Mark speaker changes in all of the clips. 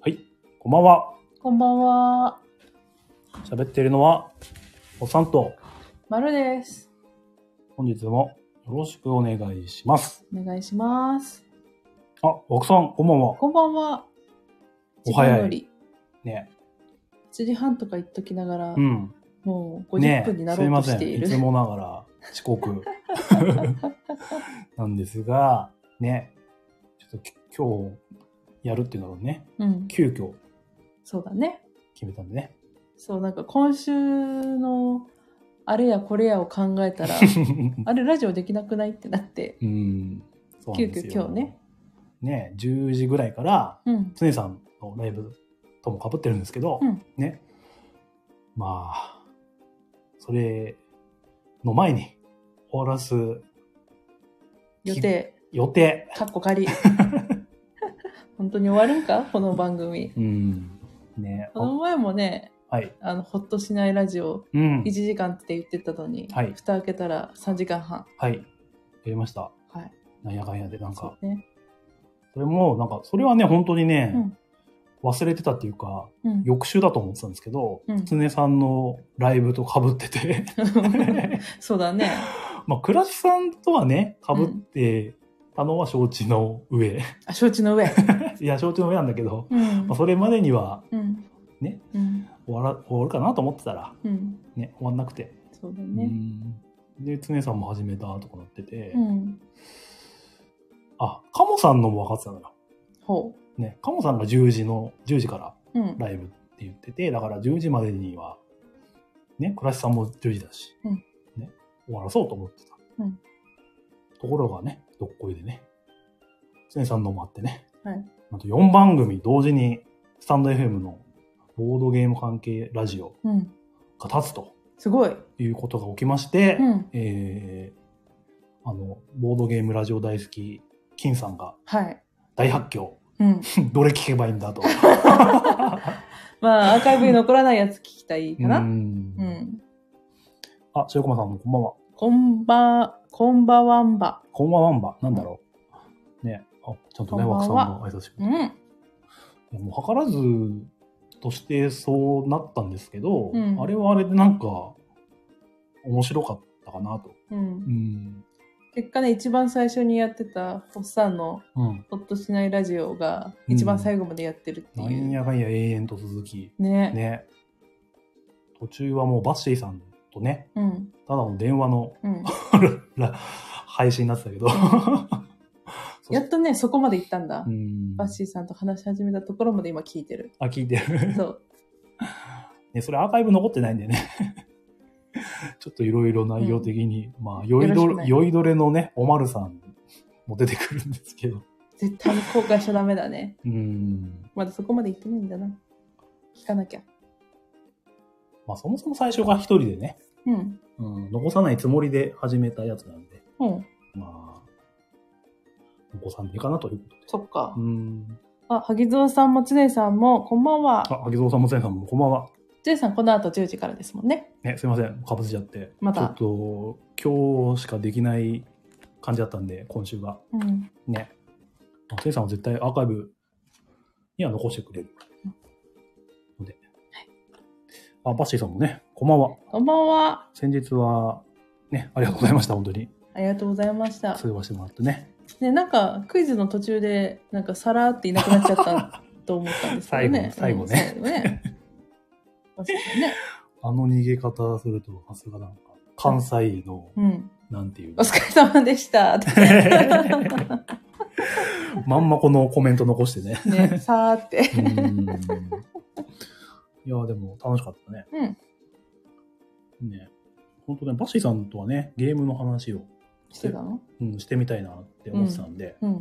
Speaker 1: はい、こんばんは。
Speaker 2: こんばんは。
Speaker 1: 喋っているのは、おさんと、
Speaker 2: まるです。
Speaker 1: 本日もよろしくお願いします。
Speaker 2: お願いします。
Speaker 1: あ、奥さん、こんばんは。
Speaker 2: こんばんは。
Speaker 1: お早い
Speaker 2: 時間より
Speaker 1: ね。
Speaker 2: 7時半とか言っときながら、
Speaker 1: うん。
Speaker 2: もう
Speaker 1: ね
Speaker 2: 50分になろうとしている。
Speaker 1: すいません。いつもながら遅刻。 なんですが、ね。ちょっとき今日やるっていうのをね、
Speaker 2: うん。
Speaker 1: 急遽
Speaker 2: そうだね。
Speaker 1: 決めたんでね。
Speaker 2: そう、なんか今週のあれやこれやを考 えたら、あれラジオできなくないってなって。
Speaker 1: うん。そうなんですよ
Speaker 2: 急遽今日ね。
Speaker 1: ね、10時ぐらいから、
Speaker 2: うん。
Speaker 1: 常さんのライブともかぶってるんですけど、
Speaker 2: うん
Speaker 1: ね。まあ、それの前に終わらす
Speaker 2: 予定、
Speaker 1: 予定。
Speaker 2: かっ こ仮。本当に終わるんかこの番組。
Speaker 1: うん。ね。
Speaker 2: この前もね、
Speaker 1: はい。
Speaker 2: あの、ほっとしないラジオ、
Speaker 1: うん
Speaker 2: 1。時間って言ってたのに、
Speaker 1: はい
Speaker 2: 蓋開けたら3時間半。
Speaker 1: はい。やりました。
Speaker 2: はい。
Speaker 1: なんやかんやで、なんか。
Speaker 2: そうね。
Speaker 1: それも、なんか、それはね、本当にね、
Speaker 2: うん
Speaker 1: 忘れてたっていうか、
Speaker 2: うん。
Speaker 1: 翌週だと思ってたんですけど、
Speaker 2: うん
Speaker 1: 常さんのライブとかぶってて、
Speaker 2: そう だね。
Speaker 1: まあ、倉地さんとはね、かぶってたのは承知の上。
Speaker 2: あ、承知の上。
Speaker 1: いや、承知の上なんだけど、
Speaker 2: うん
Speaker 1: まあ、。それまでには
Speaker 2: うん。
Speaker 1: ね。
Speaker 2: うん。
Speaker 1: 終わら終わるかなと思ってたら、
Speaker 2: うん。
Speaker 1: ね、終わんなくて。
Speaker 2: そうだ
Speaker 1: う
Speaker 2: ね。
Speaker 1: んで、常さんも始めたとかなってて、
Speaker 2: うん。
Speaker 1: あ、カモさんのも分かってたのよ。
Speaker 2: ほ
Speaker 1: ね、カモさんが10時の、10時から
Speaker 2: う。うん。
Speaker 1: ライブって言ってて、だから10時までには、ね、倉石さんも10時だし、
Speaker 2: うん
Speaker 1: ね、終わらそうと思ってた。
Speaker 2: うん
Speaker 1: ところがね、どっこいでね、常さんのもあってね、
Speaker 2: はい
Speaker 1: あと4番組同時に、スタンド FM のボードゲーム関係ラジオ
Speaker 2: うん。
Speaker 1: が立つと
Speaker 2: すごい。
Speaker 1: いうことが起きまして、
Speaker 2: うん。
Speaker 1: えーあの、ボードゲームラジオ大好き、金さんが
Speaker 2: はい。
Speaker 1: 大発狂。
Speaker 2: うん。
Speaker 1: どれ聞けばいいんだと。
Speaker 2: まあ、アーカイブに残らないやつ聞きたいか
Speaker 1: う
Speaker 2: な。
Speaker 1: ん
Speaker 2: うん。
Speaker 1: あ、塩駒さんもこんばんは。
Speaker 2: こんば、こんばわんば。
Speaker 1: こんばんはんば。なんだろう。ね。あ、ちゃんとね、
Speaker 2: こんばんは
Speaker 1: 枠さんの挨拶し
Speaker 2: う
Speaker 1: て
Speaker 2: ん。
Speaker 1: もう図らずとしてそうなったんですけど、
Speaker 2: うん
Speaker 1: あれはあれでなんか、面白かったかなと。う
Speaker 2: う。
Speaker 1: んん。
Speaker 2: 結果ね、一番最初にやってた、ホッサンの
Speaker 1: うん。
Speaker 2: ほっとしないラジオが、
Speaker 1: うん
Speaker 2: 一番最後までやってるって
Speaker 1: ないん
Speaker 2: う。
Speaker 1: やかんや永遠と続き。
Speaker 2: ね。
Speaker 1: ね。途中はもうバッシーさんとね、
Speaker 2: うん。
Speaker 1: ただの電話の
Speaker 2: うん。
Speaker 1: ら配信になってたけど。
Speaker 2: やっとね、そこまで行ったんだ
Speaker 1: う。ん。
Speaker 2: バッシーさんと話し始めたところまで今聞いてる。
Speaker 1: あ、聞いてる。
Speaker 2: そう。
Speaker 1: ね、それアーカイブ残ってないんでね。 ちょっといろいろ内容的に、まあ、酔い
Speaker 2: よ
Speaker 1: ど
Speaker 2: ろしく
Speaker 1: れ、
Speaker 2: ね
Speaker 1: 酔いどれのね、おまるさんも出てくるんですけど。
Speaker 2: 絶対に公開しちゃダメだね。
Speaker 1: うん。
Speaker 2: まだそこまで行ってないんだな。聞かなきゃ。
Speaker 1: まあ、そもそも最初が一人でね、
Speaker 2: うん。
Speaker 1: うん、残さないつもりで始めたやつなんで、
Speaker 2: うん。
Speaker 1: まあ、残さんでいいかなということで。
Speaker 2: そっか
Speaker 1: う。ん。
Speaker 2: あ、萩蔵さんも常さんも、こんばんは。
Speaker 1: あ、萩蔵さんもせんさんもこんばんは。
Speaker 2: 常さん、この後10時からですもんね。
Speaker 1: ね、すいません。かぶせちゃって。
Speaker 2: ま
Speaker 1: ち
Speaker 2: た
Speaker 1: ょっと、今日しかできない感じだったんで、今週が。
Speaker 2: うん。
Speaker 1: ね。まあ、せいさんは絶対アーカイブには残してくれる。ので。あ、バッシーさんもね、こんばんは。
Speaker 2: こんばんは。
Speaker 1: 先日は、ね、ありがとうございました、本当に。
Speaker 2: ありがとうございました
Speaker 1: 通。話してもらってね。
Speaker 2: ね、なんか、クイズの途中で、なんか、さらっていなくなっちゃったと思ったんですけどね。
Speaker 1: 最後
Speaker 2: うん
Speaker 1: 最
Speaker 2: 最後ね。 確かにね。
Speaker 1: あの逃げ方すると、さすがなんか、関西の、
Speaker 2: うん。
Speaker 1: なんていう
Speaker 2: お。疲れ様で した。
Speaker 1: まんまこのコメント残してね。
Speaker 2: ね、さー って。
Speaker 1: うーん。いや、でも楽しかったね。ね。本当ね、バッシーさんとはね、ゲームの話を、
Speaker 2: してたの
Speaker 1: うん、してみたいなって思ってたんで、
Speaker 2: うん。
Speaker 1: ま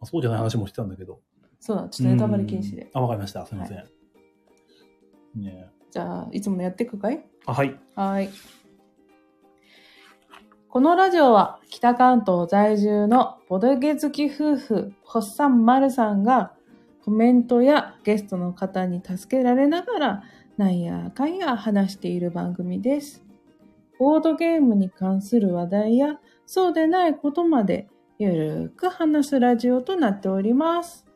Speaker 1: あ、そうじゃない話もしてたんだけど。
Speaker 2: そうだ、ちょっとネタバレ禁止
Speaker 1: うん
Speaker 2: で。
Speaker 1: あ、わかりました。すみません。ねえ
Speaker 2: じゃあ、いつものやっていくかい
Speaker 1: あ、はい。
Speaker 2: はーい。このラジオは北関東在住のボドゲ好き夫婦、ホッサンマルさんがコメントやゲストの方に助けられながらなんやかんや話している番組です。ボードゲームに関する話題やそうでないことまでゆるーく話すラジオとなっております。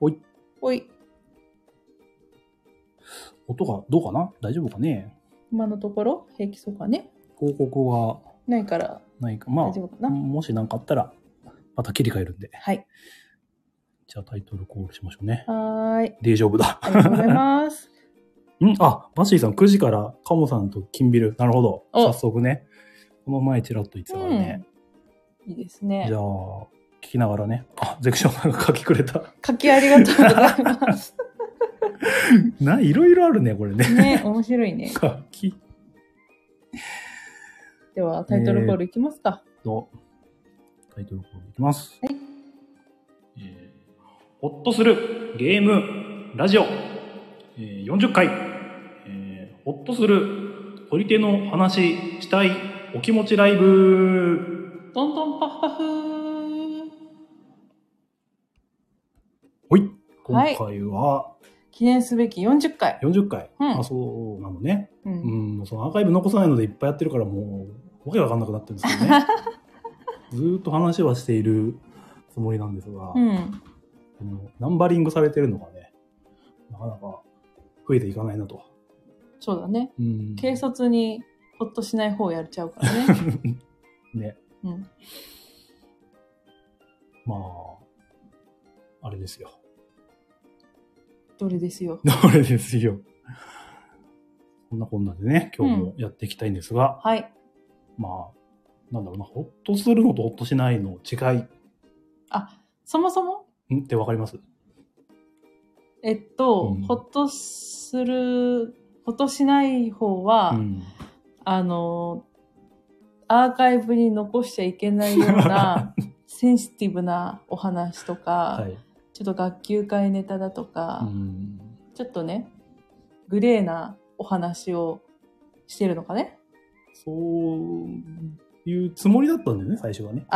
Speaker 1: おい。
Speaker 2: おい。
Speaker 1: 音がどうかな大丈夫かね
Speaker 2: 今のところ平気そうかね。
Speaker 1: 報告が
Speaker 2: ないから
Speaker 1: ないか。ま
Speaker 2: 大丈夫か
Speaker 1: あ、
Speaker 2: な。
Speaker 1: もし何かあったら、また切り替えるんで。
Speaker 2: はい。
Speaker 1: じゃあタイトルコールしましょうね。
Speaker 2: はーい。
Speaker 1: 大丈夫だ。
Speaker 2: ありがとうござい ます。
Speaker 1: うんあ、バッシーさん9時からカモさんとキンビル。なるほど。早
Speaker 2: お
Speaker 1: 速ね。この前ちらっと言ってたからね。
Speaker 2: うん。いいですね
Speaker 1: じゃ。あ、聞きながらね。あ、ゼクションさんが書きくれた。
Speaker 2: 書きありがとうございます。
Speaker 1: な、いろいろあるね、これね。
Speaker 2: ね、面白いね。
Speaker 1: 書き
Speaker 2: では、タイトルコールいきますか。
Speaker 1: と、タイトルコールいきます。
Speaker 2: はい
Speaker 1: えーホッとするゲームラジオ、えー40回、えーホッとする取り手の話したいお気持ちライブ。
Speaker 2: トントンパッパフー。
Speaker 1: はい。今
Speaker 2: はい
Speaker 1: 回は
Speaker 2: 記念すべき40回。
Speaker 1: 40回。
Speaker 2: うん
Speaker 1: あ、そうなのね。
Speaker 2: う。
Speaker 1: うんん、そのアーカイブ残さないのでいっぱいやってるからもう、わけわかんなくなってるんですけど ね。ずーっと話はしているつもりなんですが。
Speaker 2: うん。
Speaker 1: このナンバリングされてるのがね、なかなか増えていかないなと。
Speaker 2: そうだね。
Speaker 1: うん
Speaker 2: 軽率にほっとしない方をやっちゃうからね。
Speaker 1: ね。
Speaker 2: うん。
Speaker 1: まあ、あれですよ。
Speaker 2: どれですよ。
Speaker 1: あれですよ。こんなこんなでね、今日もやっていきたいんですが、
Speaker 2: はい。
Speaker 1: まあ、なんだろうな、ほっとするのとほっとしないの違
Speaker 2: そもそも、
Speaker 1: いんってわかります
Speaker 2: えっと、
Speaker 1: うん
Speaker 2: ほっとする、ほっとしない方は、
Speaker 1: うん。
Speaker 2: あの、アーカイブに残しちゃいけないよう なセンシティブなお話とか、
Speaker 1: はい。
Speaker 2: ちょっと学級会ネタだと
Speaker 1: う
Speaker 2: か、
Speaker 1: ん。
Speaker 2: ちょっとね、グレーなお話をしてるのかね。
Speaker 1: そういうつもりだったんだよね、最初はね。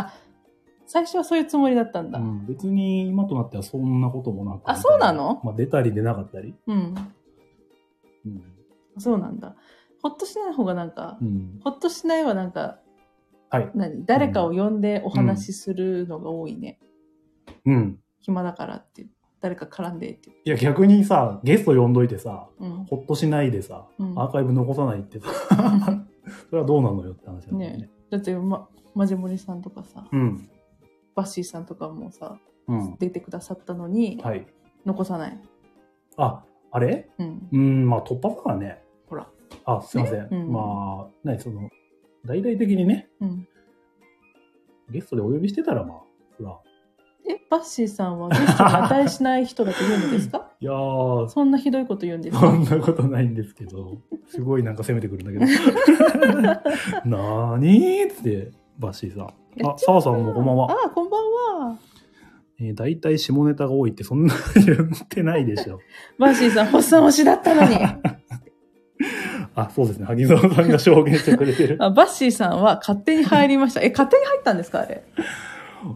Speaker 2: 最初はそういうつもりだったん
Speaker 1: う
Speaker 2: だ。うん。
Speaker 1: ん、別に今となってはそんなこともなく。
Speaker 2: あそうなの
Speaker 1: まあ、出たり出なかったり。うん。
Speaker 2: そうなんだ。ほっとしない方がなんか、
Speaker 1: うん。
Speaker 2: ほっとしないはなんか、
Speaker 1: はい
Speaker 2: 何誰かを呼んでお話しするのが多いね。
Speaker 1: うん。
Speaker 2: 暇だからっていう。誰か絡んでっていう。
Speaker 1: いや、逆にさ、ゲスト呼んどいてさ、
Speaker 2: うん。
Speaker 1: ほっとしないでさ、
Speaker 2: うん
Speaker 1: アーカイブ残さないってさ、 それはどうなのよって話なんだよね。
Speaker 2: ねだって、ま、マジモリさんとかさ、
Speaker 1: うん。
Speaker 2: バッシーさんとかもさ、
Speaker 1: うん。
Speaker 2: 出てくださったのに、
Speaker 1: はい。
Speaker 2: 残さない。
Speaker 1: あ、あれ
Speaker 2: うん。
Speaker 1: うん、まあ突破だからね。
Speaker 2: ほら。
Speaker 1: あ、すいません。
Speaker 2: ねうん
Speaker 1: まあ、何その、大々的にね、
Speaker 2: うん。
Speaker 1: ゲストでお呼びしてたら、まあ、そら。
Speaker 2: え、バッシーさんはゲストに値しない人だと言うのですか
Speaker 1: いやー、
Speaker 2: そんなひどいこと言うんです
Speaker 1: そん
Speaker 2: か
Speaker 1: なことないんですけど、すごいなんか攻めてくるんだけど。なーにーって、バッシーさん。あ、澤さんもこんばんは。
Speaker 2: あ、こんばんは。
Speaker 1: えー、大体下ネタが多いってそんな言ってないでしょ。
Speaker 2: バッシーさん、ホッサン推しだった のに。
Speaker 1: あ、そうですね。萩沢さんが証言してくれてる。
Speaker 2: あバッシーさんは勝手に入りました。え、勝手に入ったんですかあれ。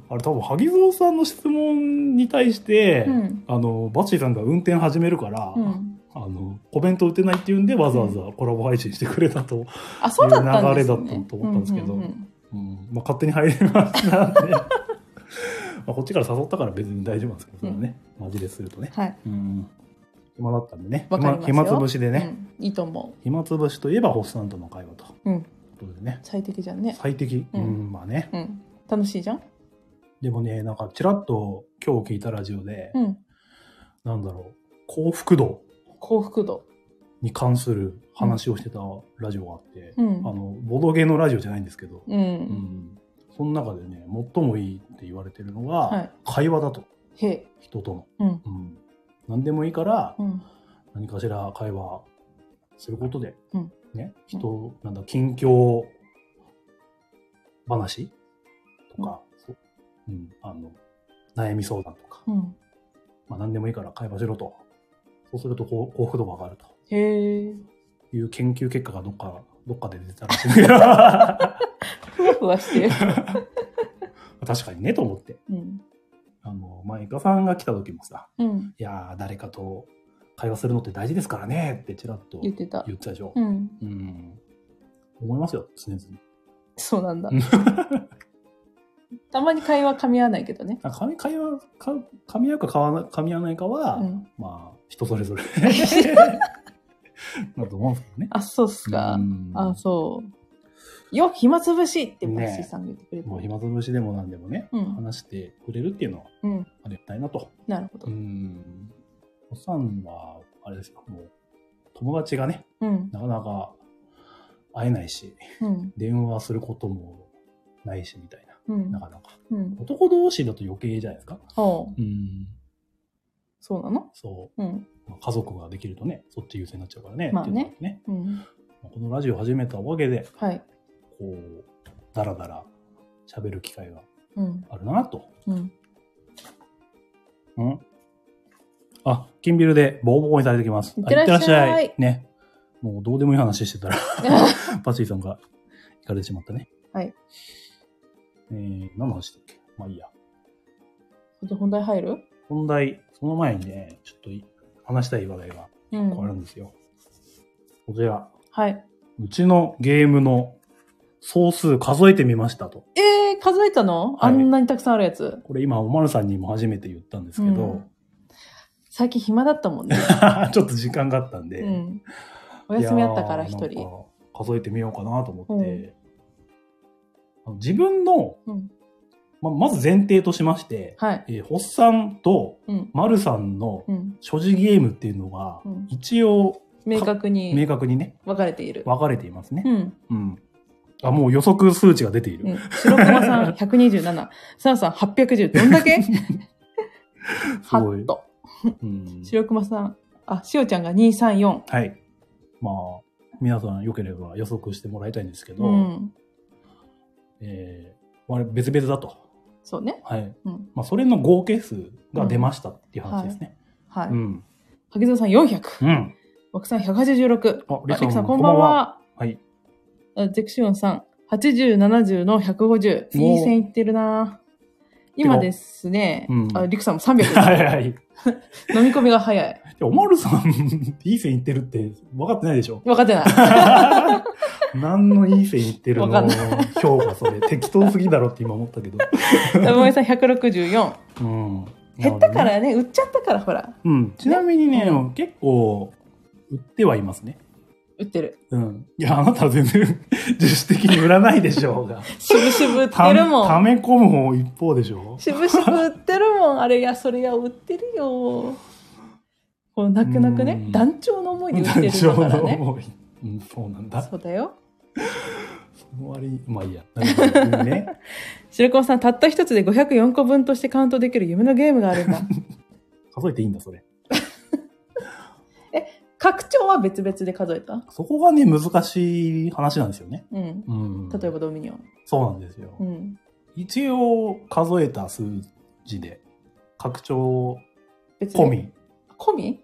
Speaker 1: あれ多分、萩沢さんの質問に対して、
Speaker 2: うん。
Speaker 1: あの、バッシーさんが運転始めるから、
Speaker 2: うん。
Speaker 1: あの、コメント打てないっていうんで、わざわざコラボ配信してくれたと、
Speaker 2: あ、そうだったんです
Speaker 1: いう流れだ
Speaker 2: ね
Speaker 1: ったと思ったんですけど
Speaker 2: うううん
Speaker 1: うんまあ、勝手に入りましたんで、 まあこっちから誘ったから別に大丈夫なんですけど、それはね、マジでするとね。
Speaker 2: はい。
Speaker 1: うん。暇だったんでね。
Speaker 2: わかりますよ
Speaker 1: 暇暇つぶしでね、
Speaker 2: うん。いいと思
Speaker 1: 暇つぶしといえば、ホッサンとの会話と。
Speaker 2: う。うん。
Speaker 1: ということでね。
Speaker 2: 最適じゃんね。
Speaker 1: 最適、う
Speaker 2: うんん
Speaker 1: まあね
Speaker 2: うん。楽しいじゃん
Speaker 1: でもねなんかちらっと今日聞いたラジオで、
Speaker 2: うん。
Speaker 1: なんだろう幸福度
Speaker 2: 幸福度。
Speaker 1: に関する話をしてたラジオがあって、
Speaker 2: うん
Speaker 1: あ。のボドゲのラジオじゃないんですけど、
Speaker 2: う。
Speaker 1: うんんその中でね最もいいって言われてるのが、
Speaker 2: はい
Speaker 1: 会話だと
Speaker 2: へえ。
Speaker 1: 人との、
Speaker 2: うん。
Speaker 1: うん、何でもいいから
Speaker 2: うん。
Speaker 1: 何かしら会話することで、
Speaker 2: うん
Speaker 1: ね人なんだ近況話とか、そううん、あの悩み相談とか、
Speaker 2: うん。
Speaker 1: まあ、何でもいいから会話しろとそうするとこう幸福度が上がると
Speaker 2: へえ。
Speaker 1: いう研究結果がどっかどっかで出てたらしいんだけ ど
Speaker 2: ふわふわして る。
Speaker 1: 確かにねと思って
Speaker 2: うん。
Speaker 1: あの前イカさんが来た時もさ
Speaker 2: うん。
Speaker 1: 「いやー誰かと会話するのって大事ですからね」ってちらっと言
Speaker 2: 言ってた。
Speaker 1: ってたでしょ。
Speaker 2: うん。
Speaker 1: うん思いますよ常々。
Speaker 2: そうなんだ。たまに会話噛み合わないけどね。
Speaker 1: あ紙会話か噛み合うか噛わな噛み合わないかは、
Speaker 2: うん、
Speaker 1: まあ人それ ぞれだと思うんですけどね。
Speaker 2: あ、そうっすか。
Speaker 1: うん
Speaker 2: あ、そう。よ、暇つぶしってパッシーさんが言ってくれる。
Speaker 1: もう暇つぶしでもなんでもね、
Speaker 2: うん。
Speaker 1: 話してくれるっていうのは
Speaker 2: うん。
Speaker 1: ありがたいなと。
Speaker 2: なるほど
Speaker 1: う。ん。おっさんは、あれですよ、もう友達がね、
Speaker 2: うん。
Speaker 1: なかなか会えないし、
Speaker 2: うん。
Speaker 1: 電話することもないしみたいな、
Speaker 2: うん
Speaker 1: な。かなか。
Speaker 2: うん。
Speaker 1: 男同士だと余計じゃないですか。
Speaker 2: ほう。
Speaker 1: うん。
Speaker 2: そうなの
Speaker 1: そ
Speaker 2: うん。
Speaker 1: う。まあ家族ができるとね、そっち優先になっちゃうからね。
Speaker 2: まあね
Speaker 1: っていうのがね
Speaker 2: うん。
Speaker 1: まあこのラジオ始めたおかげで、
Speaker 2: はい。
Speaker 1: こう、だらだら喋る機会が
Speaker 2: うん。
Speaker 1: あるなと。
Speaker 2: うん。
Speaker 1: うん。あ、金ビルでボコボコにされてきます。
Speaker 2: いってらっしゃい
Speaker 1: あね。もうどうでもいい話してたら、 パシーさんが行かれてしまったね。
Speaker 2: はい。
Speaker 1: えー、何の話だっけまあいいや。
Speaker 2: ほんと本題入る
Speaker 1: 本題、その前にね、ちょっとい話したい話題が
Speaker 2: う
Speaker 1: 一個ある
Speaker 2: ん。
Speaker 1: んですよ。こちら、
Speaker 2: はい。
Speaker 1: うちのゲームの総数数えてみましたと。
Speaker 2: えー、数えたの
Speaker 1: は
Speaker 2: あ
Speaker 1: い
Speaker 2: んなにたくさんあるやつ。
Speaker 1: これ今、おまるさんにも初めて言ったんですけど、
Speaker 2: うん最近暇だったもんね。
Speaker 1: ちょっと時間があったんで、
Speaker 2: うん。お休みあったから
Speaker 1: いや
Speaker 2: 一
Speaker 1: ーなん
Speaker 2: 人。
Speaker 1: か数えてみようかなと思って、あの自分の、
Speaker 2: うん。
Speaker 1: ままず前提としまして、
Speaker 2: はい。
Speaker 1: えー、ホッさんと
Speaker 2: うん。
Speaker 1: マルさんの
Speaker 2: うん。
Speaker 1: 所持ゲームっていうのが、
Speaker 2: うん
Speaker 1: 一応
Speaker 2: 明確
Speaker 1: 明
Speaker 2: に
Speaker 1: 確にね、
Speaker 2: 分かれている。
Speaker 1: 分かれていますね
Speaker 2: う。ん。
Speaker 1: うん。あ、もう予測数値が出ている。
Speaker 2: うん。白熊さん127、サンさん810。どんだ け
Speaker 1: す
Speaker 2: ハ
Speaker 1: ごい
Speaker 2: ッ。と。
Speaker 1: うん
Speaker 2: 白熊さん、あ、しおちゃんが234。
Speaker 1: はい。まあ、皆さん良ければ予測してもらいたいんですけど、
Speaker 2: うん。
Speaker 1: えー、我々別々だと。
Speaker 2: そうね。
Speaker 1: はい。
Speaker 2: うん。
Speaker 1: まあ、それの合計数が出ましたっていう話ですね。
Speaker 2: はい。
Speaker 1: うん。
Speaker 2: 柿沢さん400。
Speaker 1: うん。
Speaker 2: 枠さん186。
Speaker 1: あ
Speaker 2: あ、レクさんこんばん。は。
Speaker 1: はい。
Speaker 2: あゼクシオンさん、80、70の150。いい線いってるな今ですね、
Speaker 1: うん
Speaker 2: あ、リクさんも300。
Speaker 1: はい はい。
Speaker 2: 飲み込みが早い。
Speaker 1: でおまるさん、いい線いってるって分かってないでしょ
Speaker 2: 分かってない。
Speaker 1: 何のいい線いってる
Speaker 2: わか
Speaker 1: の
Speaker 2: ん
Speaker 1: 評価それ。適当すぎだろって今思ったけど。
Speaker 2: たもえさん164。
Speaker 1: うん。
Speaker 2: 減った
Speaker 1: な
Speaker 2: か
Speaker 1: るほどね。
Speaker 2: らね、売っちゃったからほら、
Speaker 1: うん。ちなみにね
Speaker 2: う、
Speaker 1: 結構、売ってはいますね。
Speaker 2: 売ってる。
Speaker 1: うん。いや、あなたは全然自主的に売らないでしょうが。
Speaker 2: しぶし ぶ売って
Speaker 1: た
Speaker 2: るも
Speaker 1: た
Speaker 2: ん。
Speaker 1: め込む方一方でしょ
Speaker 2: しぶしぶ売ってるもん。あれやそれや売ってるよ。こう、泣く泣く
Speaker 1: う
Speaker 2: ね、
Speaker 1: ん
Speaker 2: 団長の思いで売ってる
Speaker 1: 団長
Speaker 2: んだから
Speaker 1: の
Speaker 2: ね。
Speaker 1: 思い。うん、そうなんだ。
Speaker 2: そうだよ。
Speaker 1: その割に、まあいいや。なるほどね。
Speaker 2: 白川さん、たった一つで504個分としてカウントできる夢のゲームがある んだ。
Speaker 1: 数えていいんだ、それ。
Speaker 2: 拡張は別々で数えた
Speaker 1: そこがね、難しい話なんですよね。
Speaker 2: うん。
Speaker 1: うん。
Speaker 2: 例えばドミニオン。
Speaker 1: そうなんですよ。
Speaker 2: うん。
Speaker 1: 一応、数えた数字で、拡張
Speaker 2: 別に
Speaker 1: 込。み。
Speaker 2: 込み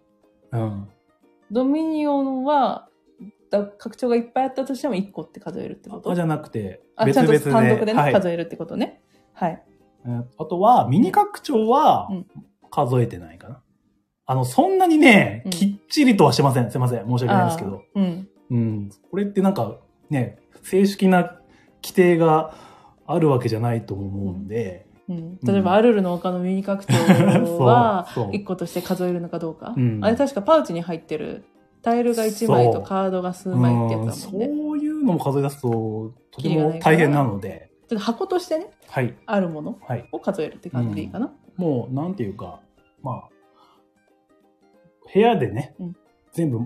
Speaker 1: うん。
Speaker 2: ドミニオンは、だ拡張がいっぱいあったとしても1個って数えるってこと
Speaker 1: あじゃなくて、
Speaker 2: あ、ち
Speaker 1: 別
Speaker 2: ゃん
Speaker 1: 々
Speaker 2: と
Speaker 1: で。
Speaker 2: 単独でね、
Speaker 1: はい、
Speaker 2: 数えるってことね。はい。
Speaker 1: うんあとは、ミニ拡張は
Speaker 2: うん、
Speaker 1: 数えてないかな。あの、そんなにね
Speaker 2: う、ん
Speaker 1: きっちりとはしてません。すいません。申し訳ないんですけど。
Speaker 2: あーうん。
Speaker 1: うん。これってなんか、ね、正式な規定があるわけじゃないと思うんで。
Speaker 2: うん、
Speaker 1: うん
Speaker 2: 例えば、アルルの丘のミニ拡
Speaker 1: そう
Speaker 2: 張は、
Speaker 1: そう
Speaker 2: 1個として数えるのかどうか。
Speaker 1: うん
Speaker 2: あれ確かパウチに入ってる、タイルが1枚
Speaker 1: そ
Speaker 2: と
Speaker 1: う
Speaker 2: カードが数枚ってやつだもん
Speaker 1: う
Speaker 2: ね。
Speaker 1: んそういうのも数え出すと、とて
Speaker 2: キリが
Speaker 1: も
Speaker 2: ないから
Speaker 1: 大変なので、
Speaker 2: ちょっと箱としてね、
Speaker 1: はい、
Speaker 2: あるもの
Speaker 1: はい。
Speaker 2: を数えるって感じでいいかな。
Speaker 1: もう、なんていうか、まあ、部屋でね、
Speaker 2: うん
Speaker 1: 全部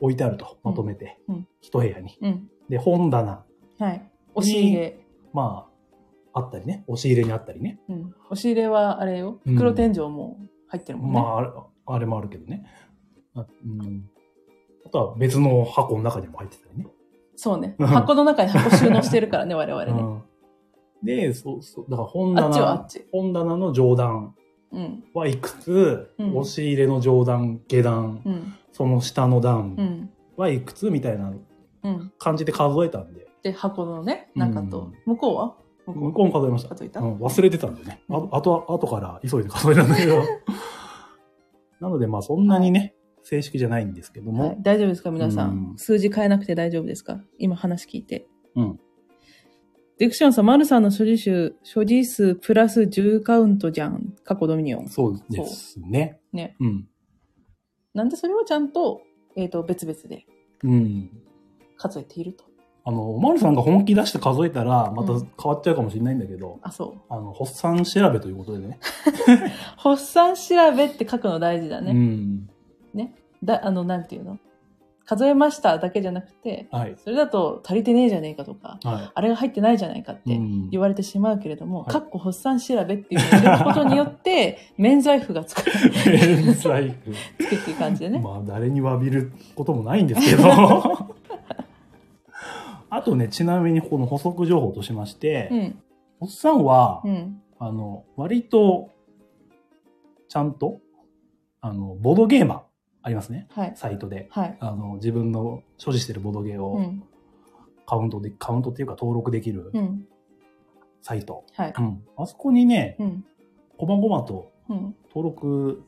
Speaker 1: 置いてあると、まとめて、
Speaker 2: うんうん
Speaker 1: 一部屋に。
Speaker 2: うん。
Speaker 1: で、本棚、
Speaker 2: はい。押し入れ。
Speaker 1: まあ、あったりね、押し入れにあったりね。
Speaker 2: うん。押し入れは、あれよ。
Speaker 1: うん
Speaker 2: 袋天井も入ってるもんね。
Speaker 1: まあ、あれあれもあるけどね。あ,、うん、あとは別の箱の中にも入ってたりね。
Speaker 2: そうね。
Speaker 1: うん
Speaker 2: 箱の中に箱収納してるからね、我々ね。
Speaker 1: うん、で、そうそう、だから本
Speaker 2: あっちはあ
Speaker 1: 棚
Speaker 2: っ、ち。
Speaker 1: 本棚の上段
Speaker 2: うん。
Speaker 1: はいくつ、
Speaker 2: うん
Speaker 1: 押し入れの上段、下段、
Speaker 2: うん。
Speaker 1: その下の
Speaker 2: う
Speaker 1: 段
Speaker 2: ん。
Speaker 1: はいくつみたいな
Speaker 2: うん。
Speaker 1: 感じで数えたんで、
Speaker 2: で、箱のね、中と。向こうは向
Speaker 1: 向こうも数えました。
Speaker 2: 数えた
Speaker 1: うん、忘れてたんでね。ああとは、後から急いで数えたんだけど。 なので、まあそんなにね、正式じゃないんですけども、
Speaker 2: はい大丈夫ですか皆さん
Speaker 1: うん
Speaker 2: 数字変えなくて大丈夫ですか今話聞いて。
Speaker 1: うん
Speaker 2: ディクションさん、マルさんの所持数、所持数プラス10カウントじゃん。過去ドミニオン。
Speaker 1: そうですね。
Speaker 2: ね。
Speaker 1: うん。
Speaker 2: なんでそれをちゃんと、えっ、と、別々で
Speaker 1: うん。
Speaker 2: 数えていると。
Speaker 1: あの、マルさんが本気出して数えたら、また
Speaker 2: うん
Speaker 1: 変わっちゃうかもしれないんだけど、
Speaker 2: あ、そう。
Speaker 1: あの、発散調べということでね。
Speaker 2: 発散調べって書くの大事だ
Speaker 1: う
Speaker 2: ね。
Speaker 1: ん。
Speaker 2: だ、あの、なんていうの数えましただけじゃなくて、
Speaker 1: はい。
Speaker 2: それだと足りてねえじゃねえかとか、
Speaker 1: は
Speaker 2: あれが入ってないじゃないかっ
Speaker 1: い。う
Speaker 2: て
Speaker 1: ん
Speaker 2: 言われてしまうけれども、
Speaker 1: はい
Speaker 2: かっこ発散調べっていうのを入れることに よって、免罪符がつく、
Speaker 1: 天才 君
Speaker 2: つくっていう感じでね。
Speaker 1: まあ、誰に詫びることもないんですけ ど。あとね、ちなみにこの補足情報としまして、
Speaker 2: うん。
Speaker 1: おっさんは、
Speaker 2: うん。
Speaker 1: あの、割と、ちゃんと、あの、ボードゲーマーありますね。
Speaker 2: はい。
Speaker 1: サイトで。
Speaker 2: はい。
Speaker 1: あの、自分の所持してるボドゲ
Speaker 2: う
Speaker 1: を
Speaker 2: ん。
Speaker 1: カウントで、カウントっていうか登録できる
Speaker 2: うん。
Speaker 1: サイト。
Speaker 2: はい。
Speaker 1: うんあそこにね、
Speaker 2: うん。
Speaker 1: こまごまと
Speaker 2: うん。
Speaker 1: 登録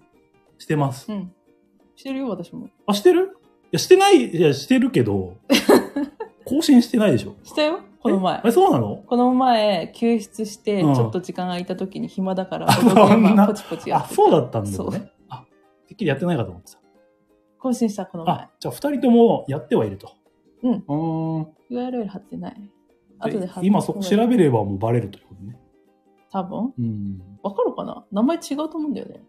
Speaker 1: してます。
Speaker 2: うん。してるよ、私も。
Speaker 1: あ、してるいや、してない、いや、してるけ ど、更新してないでしょ。
Speaker 2: したよ、この前
Speaker 1: あ。れ、そうなの
Speaker 2: この前、救出して、ち
Speaker 1: うん
Speaker 2: ょっと時間空いた時に暇だか ら、
Speaker 1: そんな
Speaker 2: ボードゲームはポチポチや
Speaker 1: あ、
Speaker 2: ってた
Speaker 1: そうだったんだ
Speaker 2: そ
Speaker 1: よ
Speaker 2: う。
Speaker 1: ね。あ、てっきりやってないかと思ってた。
Speaker 2: 更新した、この前
Speaker 1: あ。、じゃあ二人ともやってはいると。
Speaker 2: うん
Speaker 1: ーん。
Speaker 2: URL 貼ってない。後で貼って
Speaker 1: 今そこ調べればもうバレるということね。
Speaker 2: 多分
Speaker 1: うん。
Speaker 2: わかるかな名前違うと思うんだよね。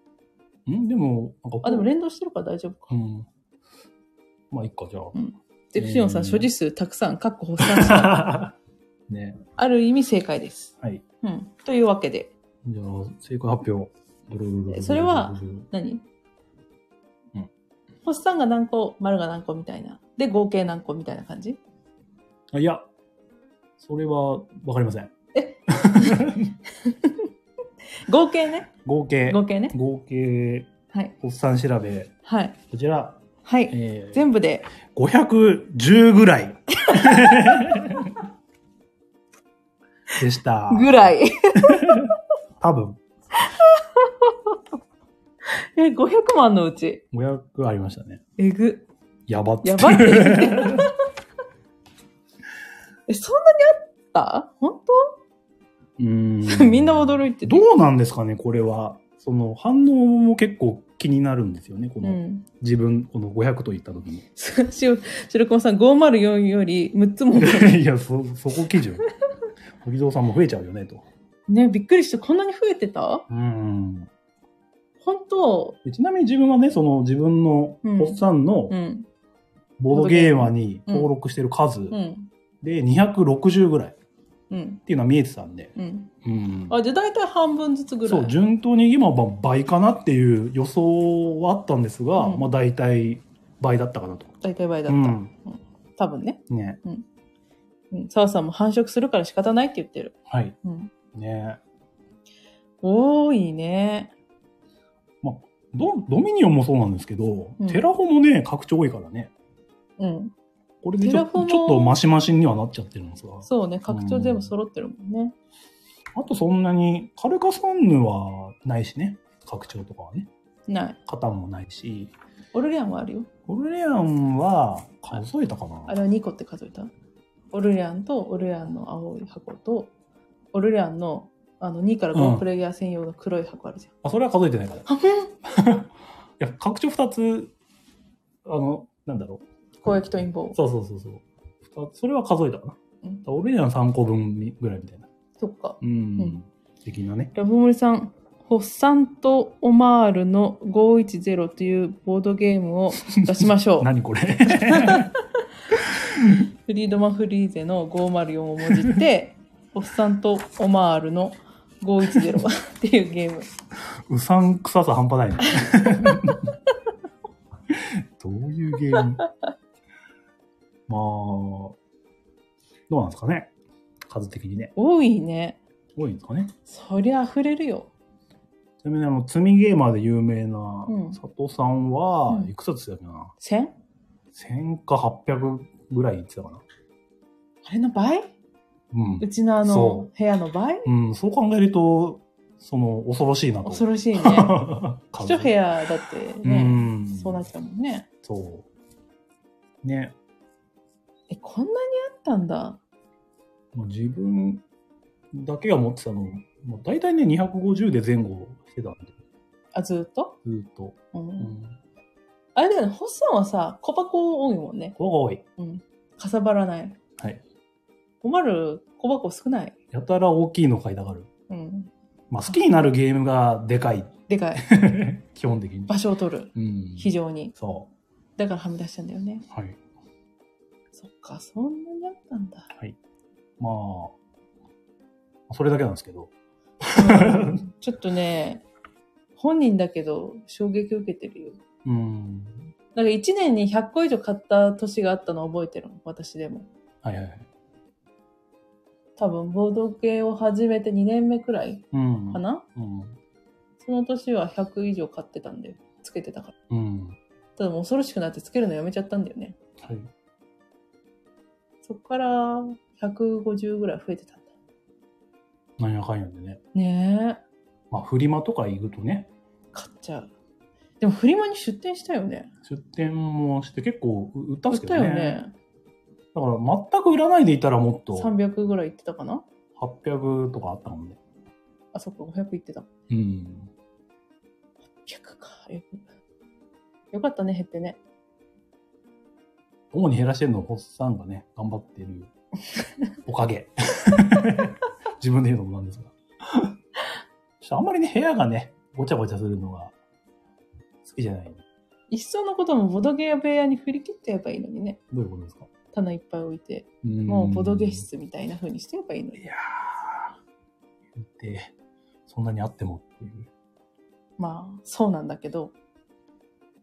Speaker 1: んでも、なんか
Speaker 2: あ、でも連動してるから大丈夫か。
Speaker 1: うん。まあ、いっか、じゃ
Speaker 2: デクシオンさ、
Speaker 1: うんん
Speaker 2: 所持数たくさん、かっこ補正し
Speaker 1: あ。 ね。
Speaker 2: ある意味正解です。
Speaker 1: はい。
Speaker 2: うん。というわけで、
Speaker 1: じゃあ、正解発表。ブルルルル
Speaker 2: それは、
Speaker 1: ブルルルル
Speaker 2: 何
Speaker 1: うん。
Speaker 2: 星さんが何個、丸が何個みたいな。で、合計何個みたいな感じ
Speaker 1: あいや、それはわかりません。
Speaker 2: 合計ね。
Speaker 1: 合計、
Speaker 2: 合計ね。
Speaker 1: 合計、
Speaker 2: はい。
Speaker 1: 発散調べ、
Speaker 2: はい。
Speaker 1: こちら、
Speaker 2: はい。
Speaker 1: えー、
Speaker 2: 全部で、
Speaker 1: 510ぐらい。でした。
Speaker 2: ぐらい。
Speaker 1: 多分、
Speaker 2: え、500万のうち。
Speaker 1: 500ありましたね。
Speaker 2: えぐ。
Speaker 1: やばっつ
Speaker 2: や
Speaker 1: って
Speaker 2: ばいって。え、そんなにあった本
Speaker 1: うー
Speaker 2: 当 みんな驚いて
Speaker 1: ど
Speaker 2: る。
Speaker 1: うなんですかねこれはその反応も結構気になるんですよねこ
Speaker 2: う
Speaker 1: の
Speaker 2: ん。
Speaker 1: 自分この500と言った時に
Speaker 2: しお、白駒さん、504より6つも。
Speaker 1: いやそそこ基準小木蔵さんも増えちゃうよねと
Speaker 2: ね、びっくりした。こんなに増えてた
Speaker 1: うん
Speaker 2: 本当
Speaker 1: でちなみに自分はねその自分の
Speaker 2: うん
Speaker 1: おっさんの
Speaker 2: うん。
Speaker 1: ボードゲーマーに登録してる数
Speaker 2: うん。
Speaker 1: で260ぐらいっ
Speaker 2: うん。
Speaker 1: ていうのは見えてたんで、
Speaker 2: うん。
Speaker 1: うん
Speaker 2: あ、じゃあ大体半分ずつぐらい。
Speaker 1: そう順当に今は倍かなっていう予想はあったんですが、
Speaker 2: うん
Speaker 1: まあ大体倍だったかなと。
Speaker 2: 大体倍だ
Speaker 1: う
Speaker 2: った。
Speaker 1: ん、
Speaker 2: 多分ね。
Speaker 1: ね
Speaker 2: うん。澤さんも繁殖するから仕方ないって言ってる。
Speaker 1: はい
Speaker 2: うん。
Speaker 1: ね
Speaker 2: 多いね。
Speaker 1: ドドミニオンもそうなんですけど、
Speaker 2: うん
Speaker 1: テラフォもね、拡張多いからね。
Speaker 2: うん。
Speaker 1: これでちょ
Speaker 2: テラフォも
Speaker 1: ちょっとマシマシにはなっちゃってるんですが。
Speaker 2: そうね。拡張全部揃ってるもんね。
Speaker 1: あとそんなに、カルカソンヌはないしね。拡張とかはね。
Speaker 2: ない。
Speaker 1: 型もないし。
Speaker 2: オルレアンはあるよ。
Speaker 1: オルレアンは数えたかな
Speaker 2: あれは2個って数えたオルレアンとオルレアンの青い箱とオルレアンのあの2から
Speaker 1: う
Speaker 2: 5
Speaker 1: ん
Speaker 2: プレイヤー専用の黒い箱あるじゃん。
Speaker 1: あ、それは数えてないから。い
Speaker 2: あ、ほ ん
Speaker 1: や、拡張2つ、あの、なんだろ
Speaker 2: 攻撃と陰謀
Speaker 1: う。。そうそうそうそう。二つそれは数えたかな。
Speaker 2: うん
Speaker 1: オルレアン3個分ぐらいみたいな。
Speaker 2: そっか。
Speaker 1: うん。
Speaker 2: うん
Speaker 1: 的なね。
Speaker 2: ラブモリさん、ホッサンとオマールの510というボードゲームを出しまし ょう。
Speaker 1: 何これ
Speaker 2: フリードマン・フリーゼの504をもじ って、ホッサンとオマールの510 っていうゲーム。
Speaker 1: うさんくささ半端ないね。 どういうゲームまあ、どうなんですかね。数的にね。
Speaker 2: 多いね。
Speaker 1: 多いんですかね。
Speaker 2: そりゃ溢れるよ。
Speaker 1: ちなみに、あの、積みゲーマーで有名な
Speaker 2: うん
Speaker 1: 佐藤さん
Speaker 2: う
Speaker 1: は、
Speaker 2: ん
Speaker 1: いくつだったっけな、
Speaker 2: 1000?
Speaker 1: ?1000 か800ぐらい言ってたかな。
Speaker 2: あれの倍
Speaker 1: うん
Speaker 2: う。ちのあの
Speaker 1: そ、
Speaker 2: 部屋の倍
Speaker 1: うん、そう考えると、その、恐ろしいなと。
Speaker 2: 恐ろ しいね。
Speaker 1: 数
Speaker 2: 一部屋だって
Speaker 1: う
Speaker 2: ね、
Speaker 1: ん。
Speaker 2: そうなってたもんね。
Speaker 1: そう。ね。
Speaker 2: え、こんなにあったんだ。
Speaker 1: まあ自分だけが持ってたの、もう大体ね、250で前後してたんで、
Speaker 2: あ、ずっと、
Speaker 1: ずっと。
Speaker 2: うん
Speaker 1: うん。
Speaker 2: あれだよね、ホッサンはさ、小箱多いもんね。
Speaker 1: これが多い。
Speaker 2: かさばらない。
Speaker 1: はい。
Speaker 2: おまる、小箱少ない。
Speaker 1: やたら大きいの買いたがる。
Speaker 2: うん。
Speaker 1: まあ、好きになるゲームがでかい。
Speaker 2: でかい。
Speaker 1: 基本的に。
Speaker 2: 場所を取る。
Speaker 1: うん。
Speaker 2: 非常に。
Speaker 1: そ
Speaker 2: だからはみ出したんだよね。
Speaker 1: う。はい。
Speaker 2: そっか、そんなにあったんだ。
Speaker 1: まあ、それだけなんですけど。
Speaker 2: うんちょっとね、本人だけど衝撃受けてるよ。
Speaker 1: うん。
Speaker 2: なんか1年に100個以上買った年があったの覚えてるの、私でも。
Speaker 1: はいはいはい。
Speaker 2: 多分、ボード系を始めて2年目くらい
Speaker 1: うん。
Speaker 2: かな、
Speaker 1: うん。
Speaker 2: その年は100以上買ってたんだよ。つけてたから。
Speaker 1: うん。
Speaker 2: ただもう恐ろしくなってつけるのやめちゃったんだよね。
Speaker 1: はい。
Speaker 2: そっから150ぐらい増えてたんだ。
Speaker 1: なんやかんやでね。
Speaker 2: ねえ、
Speaker 1: まあ、フリマとか行くとね、
Speaker 2: 買っちゃう。でもフリマに出店したよね。
Speaker 1: 出店もして結構売ったん
Speaker 2: 売
Speaker 1: で
Speaker 2: っ
Speaker 1: すけ
Speaker 2: た
Speaker 1: ど
Speaker 2: よ
Speaker 1: ね。
Speaker 2: ね。
Speaker 1: だから全く売らないでいたらもっと
Speaker 2: 300ぐらい行ってたかな
Speaker 1: 800とかあったもんね。
Speaker 2: あ、そっか、500行ってた。
Speaker 1: うん。
Speaker 2: 100か。よくよかったね、減ってね。
Speaker 1: 主に減らしてるのはホッサンがね、頑張って るおか げ。自分で言うのもなんですが。ちょっとあんまりね、部屋がね、ごちゃごちゃするのが好きじゃない。
Speaker 2: いっそのこともボドゲ部屋に振り切ってやればいいのにね。
Speaker 1: どういうことですか
Speaker 2: 棚いっぱい置いて、
Speaker 1: も
Speaker 2: もうボドゲ。室みたいな風にしてやればいいのに。
Speaker 1: いやー、言って、そんなにあってもっていう。
Speaker 2: まあ、そうなんだけど、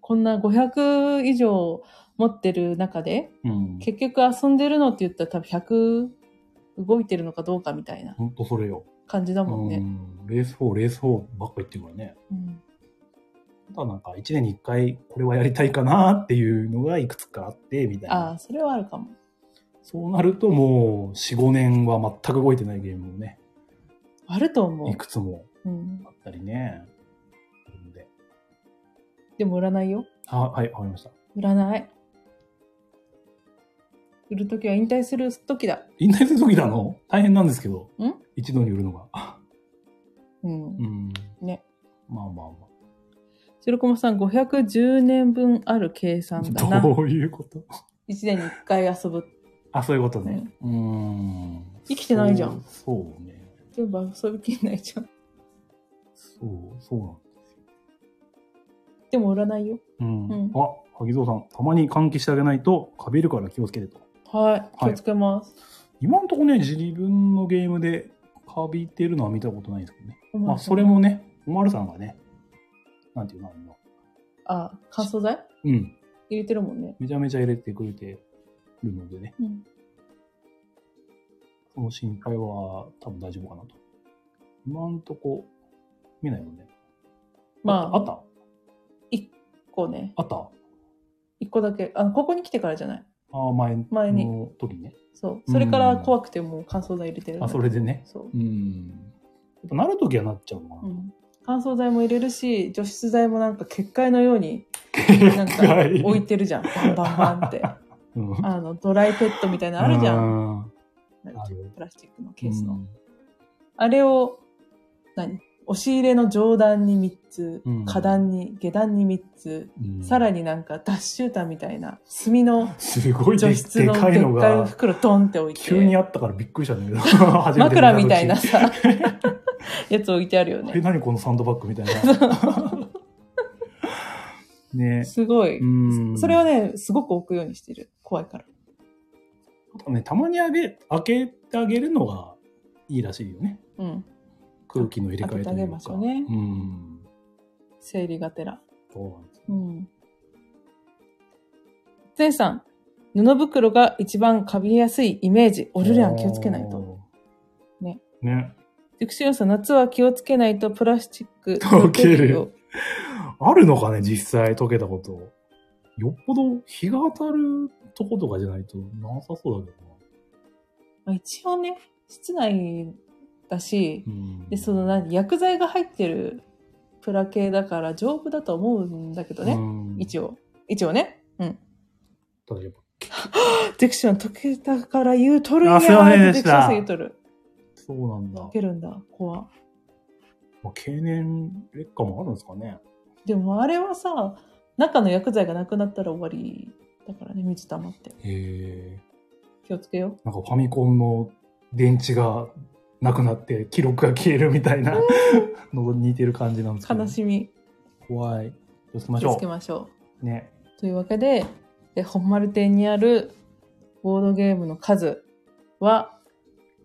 Speaker 2: こんな500以上持ってる中で、
Speaker 1: うん。
Speaker 2: 結局遊んでるのって言ったら多分100動いてるのかどうかみたいな
Speaker 1: ほんとそれよ。
Speaker 2: 感じだもん
Speaker 1: う
Speaker 2: ね。
Speaker 1: ん、レース4、レース4ばっか言ってるからね。
Speaker 2: うん
Speaker 1: あとはなんか1年に1回これはやりたいかなっていうのがいくつかあって、みたい
Speaker 2: ああ、
Speaker 1: な。
Speaker 2: それはあるかも。
Speaker 1: そうなるともう4、5年は全く動いてないゲームをね、
Speaker 2: あると思う
Speaker 1: い。くつも
Speaker 2: うん、
Speaker 1: あったりね。なんで
Speaker 2: でも売らないよ。
Speaker 1: ははい、わかりました。
Speaker 2: 売らない。売るときは引退するときだ。
Speaker 1: 引退する時なの大変なんですけど
Speaker 2: ん、
Speaker 1: 一度に売るのが。
Speaker 2: うん
Speaker 1: う。ん。
Speaker 2: ね。
Speaker 1: まあまあま
Speaker 2: 白駒さん、510年分ある計算だ
Speaker 1: あ。
Speaker 2: な。
Speaker 1: どういうこと
Speaker 2: 一年に一回遊ぶ。
Speaker 1: あ、そういうことね。うーん。
Speaker 2: 生きてないじゃん
Speaker 1: そう。そうね。
Speaker 2: 全部遊びきんないじゃん。
Speaker 1: そう、そうなん
Speaker 2: でも売らないよ。
Speaker 1: うん。
Speaker 2: うん
Speaker 1: あ、萩蔵さん、たまに換気してあげないと、かびるから気をつけてと。
Speaker 2: はい。気
Speaker 1: は
Speaker 2: を
Speaker 1: い
Speaker 2: つけます。
Speaker 1: 今んとこね、自分のゲームでかびてるのは見たことないですけどね。
Speaker 2: お
Speaker 1: ま
Speaker 2: 前
Speaker 1: あ、
Speaker 2: さ
Speaker 1: そ
Speaker 2: ん
Speaker 1: れ。もね、おまるさんがね、なんていうの、あの、
Speaker 2: あ、乾燥剤
Speaker 1: うん、
Speaker 2: 入れてるもんね。
Speaker 1: めちゃめちゃ入れてくれてるのでね、
Speaker 2: うん。
Speaker 1: その心配は多分大丈夫かなと。今んとこ、見ないよね。
Speaker 2: まあ、
Speaker 1: あった
Speaker 2: こうね。
Speaker 1: あった
Speaker 2: 一個だけ。あの、ここに来てからじゃない。
Speaker 1: ああ、前
Speaker 2: 前に
Speaker 1: の時ね。
Speaker 2: そう。それから怖くてもう乾燥剤入れてる。
Speaker 1: あ、それでね。
Speaker 2: そう。
Speaker 1: うん。やっぱなる時はなっちゃうのかな。
Speaker 2: うん。乾燥剤も入れるし、除湿剤もなんか結界のように、
Speaker 1: な
Speaker 2: なんか置いてるじゃん。バンバンバ ンって。
Speaker 1: うん、
Speaker 2: あの、ドライペットみたいなのあるじゃん。
Speaker 1: ん。
Speaker 2: なんか
Speaker 1: ある
Speaker 2: プラスチックのケースの。
Speaker 1: うん
Speaker 2: あれを、何押し入れの上段に3つ
Speaker 1: うん、
Speaker 2: 下段に、下段に3つ、
Speaker 1: うん
Speaker 2: さらになんかダッシューターみたいな、炭の
Speaker 1: すごい
Speaker 2: 除
Speaker 1: で
Speaker 2: 湿
Speaker 1: で
Speaker 2: のでっ
Speaker 1: か
Speaker 2: か
Speaker 1: い
Speaker 2: い
Speaker 1: のが
Speaker 2: 袋ドンって置いて、
Speaker 1: 急にあったからびっくりしたんだけど 初めて見
Speaker 2: 枕みたいな
Speaker 1: 時
Speaker 2: さ、 やつ置いてあるよ
Speaker 1: え
Speaker 2: ね。
Speaker 1: 何このサンドバッグみたいな ね
Speaker 2: すごい。
Speaker 1: うん
Speaker 2: それをね、すごく置くようにしてる。怖いから。
Speaker 1: あとねたまにあげ開けてあげるのがいいらしいよね
Speaker 2: うん。
Speaker 1: 空気の入れ替えと
Speaker 2: 開けてあ
Speaker 1: い
Speaker 2: げ
Speaker 1: う
Speaker 2: ま
Speaker 1: か
Speaker 2: しょうね
Speaker 1: うん
Speaker 2: 整理がてら。
Speaker 1: そうなんです
Speaker 2: うん。ゼンさん、布袋が一番カビやすいイメージ。俺らは気をつけないと。ね
Speaker 1: ね
Speaker 2: ジクシオンさん、夏は気をつけないとプラスチック
Speaker 1: 溶けるよ。あるのかね実際溶けたことよっぽど日が当たるとことかじゃないとなさそうだけどな
Speaker 2: まあ一応ね、室内だし、
Speaker 1: うん
Speaker 2: で、その何、薬剤が入ってるプラ系だから丈夫だと思うんだけどね。
Speaker 1: うん
Speaker 2: 一応。一応ね。うん。
Speaker 1: ただやっぱ
Speaker 2: ジクシオン溶けたから言うとるんや
Speaker 1: あすいません
Speaker 2: ー
Speaker 1: で
Speaker 2: ってジ
Speaker 1: し
Speaker 2: クシオンさ
Speaker 1: た
Speaker 2: ん言うとる。
Speaker 1: そうなんだ。
Speaker 2: 受けるんだ、子は。
Speaker 1: まあ、経年劣化もあるんですかね。
Speaker 2: でもあれはさ、中の薬剤がなくなったら終わりだからね、水溜まって。
Speaker 1: へえ。
Speaker 2: 気をつけよ
Speaker 1: なんかファミコンの電池がなくなって記録が消えるみたいなのに似てる感じなんですけ
Speaker 2: う。
Speaker 1: ど。
Speaker 2: 悲しみ。
Speaker 1: 怖い。気をつけまし
Speaker 2: 気を
Speaker 1: ょ
Speaker 2: つけましょ
Speaker 1: う。ね。
Speaker 2: う。というわけで、え本丸店にあるボードゲームの数は、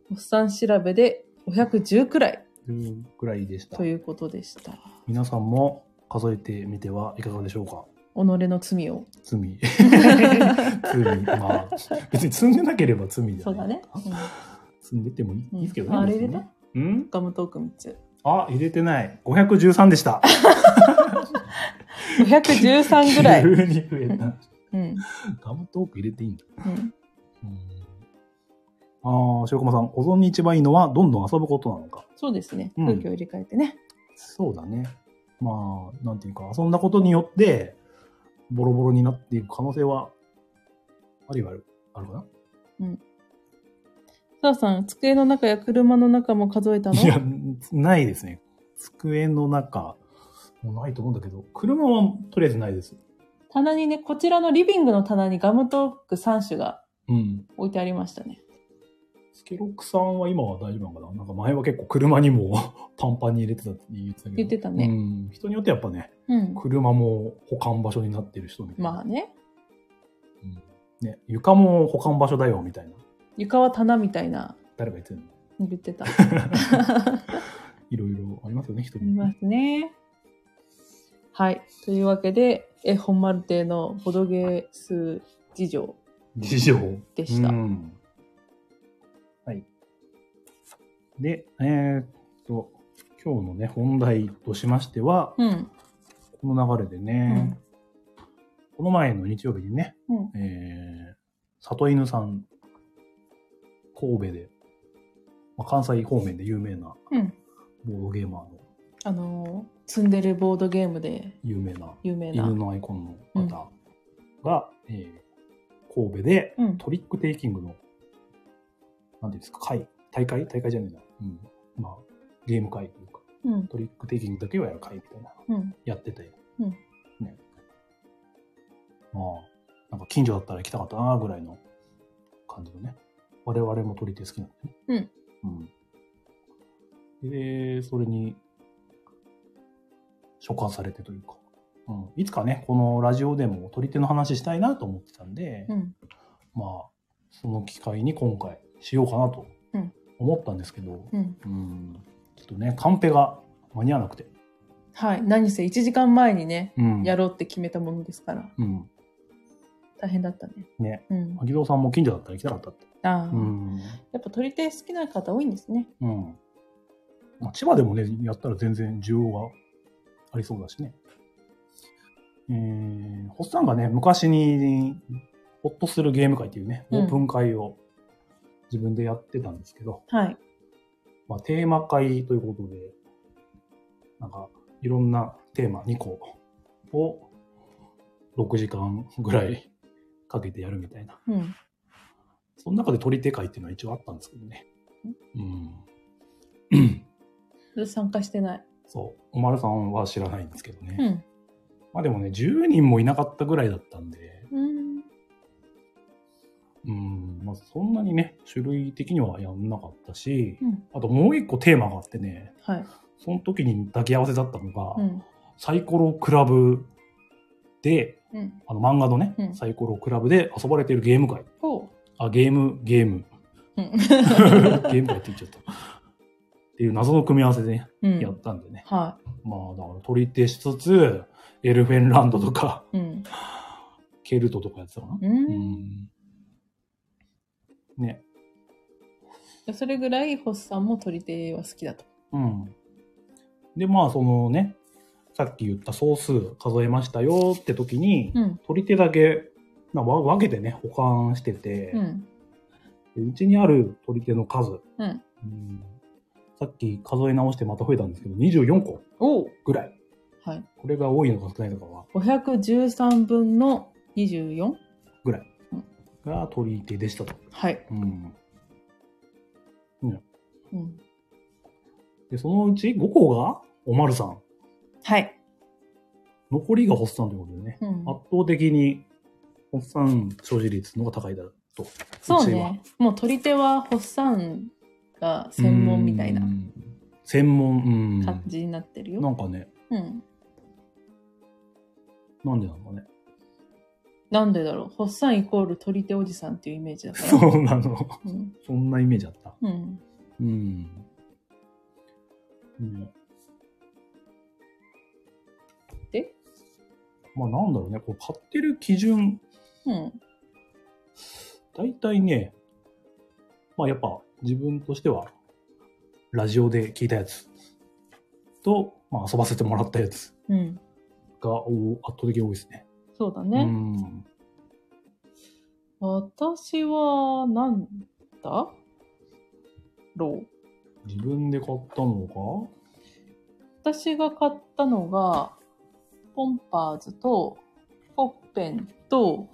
Speaker 2: おっさん調べで510くらい
Speaker 1: というぐらいでした
Speaker 2: と。いうことでした。
Speaker 1: 皆さんも数えてみてはいかがでしょうか
Speaker 2: 己の罪を。
Speaker 1: 罪。 罪。まあ、別に積んでなければ罪じゃない
Speaker 2: そうだね。
Speaker 1: 積んでてもいい,、
Speaker 2: うん
Speaker 1: ですけど
Speaker 2: あ
Speaker 1: ね。
Speaker 2: れ
Speaker 1: 別
Speaker 2: 入れ
Speaker 1: に
Speaker 2: た
Speaker 1: ねうん
Speaker 2: ガムトーク3つ。
Speaker 1: あ、入れてない。513でした。
Speaker 2: 513ぐ らい。
Speaker 1: 急に増え た。
Speaker 2: うん。
Speaker 1: ガムトーク入れていいんだ。
Speaker 2: うん。
Speaker 1: ああ、白駒さん、保存に一番いいのは、どんどん遊ぶことなのか。
Speaker 2: そうですね。
Speaker 1: うん
Speaker 2: 空気を入れ替えてね。
Speaker 1: そうだね。まあ、なんていうか、遊んだことによって、ボロボロになっていく可能性は、ありはある、あるかな
Speaker 2: さあさん、机の中や車の中も数えたの
Speaker 1: いや、ないですね。机の中、もうないと思うんだけど、車はとりあえずないです。
Speaker 2: 棚にね、こちらのリビングの棚にガムトーク3種が
Speaker 1: うん。
Speaker 2: 置いてありましたね。
Speaker 1: スケロックさんは今は大丈夫なのかななんか前は結構車にも パンパンに入れてたって言ってたけど。
Speaker 2: 言ってたね
Speaker 1: うん。人によってやっぱね、
Speaker 2: うん。
Speaker 1: 車も保管場所になってる人みたいな。
Speaker 2: まあね、
Speaker 1: うんね、床も保管場所だよみたいな。
Speaker 2: 床は棚みたいな、
Speaker 1: 誰が言ってるの
Speaker 2: 言って た。
Speaker 1: いろいろありますよね、人
Speaker 2: い
Speaker 1: に。
Speaker 2: ますね。はい。というわけで、え、本丸亭のボドゲ数事情
Speaker 1: 事情
Speaker 2: でした。
Speaker 1: うんはい。で、えーっと、今日のね、本題としましては、
Speaker 2: うん。
Speaker 1: この流れでね、この前の日曜日にね、
Speaker 2: うん
Speaker 1: えー、里犬さん、神戸で、まあ、関西方面で有名な
Speaker 2: うん。
Speaker 1: ボードゲーマーの
Speaker 2: あのー、積んでるボードゲームで
Speaker 1: 有名な
Speaker 2: 有名な。
Speaker 1: 犬のアイコンの方が、えー神戸で
Speaker 2: うん。
Speaker 1: トリックテイキングの、なんていうんですか、会、大会大会じゃねえな。うん。まあ、ゲーム会というか、
Speaker 2: うん。
Speaker 1: トリックテイキングだけをやる会みたいな、
Speaker 2: うん。
Speaker 1: やってて。
Speaker 2: うん
Speaker 1: ね。まあ、なんか近所だったら行きたかったなぐらいの感じのね。我々も鳥手好きなんでね。うん。うん。で、それに、所感されてというか、うん。いつかね、このラジオでも鳥手の話したいなと思ってたんで、
Speaker 2: うん。
Speaker 1: まあ、その機会に今回しようかなと
Speaker 2: うん
Speaker 1: 思ったんですけど、
Speaker 2: うん。
Speaker 1: うん、ちょっとね、カンペが間に合わなくて。
Speaker 2: はい。何せ1時間前にね、
Speaker 1: うん
Speaker 2: やろうって決めたものですから、
Speaker 1: うん。
Speaker 2: 大変だったね。
Speaker 1: ね、
Speaker 2: うん。
Speaker 1: 萩蔵さんも近所だったら行きたかったって。
Speaker 2: ああ、
Speaker 1: うん。
Speaker 2: やっぱ鳥亭好きな方多いんですね。
Speaker 1: うん。まあ、千葉でもね、やったら全然需要がありそうだしね。えー、ホッサンがね、昔に、ホッとするゲーム会っていうね、
Speaker 2: う
Speaker 1: オ
Speaker 2: ん
Speaker 1: ープン会を自分でやってたんですけど、
Speaker 2: はい。
Speaker 1: まあ、テーマ会ということで、なんか、いろんなテーマ2個を6時間ぐらいかけてやるみたいな。
Speaker 2: うん。
Speaker 1: その中で取り手会っていうのは一応あったんですけどね。うん。
Speaker 2: 参加してない。
Speaker 1: そう。おまるさんは知らないんですけどね。
Speaker 2: うん。
Speaker 1: まあでもね、10人もいなかったぐらいだったんで、
Speaker 2: うん。
Speaker 1: うん、まあそんなにね、種類的にはやんなかったし、
Speaker 2: うん。
Speaker 1: あともう一個テーマがあってね、
Speaker 2: はい。
Speaker 1: その時に抱き合わせだったのが、
Speaker 2: うん。
Speaker 1: サイコロクラブで、
Speaker 2: うん。
Speaker 1: あの漫画のね、
Speaker 2: うん
Speaker 1: サイコロクラブで遊ばれているゲーム会。
Speaker 2: ほ
Speaker 1: あ、ゲーム、ゲー ム。
Speaker 2: う。うん。
Speaker 1: ゲーム会って言っちゃった。っていう謎の組み合わせでね、
Speaker 2: うん
Speaker 1: やったんでね。
Speaker 2: は
Speaker 1: まあ、だから取り手しつつ、エルフェンランドとか、
Speaker 2: い。うん。
Speaker 1: ケルトとかやってたかな。
Speaker 2: う。
Speaker 1: うんん。ね。
Speaker 2: それぐらい、ホッサンも鳥亭は好きだと。
Speaker 1: うん。で、まあ、そのね、さっき言った総数数えましたよって時に、
Speaker 2: うん。
Speaker 1: 取り手だけ、なわ分けてね、保管してて、
Speaker 2: うん。
Speaker 1: でうちにある取り手の数、
Speaker 2: うん。
Speaker 1: うんさっき数え直してまた増えたんですけど、24個
Speaker 2: お
Speaker 1: ぐらい。
Speaker 2: はい。
Speaker 1: これが多いのか少ないのかは、
Speaker 2: 513分の 24?
Speaker 1: ぐらい
Speaker 2: うん。
Speaker 1: が取り手でしたと。
Speaker 2: はい。
Speaker 1: うん。ね
Speaker 2: うん。
Speaker 1: で、そのうち5個がおまるさん。
Speaker 2: はい。
Speaker 1: 残りがホッサンということでね。
Speaker 2: うん、
Speaker 1: 圧倒的に、ホッサン生じ率の方が高いだろうと。
Speaker 2: そう
Speaker 1: ちは。
Speaker 2: ね。もう取り手はホッサンが専門みたいうなん
Speaker 1: 専門、
Speaker 2: 感
Speaker 1: う
Speaker 2: じになってる
Speaker 1: ん。な
Speaker 2: よ。
Speaker 1: んかね、
Speaker 2: うん。
Speaker 1: なんでなんだね。
Speaker 2: なんでだろう。ホッサンイコール取り手おじさんっていうイメージだから。
Speaker 1: そうなの。
Speaker 2: うん。
Speaker 1: そんなイメージあった。
Speaker 2: うん。
Speaker 1: うん。ね
Speaker 2: で
Speaker 1: まあなんだろうね、こう買ってる基準、
Speaker 2: うん。
Speaker 1: 大体ね、まあやっぱ自分としては、ラジオで聞いたやつと、まあ遊ばせてもらったやつ
Speaker 2: うん。
Speaker 1: がお圧倒的に多いですね。
Speaker 2: そうだ
Speaker 1: う
Speaker 2: ね。
Speaker 1: ん。
Speaker 2: 私は、なんだろう。
Speaker 1: 自分で買ったの
Speaker 2: 私が買ったのが、ポンパーズと、ポッペンと、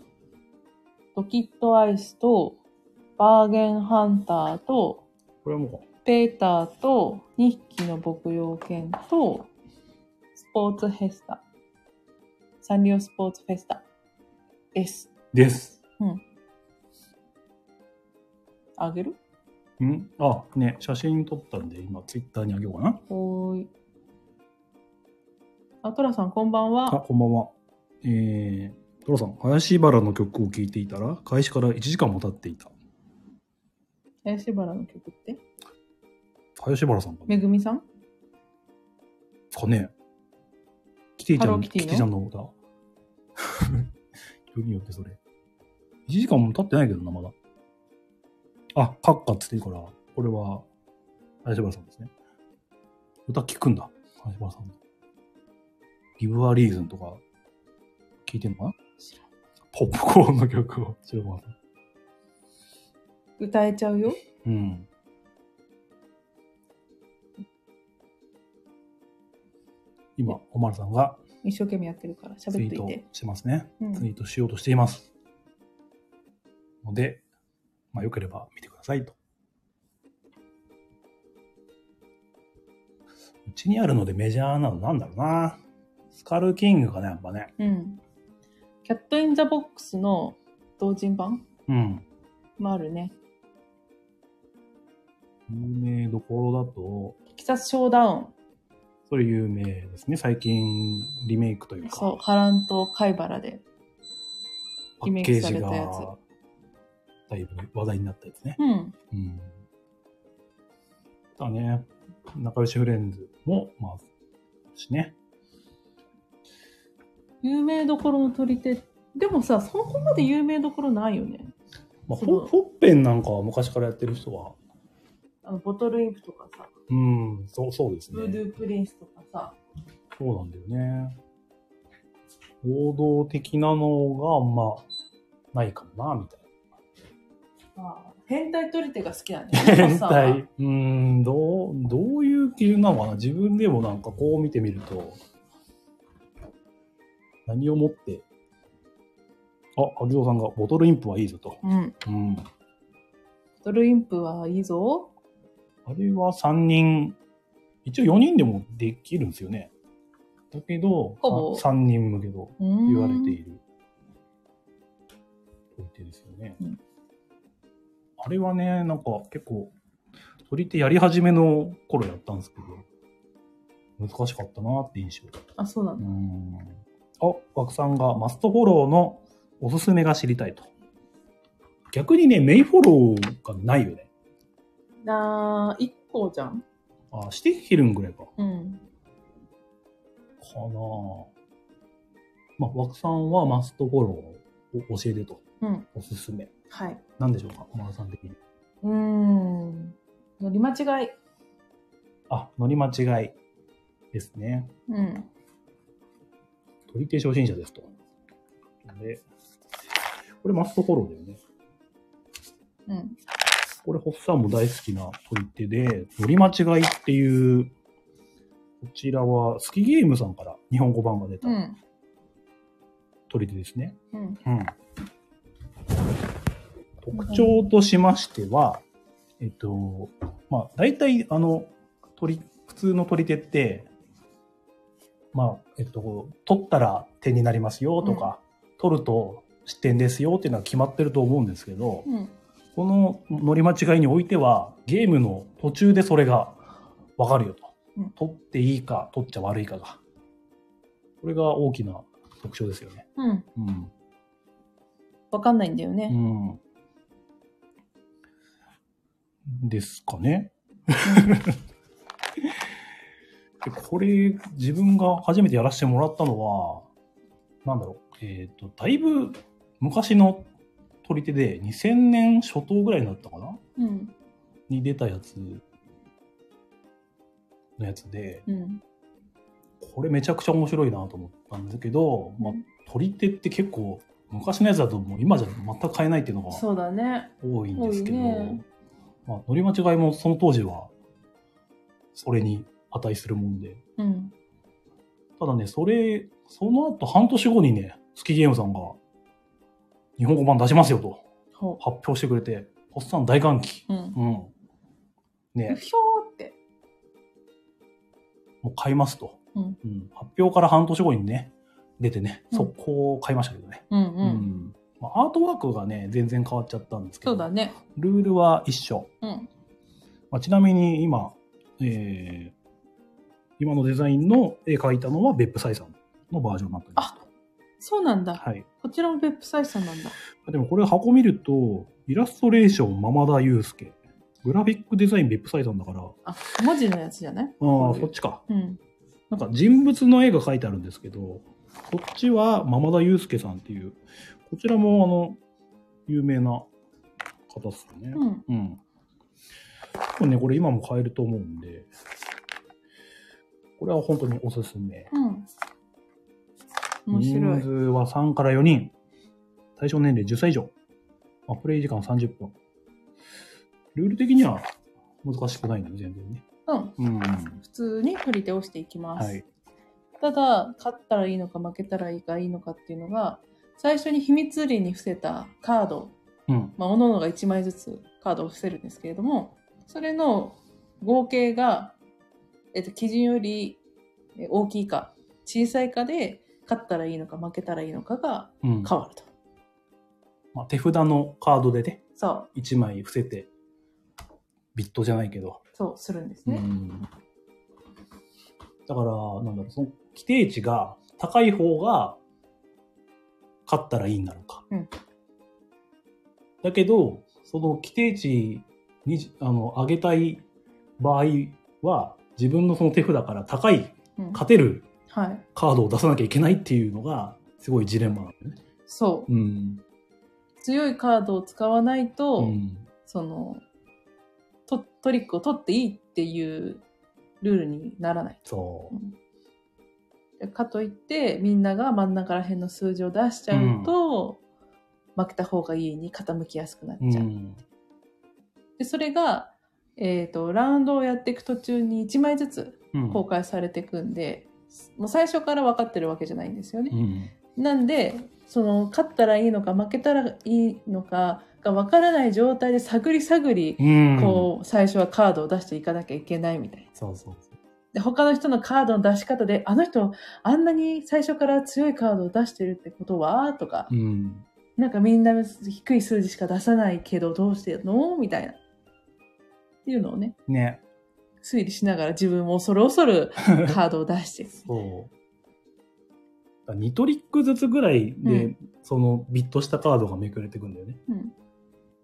Speaker 2: ドキットアイスと、バーゲンハンターと、
Speaker 1: がこれはも
Speaker 2: ペーターと、2匹の牧羊犬と、スポーツフェスタ。サンリオスポーツフェスタ。です。
Speaker 1: う、です。
Speaker 2: あげる
Speaker 1: んあ、ね、写真撮ったんで、今ツイッターにあげようかな。
Speaker 2: おーい。あ、トラさん、こんばん
Speaker 1: あ、
Speaker 2: は。
Speaker 1: こんばんは。えー、トロさん、林原の曲を聴いていたら、開始から1時間も経っていた。
Speaker 2: 林原の曲って
Speaker 1: 林原さんか
Speaker 2: め
Speaker 1: ね。
Speaker 2: ぐみさん
Speaker 1: かね。キティちゃ
Speaker 2: ハロ
Speaker 1: ん、
Speaker 2: ーキティ
Speaker 1: キ
Speaker 2: の
Speaker 1: ティちゃんの歌。 よりによってそれ。1時間も経ってないけどな、まだ。あ、カッカっつってるから、これは、林原さんですね。歌聴くんだ、林原さんの。ギブアリーズンとか、聴いてんのかな
Speaker 2: 知
Speaker 1: ポップコーンの曲を、白川さん。
Speaker 2: 歌えちゃうよ。
Speaker 1: うん。今、おまるさんが
Speaker 2: 一生懸命やってるから、
Speaker 1: ツ
Speaker 2: 喋
Speaker 1: イ
Speaker 2: っ
Speaker 1: ー
Speaker 2: とい
Speaker 1: ト
Speaker 2: て。
Speaker 1: してますね。
Speaker 2: うん
Speaker 1: ツイートしようとしています。ので、まあ、よければ見てくださいと。うちにあるのでメジャーなのなんだろうな。スカルキングかね、やっぱね。
Speaker 2: うん。キャット・イン・ザ・ボックスの同人版
Speaker 1: うん。
Speaker 2: もあるね。
Speaker 1: 有名どころだと、
Speaker 2: テキサス・ショーダウン。
Speaker 1: それ有名ですね。最近リメイクというか。
Speaker 2: そう、ハランと貝原で。
Speaker 1: パッケージ
Speaker 2: リメイクされ
Speaker 1: が
Speaker 2: たやつ
Speaker 1: だいぶ話題になったやつね。
Speaker 2: うん。
Speaker 1: うん。だね。仲良しフレンズも、まあ、しね。
Speaker 2: 有名どころの取り手。でもさ、そこまで有名どころないよね。
Speaker 1: まあ、
Speaker 2: そ
Speaker 1: ほ
Speaker 2: の
Speaker 1: ほっぺんなんかは昔からやってる人は、
Speaker 2: あのボトルインプとかさ、
Speaker 1: うん、そう、そうです
Speaker 2: ブード
Speaker 1: ね。
Speaker 2: ゥープリンスとかさ。
Speaker 1: そうなんだよね。王道的なのがあんまないかもな、みたいな。
Speaker 2: ああ変態取り手が好きなんだ よね。
Speaker 1: 変
Speaker 2: お母さんは
Speaker 1: 態。うーん、どう、どういう基準なのかな自分でもなんかこう見てみると、何をもって、あ、秋蔵さんがボトルインプはいいぞと。
Speaker 2: うん。
Speaker 1: うん。
Speaker 2: ボトルインプはいいぞ。
Speaker 1: あれは3人、一応4人でもできるんですよね。だけど、
Speaker 2: ほぼ
Speaker 1: 3人向けと
Speaker 2: 言
Speaker 1: 言われている。取り手ですよね。
Speaker 2: うん
Speaker 1: あれはね、なんか結構、取り手やり始めの頃やったんですけど、難しかったなって印象。
Speaker 2: あ、そうな
Speaker 1: う
Speaker 2: の。
Speaker 1: ん。あ、枠さんがマストフォローのおすすめが知りたいと。逆にね、メイフォローがないよね。
Speaker 2: なあ、一個じゃん。
Speaker 1: あ、してきてるんぐらいか。
Speaker 2: うん。
Speaker 1: かなぁ。まあ、枠さんはマストフォローを教えてと。
Speaker 2: うん。
Speaker 1: おすすめ。
Speaker 2: はい。
Speaker 1: なんでしょうか、小丸さん的に。
Speaker 2: うーん。乗り間違い。
Speaker 1: あ、乗り間違いですね。
Speaker 2: うん。
Speaker 1: 取り手初心者ですと。で、これマストフォローだよね。
Speaker 2: うん。
Speaker 1: これ、ホッサンも大好きな取り手で、乗り間違いっていう、こちらは、スキゲームさんから日本語版が出た
Speaker 2: うん。
Speaker 1: 取り手ですね。
Speaker 2: うん。
Speaker 1: 特徴としましては、えっと、まあ、大体、あの、鳥、普通の鳥手って、まあ、えっと、取ったら点になりますよとか、取ると失点ですよっていうのは決まってると思うんですけど、
Speaker 2: うん。
Speaker 1: この乗り間違いにおいては、ゲームの途中でそれがわかるよと
Speaker 2: うん。
Speaker 1: 取っていいか、取っちゃ悪いかが。これが大きな特徴ですよね。
Speaker 2: うん。
Speaker 1: うん。
Speaker 2: わかんないんだよ
Speaker 1: う
Speaker 2: ね。
Speaker 1: ん。ですかね。でこれ、自分が初めてやらせてもらったのは、なんだろう。えっ、と、だいぶ昔の取り手で、2000年初頭ぐらいになったかな
Speaker 2: うん。
Speaker 1: に出たやつのやつで、
Speaker 2: うん。
Speaker 1: これめちゃくちゃ面白いなと思ったんだけど、まあ、取り手って結構昔のやつだともう今じゃ全く買えないっていうのが
Speaker 2: そうだね。
Speaker 1: 多いんですけど、
Speaker 2: 多いね
Speaker 1: まあ、乗り間違いもその当時はそれに値するもんで、
Speaker 2: うん。
Speaker 1: ただね、それ、その後半年後にね、月ゲームさんが日本語版出しますよと
Speaker 2: ほ
Speaker 1: 発表してくれて、ポッサン大歓喜。
Speaker 2: う。うん。
Speaker 1: うん。ね
Speaker 2: う。ひょーって。
Speaker 1: もう買いますと、
Speaker 2: うん
Speaker 1: 発表から半年後にね、出てね、
Speaker 2: うん
Speaker 1: 速攻買いましたけどね。
Speaker 2: うん
Speaker 1: う
Speaker 2: うん。
Speaker 1: まあ、アートワークがね、全然変わっちゃったんですけ
Speaker 2: そ
Speaker 1: ど、
Speaker 2: うだね。
Speaker 1: ルールは一緒。
Speaker 2: うん。
Speaker 1: まあ、ちなみに今、えー今のデザインの絵描いたのは別府サイさんのバージョンになってますと。
Speaker 2: そうなんだ。
Speaker 1: はい。
Speaker 2: こちらも別府サイさんなんだ。
Speaker 1: でもこれ箱見ると、イラストレーション、マ田祐介。グラフィックデザイン、別府サイさんだから、あ
Speaker 2: あ、文字のやつじゃない
Speaker 1: あー、そっちか。
Speaker 2: うん。
Speaker 1: なんか人物の絵が描いてあるんですけど、こっちはマ田祐介さんっていう、こちらもあの、有名な方っすよね。
Speaker 2: うん。
Speaker 1: うん。多分ね、これ今も買えると思うんで、これは本当におすすめ。
Speaker 2: うん。面白
Speaker 1: 人
Speaker 2: い
Speaker 1: 数。は3から4人。対象年齢10歳以上。まあ、プレイ時間30分。ルール的には難しくないんだよ、全然ね。
Speaker 2: うん。
Speaker 1: うん。
Speaker 2: 普通に取り手をしていきます。
Speaker 1: はい。
Speaker 2: ただ勝ったらいいのか負けたらいいかいいのかっていうのが最初に秘密裏に伏せたカード、
Speaker 1: うん。
Speaker 2: まあ、各々が1枚ずつカードを伏せるんですけれどもそれの合計が、えっと、基準よりえー大きいか小さいかで勝ったらいいのか負けたらいいのかが
Speaker 1: うん。
Speaker 2: 変わると。
Speaker 1: まあ、手札のカードでね、
Speaker 2: そう
Speaker 1: 1枚伏せて、ビットじゃないけど。
Speaker 2: そうするんです
Speaker 1: う
Speaker 2: ね。
Speaker 1: ん。だから、なんだろう、その規定値が高い方が、勝ったらいいんだろうか。
Speaker 2: うん
Speaker 1: だけど、その規定値に、あの、上げたい場合は、自分のその手札から高い、
Speaker 2: うん
Speaker 1: 勝てる
Speaker 2: はい、
Speaker 1: カードを出さなきゃいけないっていうのが、すごいジレンマなんだよね。
Speaker 2: そう
Speaker 1: うん。
Speaker 2: 強いカードを使わないと、
Speaker 1: うん。
Speaker 2: そのとトリックを取っていいっていうルールにならない。
Speaker 1: そう。
Speaker 2: かといってみんなが真ん中ら辺の数字を出しちゃうと、負けた方が家に傾きやすくなっ
Speaker 1: う
Speaker 2: ちゃう。
Speaker 1: ん。
Speaker 2: でそれが、えー、とラウンドをやっていく途中に1枚ずつ
Speaker 1: うん
Speaker 2: 公開されていくんで、もう最初から分かってるわけじゃないんですよ
Speaker 1: う
Speaker 2: ね。
Speaker 1: ん。
Speaker 2: なんでその勝ったらいいのか負けたらいいのかが分からない状態で探り探り、
Speaker 1: うん。
Speaker 2: こう最初はカードを出していかなきゃいけないみたいな。
Speaker 1: そうそうそう。
Speaker 2: で他の人のカードの出し方であの人あんなに最初から強いカードを出してるってことはとか、
Speaker 1: うん。
Speaker 2: なんかみんな低い数字しか出さないけどどうしてるのみたいなっていうのをね
Speaker 1: ね。
Speaker 2: 推理しながら自分も恐る恐るカードを出して る
Speaker 1: そう。だ2トリックずつぐらいで、
Speaker 2: う
Speaker 1: そのビットしたカードがめくれてくんだよね。
Speaker 2: うん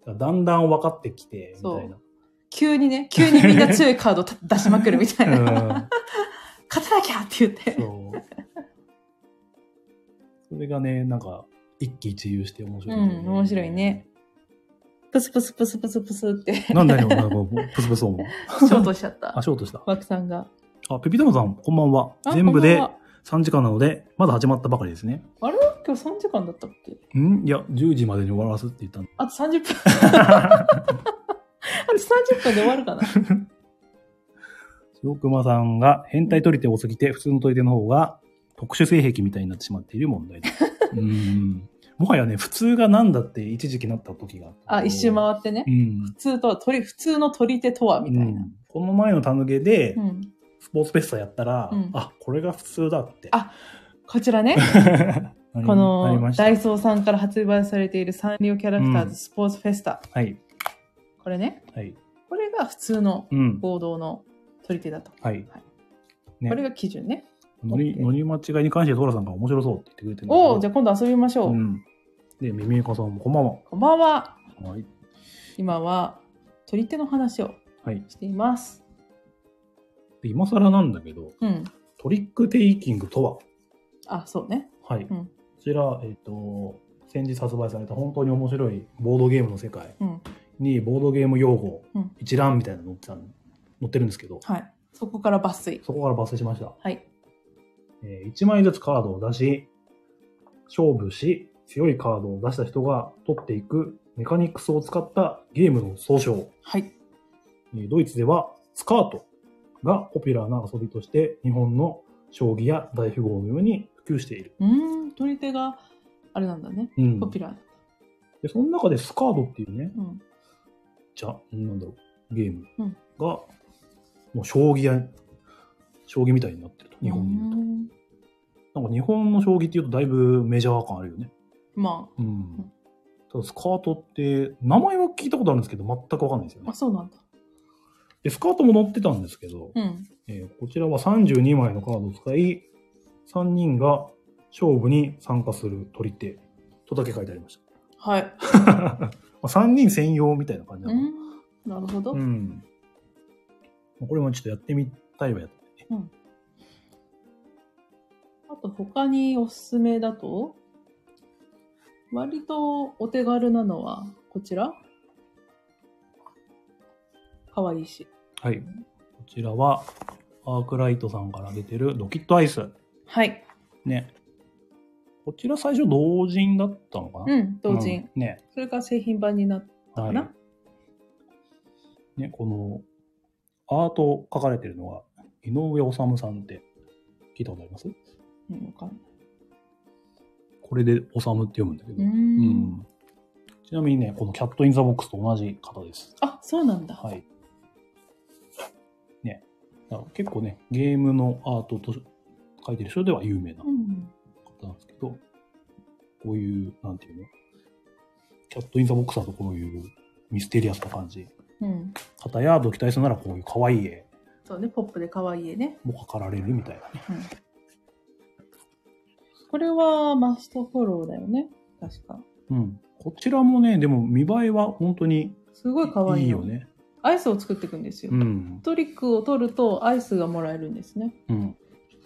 Speaker 1: だだんだん分かってきて、み
Speaker 2: そう
Speaker 1: たいな。
Speaker 2: 急にね急にみんな強いカードを出しまくるみたいな、
Speaker 1: うん
Speaker 2: 勝たなきゃって言って
Speaker 1: そう。それがね、なんか、一喜一憂して面白いんだよ、
Speaker 2: うん面白いねプスプスプスプスプスってシ
Speaker 1: なんだよ、なんか、プスプス音。
Speaker 2: ョートしちゃった
Speaker 1: あ、ショートした。
Speaker 2: 枠さんが
Speaker 1: あ、ペピタマさん、こんばんは。
Speaker 2: あ
Speaker 1: 全部で
Speaker 2: こんばんは
Speaker 1: 3時間なので、まだ始まったばかりですね。
Speaker 2: 今日3時間だったっけ
Speaker 1: んいや、10時までに終わらすって言ったん
Speaker 2: あと30分 あと30分で終わるかな
Speaker 1: 白熊さんが変態取り手 多すぎて、普通の取り手の方が特殊性癖みたいになってしまっている問題です。うん。もはやね、普通がなんだって一時期なった時がった
Speaker 2: あ、一周回ってね
Speaker 1: う。ん。
Speaker 2: 普通とは、鳥、普通の取り手とは、みたいな
Speaker 1: う。んこの前のタヌゲで
Speaker 2: う、ん。
Speaker 1: スポーツフェスタやったら、
Speaker 2: うん
Speaker 1: あ、これが普通だって。
Speaker 2: あこちらね、
Speaker 1: なり
Speaker 2: こ
Speaker 1: なりま
Speaker 2: の
Speaker 1: した
Speaker 2: ダイソーさんから発売されているサンリオキャラクター
Speaker 1: うん
Speaker 2: ズスポーツフェスタ。
Speaker 1: はい。
Speaker 2: これね、
Speaker 1: はい。
Speaker 2: これが普通の
Speaker 1: うん。
Speaker 2: 合同の取り手だと。
Speaker 1: はい。ね
Speaker 2: これが基準ね。
Speaker 1: 乗り、
Speaker 2: OK
Speaker 1: 乗り間違いに関して、トラさんが面白そうって言ってくれてるんだけど
Speaker 2: おお、じゃあ今度遊びましょう。
Speaker 1: うん。で、ミミイカさんもこんばんは。
Speaker 2: こんばんは。
Speaker 1: はい。
Speaker 2: 今は取り手の話を
Speaker 1: はい。
Speaker 2: しています。
Speaker 1: で今更なんだけど、
Speaker 2: うん。
Speaker 1: トリックテイキングとは
Speaker 2: あ、そうね。
Speaker 1: はい。
Speaker 2: うん
Speaker 1: こちら、えっ、と、先日発売された本当に面白いボードゲームの世界
Speaker 2: うん。
Speaker 1: に、ボードゲーム用語、
Speaker 2: うん
Speaker 1: 一覧みたいなの載ってたん載ってるんですけど、
Speaker 2: はい。そこから抜粋。
Speaker 1: そこから抜粋しました。
Speaker 2: はい。
Speaker 1: え1枚ずつカードを出し、勝負し、強いカードを出した人が取っていくメカニクスを使ったゲームの総称。
Speaker 2: はい。
Speaker 1: えードイツではスカートがポピュラーな遊びとして日本の将棋や大富豪のように普及している。
Speaker 2: うーん、取り手があれなんだね。
Speaker 1: うん
Speaker 2: ポピュラー。
Speaker 1: でその中でスカードっていうね、
Speaker 2: うん。
Speaker 1: じゃ、なんだろう、ゲーム
Speaker 2: うん
Speaker 1: が、もう将棋や、将棋みたいになってると。日本にいうる
Speaker 2: ん
Speaker 1: と。なんか日本の将棋っていうとだいぶメジャー感あるよね。
Speaker 2: ま
Speaker 1: うんん。ただスカートって、名前は聞いたことあるんですけど、全くわかんないですよ
Speaker 2: あ、
Speaker 1: ね
Speaker 2: あ、。そうなんだ。
Speaker 1: で、スカートも載ってたんですけど、
Speaker 2: うん。
Speaker 1: えーこちらは32枚のカードを使い、3人が勝負に参加する取り手とだけ書いてありまし
Speaker 2: はい。
Speaker 1: た。 まあ3人専用みたいな感じ
Speaker 2: う
Speaker 1: なの。
Speaker 2: ん。なるほど。
Speaker 1: うん。まあこれもちょっとやってみたいわやってみて。
Speaker 2: あと他におすすめだと、割とお手軽なのは、こちらかわいいし。
Speaker 1: はい。こちらは、アークライトさんから出てるロキットアイス。
Speaker 2: はい。
Speaker 1: ね。こちら最初同人だったのかな、
Speaker 2: うん、同人。
Speaker 1: うんね。
Speaker 2: それが製品版になったかな、
Speaker 1: はい、ね、この、アート書かれてるのが、井上治さんって聞いたことあります
Speaker 2: うん、わかんない。
Speaker 1: これで治って読むんだけど。
Speaker 2: うー。
Speaker 1: うんんちなみにね、このキャット・イン・ザ・ボックスと同じ方です。
Speaker 2: あ、そうなんだ。
Speaker 1: はい。ね。だから結構ね、ゲームのアートと書いてる人では有名な
Speaker 2: うん。
Speaker 1: 方なんですけど、こういう、なんていうのキャット・イン・ザ・ボックスだとこういうミステリアスな感じ。
Speaker 2: うん。
Speaker 1: 方やドキタイスならこういう可愛い絵
Speaker 2: そうね、ポップで可愛い絵ね。
Speaker 1: もかかられるみたいなね。
Speaker 2: これはマストフォローだよね。確か。
Speaker 1: うん。こちらもね、でも見栄えは本当に
Speaker 2: すごい可愛い
Speaker 1: いい
Speaker 2: の
Speaker 1: よね。
Speaker 2: アイスを作っていくんですよ。
Speaker 1: うん。
Speaker 2: トリックを取るとアイスがもらえるんですね。
Speaker 1: うん。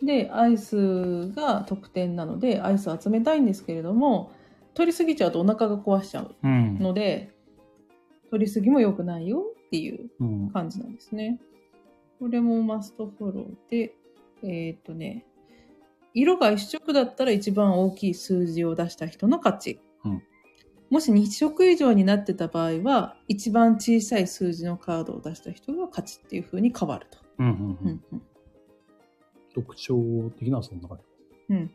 Speaker 2: で、アイスが得点なので、アイスを集めたいんですけれども、取りすぎちゃうとお腹が壊しちゃう
Speaker 1: うん。
Speaker 2: ので、取りすぎも良くないよっていう
Speaker 1: うん。
Speaker 2: 感じなんですね。これもマストフォローで、えーっとね、色が一色だったら一番大きい数字を出した人の勝ち。
Speaker 1: うん
Speaker 2: もし2色以上になってた場合は、一番小さい数字のカードを出した人が勝ちっていう風に変わると。
Speaker 1: うん。うん。
Speaker 2: うんうん
Speaker 1: 特徴的なそんな感じ。
Speaker 2: うん。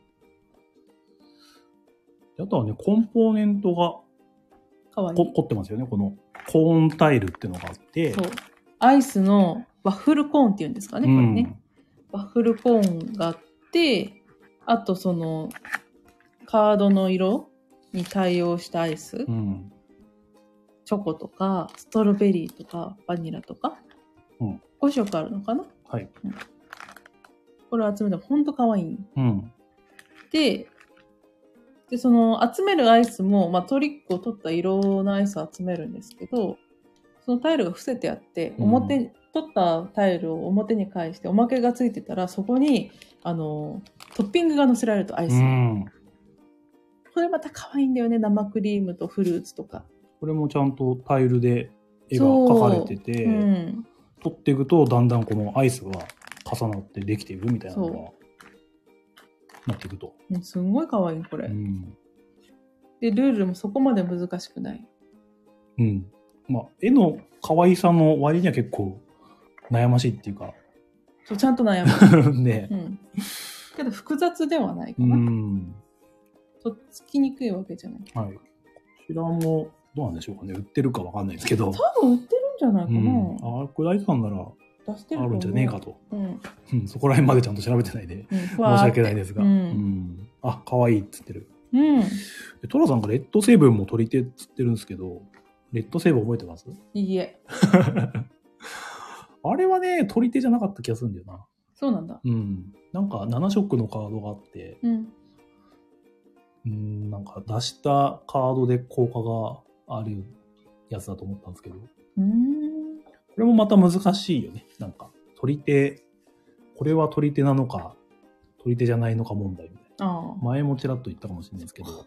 Speaker 1: あとはね、コンポーネントが
Speaker 2: かわいい。
Speaker 1: こ凝ってますよね。このコーンタイルっていうのがあって。
Speaker 2: そう。アイスのワッフルコーンっていうんですかね、これね。ワッフルコーンがあって、あとその、カードの色に対応したアイス。
Speaker 1: うん。うん。
Speaker 2: チョコとか、ストロベリーとか、バニラとか。
Speaker 1: うん
Speaker 2: 5色あるのかな
Speaker 1: はい。
Speaker 2: これを集めたらほんと可愛いん
Speaker 1: うん。
Speaker 2: で、で、その集めるアイスも、まあ、トリックを取った色のアイスを集めるんですけど、そのタイルが伏せてあって、
Speaker 1: うん
Speaker 2: 表、取ったタイルを表に返して、おまけがついてたら、そこに、あの、トッピングが乗せられるとアイス。
Speaker 1: うん。
Speaker 2: これまた可愛いんだよね。生クリームとフルーツとか。
Speaker 1: これもちゃんとタイルで絵が描かれてて。
Speaker 2: うん。
Speaker 1: 取っていくとだんだんこのアイスが重なってできているみたいなのがなっていくと。
Speaker 2: もうすんごい可愛いこれ。
Speaker 1: うん。
Speaker 2: で、ルールもそこまで難しくない。
Speaker 1: うん。まあ、絵の可愛さの割には結構悩ましいっていうか、
Speaker 2: そうちゃんと悩む。
Speaker 1: ね。
Speaker 2: うん。けど複雑ではないか
Speaker 1: う
Speaker 2: な。
Speaker 1: ん。
Speaker 2: とっつきにくいわけじゃない。
Speaker 1: はい。こちらも、どうなんでしょうかね。売ってるかわかんないですけど。
Speaker 2: 多分売ってるんじゃないか
Speaker 1: う
Speaker 2: な。
Speaker 1: ん。ああ、これ大さんなら
Speaker 2: 出してる
Speaker 1: あ
Speaker 2: と思う
Speaker 1: るんじゃねえか。と。
Speaker 2: うん。うん、
Speaker 1: うん、そこら辺までちゃんと調べてないで。
Speaker 2: 申し
Speaker 1: 申し訳ないですが。
Speaker 2: う
Speaker 1: うんん。あ、可愛いっつってる。
Speaker 2: うん。
Speaker 1: でトラさんがレッド成分も取り手っつってるんですけど、レッド成分覚えてます
Speaker 2: いいえ。
Speaker 1: あれはね、取り手じゃなかった気がするんだよな。
Speaker 2: そうなんだ。
Speaker 1: うん。なんか7色のカードがあって、
Speaker 2: うん。
Speaker 1: うん、なんか出したカードで効果があるやつだと思ったんですけど、こ
Speaker 2: うーん。
Speaker 1: れもまた難しいよね。なんか、取り手、これは取り手なのか、取り手じゃないのか問題みたいな。
Speaker 2: ああ。
Speaker 1: 前もちらっと言ったかもしれないですけど、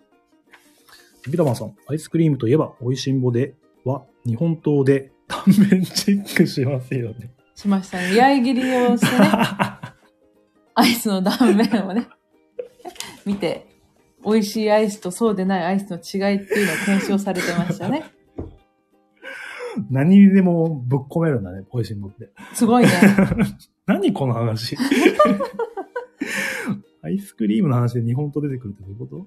Speaker 1: ビラマンさん、アイスクリームといえば、美味しんぼでは、日本刀で断面チェックしますよね。
Speaker 2: しましたね。居合切りをしてね、アイスの断面をね、見て、美味しいアイスとそうでないアイスの違いっていうのを検証されてましたね。
Speaker 1: 何にでもぶっ込めるんだね、美味しんぼって。
Speaker 2: すごいね。
Speaker 1: 何この話 アイスクリームの話で日本刀出てくるってどういうこと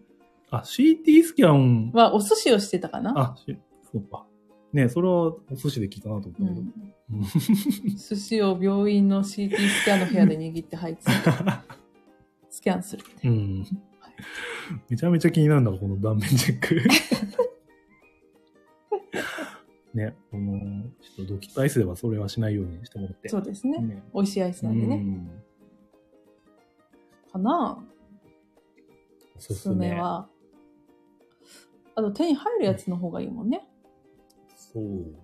Speaker 1: あ、CT スキャン、
Speaker 2: は、お寿司をしてたかな
Speaker 1: あ、しそうか。ねそれはお寿司で聞いたなと思ったけ
Speaker 2: う
Speaker 1: ど。
Speaker 2: ん。寿司を病院の CT スキャンの部屋で握って配置スキャンする。
Speaker 1: うん。めちゃめちゃ気になるんだ、この断面チェッ ク。ね、この、ちょっとドキッとアイスではそれはしないようにしてもらって。
Speaker 2: そうですね。
Speaker 1: ね。
Speaker 2: 美味しいアイス
Speaker 1: う
Speaker 2: なんでね。
Speaker 1: ん。
Speaker 2: かなあ
Speaker 1: お
Speaker 2: お
Speaker 1: す
Speaker 2: す
Speaker 1: す
Speaker 2: す
Speaker 1: め
Speaker 2: め。は。あと手に入るやつの方がいいもんね。
Speaker 1: そう。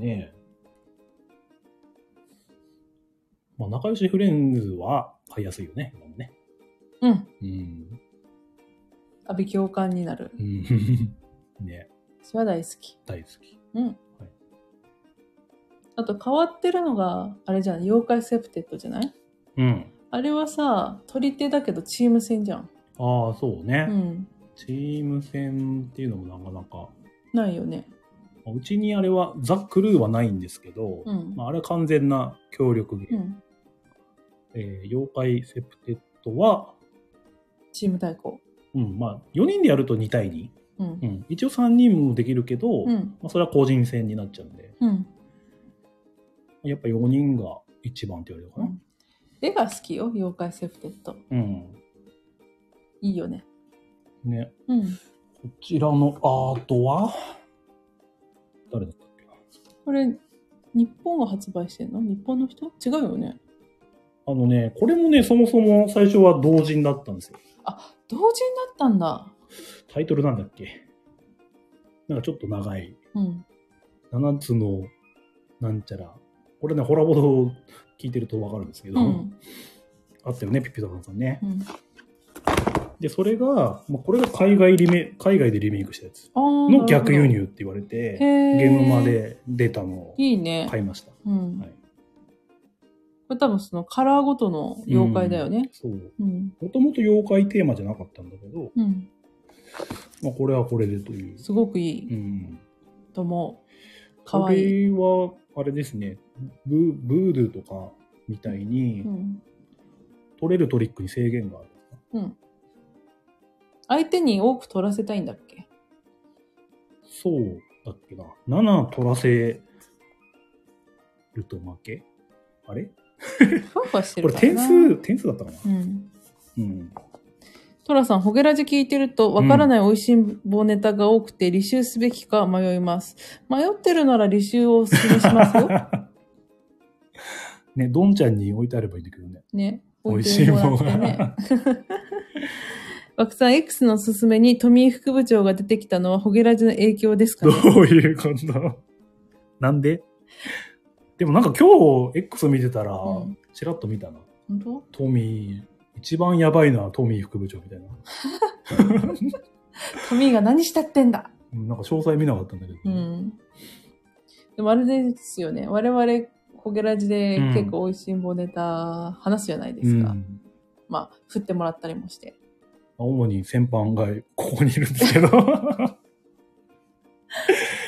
Speaker 1: ねまあ、仲良しフレンズは買いやすいよね、今もね。
Speaker 2: うん。
Speaker 1: うん。
Speaker 2: 阿部共感になる。
Speaker 1: うん。 ね、
Speaker 2: 私は大好き。
Speaker 1: 大好き。
Speaker 2: あと変わってるのが、あれじゃん、妖怪セプテッドじゃない
Speaker 1: うん。
Speaker 2: あれはさ、取り手だけどチーム戦じゃん。
Speaker 1: ああ、そう
Speaker 2: う
Speaker 1: ね、
Speaker 2: ん。
Speaker 1: チーム戦っていうのもなかなか
Speaker 2: ないよね。
Speaker 1: まあうちにあれはザ・クルーはないんですけど、
Speaker 2: うん。
Speaker 1: まあ、あれは完全な協力ゲー
Speaker 2: う
Speaker 1: ム、
Speaker 2: ん。
Speaker 1: えー妖怪セプテッドは、
Speaker 2: チーム対抗。
Speaker 1: うんまあ、4人でやると2対2、
Speaker 2: うん
Speaker 1: う。ん、一応3人もできるけど、
Speaker 2: う
Speaker 1: ま
Speaker 2: ん。
Speaker 1: あ、それは個人戦になっちゃうんで
Speaker 2: うん。
Speaker 1: やっぱ4人が一番って言われるかな、
Speaker 2: 絵が好きよ、妖怪セプテッド。
Speaker 1: うん
Speaker 2: いいよね。
Speaker 1: ね、
Speaker 2: うん。
Speaker 1: こちらのアートは誰だったっけな
Speaker 2: これ、日本が発売してんの日本の人違うよね。
Speaker 1: あのねこれもねそもそも最初は同人だったんですよ
Speaker 2: 同時になったんだ。
Speaker 1: タイトルなんだっけなんかちょっと長い
Speaker 2: うん。
Speaker 1: 7つのなんちゃら。これね、ホラボドを聞いてるとわかるんですけど、
Speaker 2: うん。
Speaker 1: あったよね、ピピタパンさんね
Speaker 2: う。ん。
Speaker 1: で、それが、まあ、これが海外リメ、海外でリメイクしたやつ
Speaker 2: あー
Speaker 1: の逆輸。
Speaker 2: なる
Speaker 1: 入って言われ
Speaker 2: ほど
Speaker 1: て、
Speaker 2: へ
Speaker 1: ゲームま
Speaker 2: で
Speaker 1: で出たのを
Speaker 2: いいね。
Speaker 1: 買いました。
Speaker 2: うん。
Speaker 1: はい
Speaker 2: これ多分そのカラーごとの妖怪だよね。
Speaker 1: そう。
Speaker 2: うん。
Speaker 1: もともと妖怪テーマじゃなかったんだけど、
Speaker 2: うん。
Speaker 1: まあ、これはこれでという。
Speaker 2: すごくいい
Speaker 1: うん。
Speaker 2: と思う。かわいい。
Speaker 1: これは、あれですね、ブブードゥーとかみたいに
Speaker 2: う、ん。
Speaker 1: 取れるトリックに制限がある。
Speaker 2: 相手に多く取らせたいんだっけ
Speaker 1: そうだっけな。7取らせると負けあれ
Speaker 2: ふわふわして
Speaker 1: こ
Speaker 2: る
Speaker 1: れ
Speaker 2: から
Speaker 1: 点
Speaker 2: な。
Speaker 1: 数、点数だったかな
Speaker 2: うん。
Speaker 1: うん。
Speaker 2: トラさん、ホゲラジ聞いてると、わからない美味しんぼネタが多くて、履修すべきか迷います。迷ってるなら履修をお勧めしますよ。
Speaker 1: ね、どんちゃんに置いてあればいいんだけどね。
Speaker 2: ね。
Speaker 1: 美味しいもん
Speaker 2: 置いてもらって ね
Speaker 1: が。
Speaker 2: 枠さん X のおすすめに富井副部長が出てきたのはホゲラジの影響ですか
Speaker 1: ど
Speaker 2: ね。
Speaker 1: ういうことなんででもなんか今日 X 見てたら
Speaker 2: うん、
Speaker 1: ちらっと見たな。
Speaker 2: 本当
Speaker 1: トミー、一番やばいのはトミー副部長みたいな。
Speaker 2: 富井が何したってんだ
Speaker 1: うんなんか詳細見なかったんだけど。
Speaker 2: うん。でもあれですよね。我々、ホゲラジで結構美味しんぼネタ話すじゃないで
Speaker 1: う
Speaker 2: す
Speaker 1: ん
Speaker 2: か。まあ、振ってもらったりもして。
Speaker 1: 主に先般がここにいるんですけど。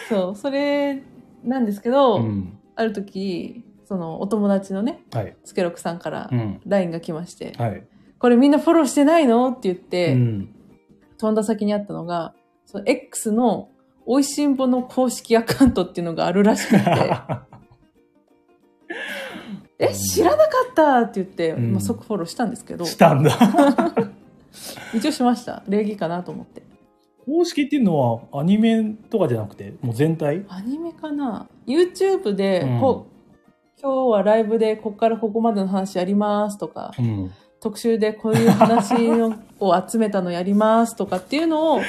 Speaker 2: そう、それなんですけど、
Speaker 1: うん。
Speaker 2: ある時、そのお友達のね、
Speaker 1: はい。
Speaker 2: スケロクさんから
Speaker 1: うん。
Speaker 2: LINE が来まして、
Speaker 1: はい。
Speaker 2: これみんなフォローしてないのって言って、
Speaker 1: うん。
Speaker 2: 飛んだ先にあったのが、その X の美味しんぼの公式アカウントっていうのがあるらしくて、 え、知らなかったって言って、
Speaker 1: うん
Speaker 2: まあ、即フォローしたんですけど、
Speaker 1: したんだ。
Speaker 2: 一応しました。礼儀かなと思って。
Speaker 1: 公式っていうのはアニメとかじゃなくて、もう全体
Speaker 2: アニメかな ?YouTube で、
Speaker 1: うん
Speaker 2: こ今日はライブでこっからここまでの話やりますとか、
Speaker 1: うん。
Speaker 2: 特集でこういう話をを集めたのやりますとかっていう のを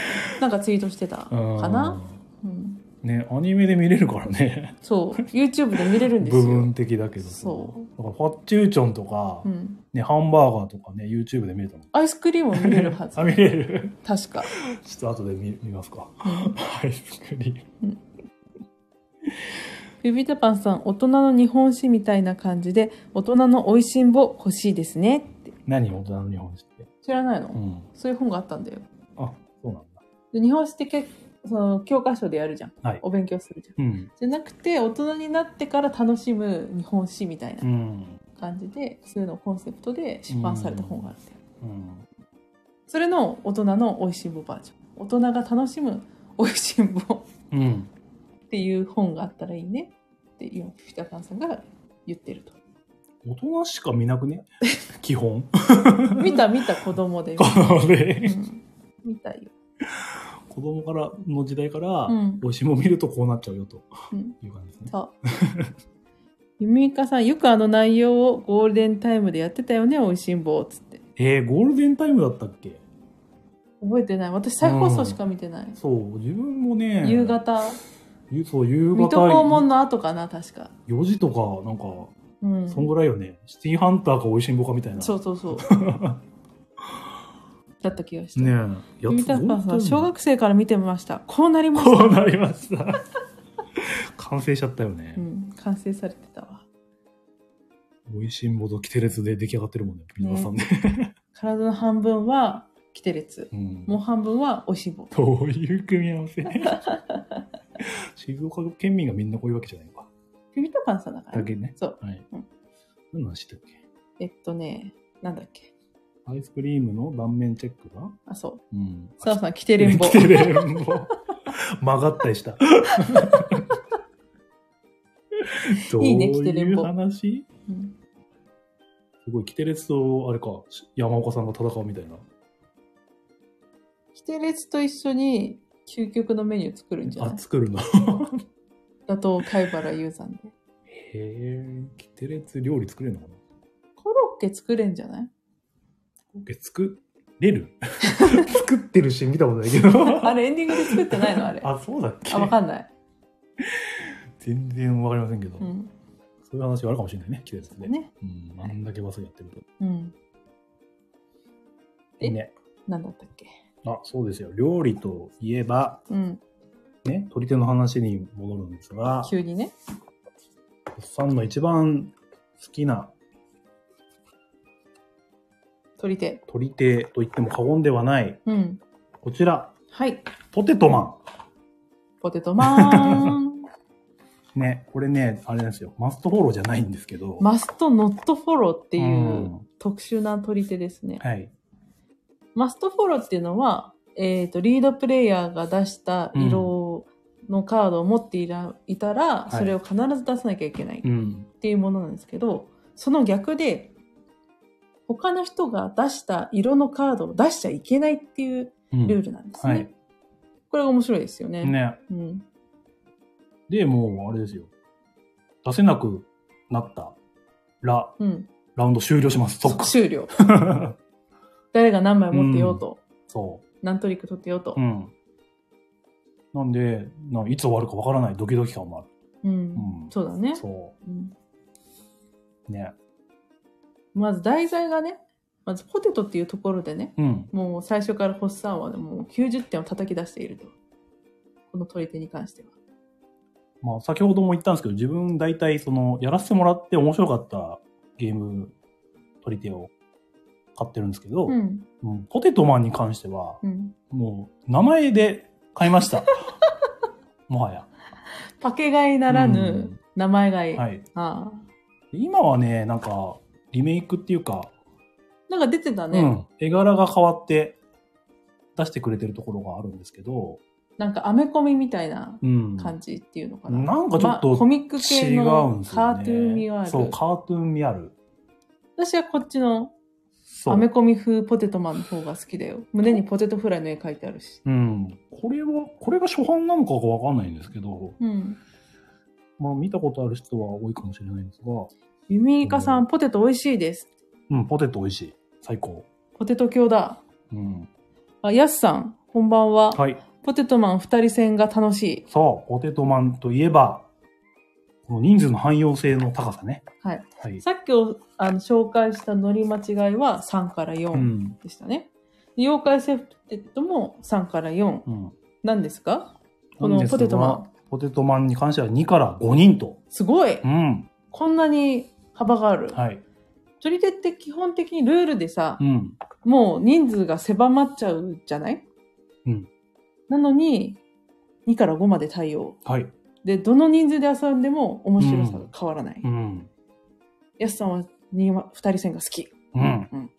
Speaker 2: なんかツイートしてたかな、うん、
Speaker 1: ね、アニメで見れるからね。
Speaker 2: そう YouTube で見れるんです
Speaker 1: 部
Speaker 2: よ
Speaker 1: 分的だけど。。
Speaker 2: そう
Speaker 1: だから、ファッチューチョンとか、
Speaker 2: う、ん、
Speaker 1: ね、ハンバーガーとかね、YouTube で見れたの。
Speaker 2: アイスクリームも見れるはず
Speaker 1: あ、見れる
Speaker 2: 確か、
Speaker 1: ちょっと後で見見ますか。
Speaker 2: うん
Speaker 1: アイスクリーム。
Speaker 2: ビビタパンさん大人の日本史みたいな感じで大人の美味しんぼ欲しいですねって
Speaker 1: 何大人の日本史って。
Speaker 2: 知らないの、
Speaker 1: うん。
Speaker 2: そういう本があったんだよ
Speaker 1: あ、そうなんだ。
Speaker 2: で日本史って結構その教科書でやるじゃん、
Speaker 1: はい
Speaker 2: お勉強するじゃん
Speaker 1: うん。
Speaker 2: じゃなくて大人になってから楽しむ日本史みたいな
Speaker 1: うん。
Speaker 2: 感じで、そういうのをコンセプトで出版された本があるんだよ
Speaker 1: うん。
Speaker 2: それの大人の美味しんぼバージョン大人が楽しむ美味しんぼ
Speaker 1: うん。
Speaker 2: っていう本があったらいいねって今ピピタパンさんが言ってると
Speaker 1: 大人しか見なく ね基本。
Speaker 2: 見た見た子供で、
Speaker 1: こ
Speaker 2: う
Speaker 1: れ、
Speaker 2: ん、見たよ
Speaker 1: 子供からの時代から、
Speaker 2: うん
Speaker 1: おしも見るとこうなっちゃうよと
Speaker 2: うん
Speaker 1: いう感じですね。
Speaker 2: そうゆみかさんよくあの内容をゴールデンタイムでやってたよね美味しんぼつって
Speaker 1: えー、ゴールデンタイムだったっけ
Speaker 2: 覚えてない私再放送しか見てない、
Speaker 1: そう、自分もね、
Speaker 2: 夕方
Speaker 1: ゆそう、夕
Speaker 2: 水戸
Speaker 1: 方、
Speaker 2: 黄門の後かな確か
Speaker 1: 4時とか、なんか、
Speaker 2: うん
Speaker 1: そんぐらいよね。シティハンターかおいしんぼかみたいな。
Speaker 2: そうそ うそうだった気がした
Speaker 1: ねえ。や
Speaker 2: ゆみた
Speaker 1: ゴールデン
Speaker 2: ぱんさ
Speaker 1: タイ
Speaker 2: ん
Speaker 1: ム
Speaker 2: 小学生から見てましたこうなりました
Speaker 1: こうなりました。完成しちゃったよね
Speaker 2: う。ん、完成されてたわ
Speaker 1: おいしんぼとキテレツで出来上がってるもんね、皆さんね。
Speaker 2: 体の半分はキテレツ
Speaker 1: うん
Speaker 2: もう半分はおしぼ
Speaker 1: どういう組み合わせ 静岡県民がみんなこういうわけじゃないのか。
Speaker 2: ピピタパンさんだから
Speaker 1: だ
Speaker 2: ね、
Speaker 1: けね。
Speaker 2: そう
Speaker 1: はい
Speaker 2: うん。
Speaker 1: 何の話だっけ
Speaker 2: えっとねなんだっけ
Speaker 1: アイスクリームの断面チェックが
Speaker 2: あそう
Speaker 1: うん。
Speaker 2: 澤さんキテレンボ
Speaker 1: キテレンボ。 曲がったり した。どう
Speaker 2: いいねキテレ
Speaker 1: い
Speaker 2: ン
Speaker 1: う
Speaker 2: ボ
Speaker 1: 話
Speaker 2: うん
Speaker 1: すごい、キテレツと、あれか、山岡さんが戦うみたいな。
Speaker 2: キテレツと一緒に究極のメニュー作るんじゃな
Speaker 1: あ、
Speaker 2: い
Speaker 1: 作るの。へ
Speaker 2: 打倒貝原雄山で
Speaker 1: え、キテレツ料理作れるのかな
Speaker 2: コロッケ作れんじ ゃない
Speaker 1: え作れる 作ってるし見たことないけど。
Speaker 2: あれエンディングで作ってないのあれ あ
Speaker 1: あ、そうだっけ
Speaker 2: わかんない、
Speaker 1: 全然わかりませんけど、
Speaker 2: うん、
Speaker 1: そういう話があるかもしれないね、季節で。
Speaker 2: ね
Speaker 1: うん、あんだけバスやってると。
Speaker 2: うんえ
Speaker 1: ね。
Speaker 2: なんだったっけ
Speaker 1: あ、そうですよ。料理といえば、
Speaker 2: うん
Speaker 1: ね、取り手の話に戻るんですが、
Speaker 2: 急にね
Speaker 1: おっさんの一番好きな
Speaker 2: 取り手
Speaker 1: 取り手と言っても過言ではない、
Speaker 2: うん
Speaker 1: こちら、
Speaker 2: はい
Speaker 1: ポテトマ
Speaker 2: ポテトマー ン
Speaker 1: ン。ね、これね、あれなんですよ。マストフォローじゃないんですけど。
Speaker 2: マストノットフォローっていう、
Speaker 1: うん
Speaker 2: 特殊な取り手ですね。
Speaker 1: はい。
Speaker 2: マストフォローっていうのは、えっ、と、リードプレイヤーが出した色のカードを持っていらいたら、
Speaker 1: い
Speaker 2: それを必ず出さなきゃいけないっ
Speaker 1: うん。
Speaker 2: ていうものなんですけど、その逆で、他の人が出した色のカードを出しちゃいけないっていう
Speaker 1: うん
Speaker 2: ルールなんですね。
Speaker 1: はい。
Speaker 2: これが面白いですよね。
Speaker 1: ね。
Speaker 2: うん。
Speaker 1: で、もう、あれですよ。出せなくなったら、
Speaker 2: うん。
Speaker 1: ラウンド終了します。
Speaker 2: 即終了。誰が何枚持ってようと、
Speaker 1: そ
Speaker 2: 何トリック取ってようと
Speaker 1: う。う。ん。なんで、ないつ終わるかわからないドキドキ感もある。
Speaker 2: うん。
Speaker 1: うん
Speaker 2: そうだね。
Speaker 1: そ
Speaker 2: うん
Speaker 1: う。ね。
Speaker 2: まず題材がね、まずポテトっていうところでね、
Speaker 1: うん。
Speaker 2: もう最初からホッサンはもう90点を叩き出していると。この取り手に関しては。
Speaker 1: まあ、先ほども言ったんですけど、自分大体、その、やらせてもらって面白かったゲーム、取り手を買ってるんですけど、
Speaker 2: うん。
Speaker 1: うんポテトマンに関しては、
Speaker 2: うん。
Speaker 1: もう、名前で買いま した。もはや。
Speaker 2: パケ買いなら
Speaker 1: う
Speaker 2: ぬ
Speaker 1: ん
Speaker 2: 名前買い。
Speaker 1: はい。
Speaker 2: ああ。
Speaker 1: 今はね、なんか、リメイクっていうか、
Speaker 2: なんか出てたね。
Speaker 1: うん、絵柄が変わって出してくれてるところがあるんですけど、
Speaker 2: なんかアメコミみたいな
Speaker 1: うん。
Speaker 2: 感じっていうのかな。
Speaker 1: なんかちょっ
Speaker 2: ま
Speaker 1: と
Speaker 2: あコミック系
Speaker 1: 違うん
Speaker 2: の
Speaker 1: ですよね。
Speaker 2: カートゥーン味はある。
Speaker 1: そう、カートゥーン味ある。
Speaker 2: 私はこっちの
Speaker 1: そう。
Speaker 2: アメコミ風ポテトマンの方が好きだよ。胸にポテトフライの絵描いてあるし。
Speaker 1: うん。これは、これが初版なのかがわかんないんですけど、
Speaker 2: うん。
Speaker 1: まあ見たことある人は多いかもしれないんですが、
Speaker 2: ユミイカさん、ポテト美味しいです。
Speaker 1: うん、ポテト美味しい。最高。
Speaker 2: ポテト教だ。
Speaker 1: うん。
Speaker 2: あ、ヤスさん、こんばんは。
Speaker 1: はい。
Speaker 2: ポテトマン二人戦が楽しい。
Speaker 1: そう、ポテトマンといえば、この人数の汎用性の高さね。
Speaker 2: はい。
Speaker 1: はい。
Speaker 2: さっきおあの紹介した乗り間違いは3から
Speaker 1: う
Speaker 2: 4
Speaker 1: ん。
Speaker 2: でしたね。妖怪セプテッドも3から4
Speaker 1: うん。
Speaker 2: なんですかこのポテトマン。
Speaker 1: ポテトマンに関しては2から5人と。
Speaker 2: すごい
Speaker 1: うん。
Speaker 2: こんなに幅がある。
Speaker 1: はい。
Speaker 2: 取り手って基本的にルールでさ
Speaker 1: う、ん。
Speaker 2: もう人数が狭まっちゃうじゃない
Speaker 1: うん。
Speaker 2: なのに、2から5まで対応。
Speaker 1: はい。
Speaker 2: で、どの人数で遊んでも面白さが変わらない。
Speaker 1: うん。
Speaker 2: やすさんはに2人戦が好き。
Speaker 1: うん。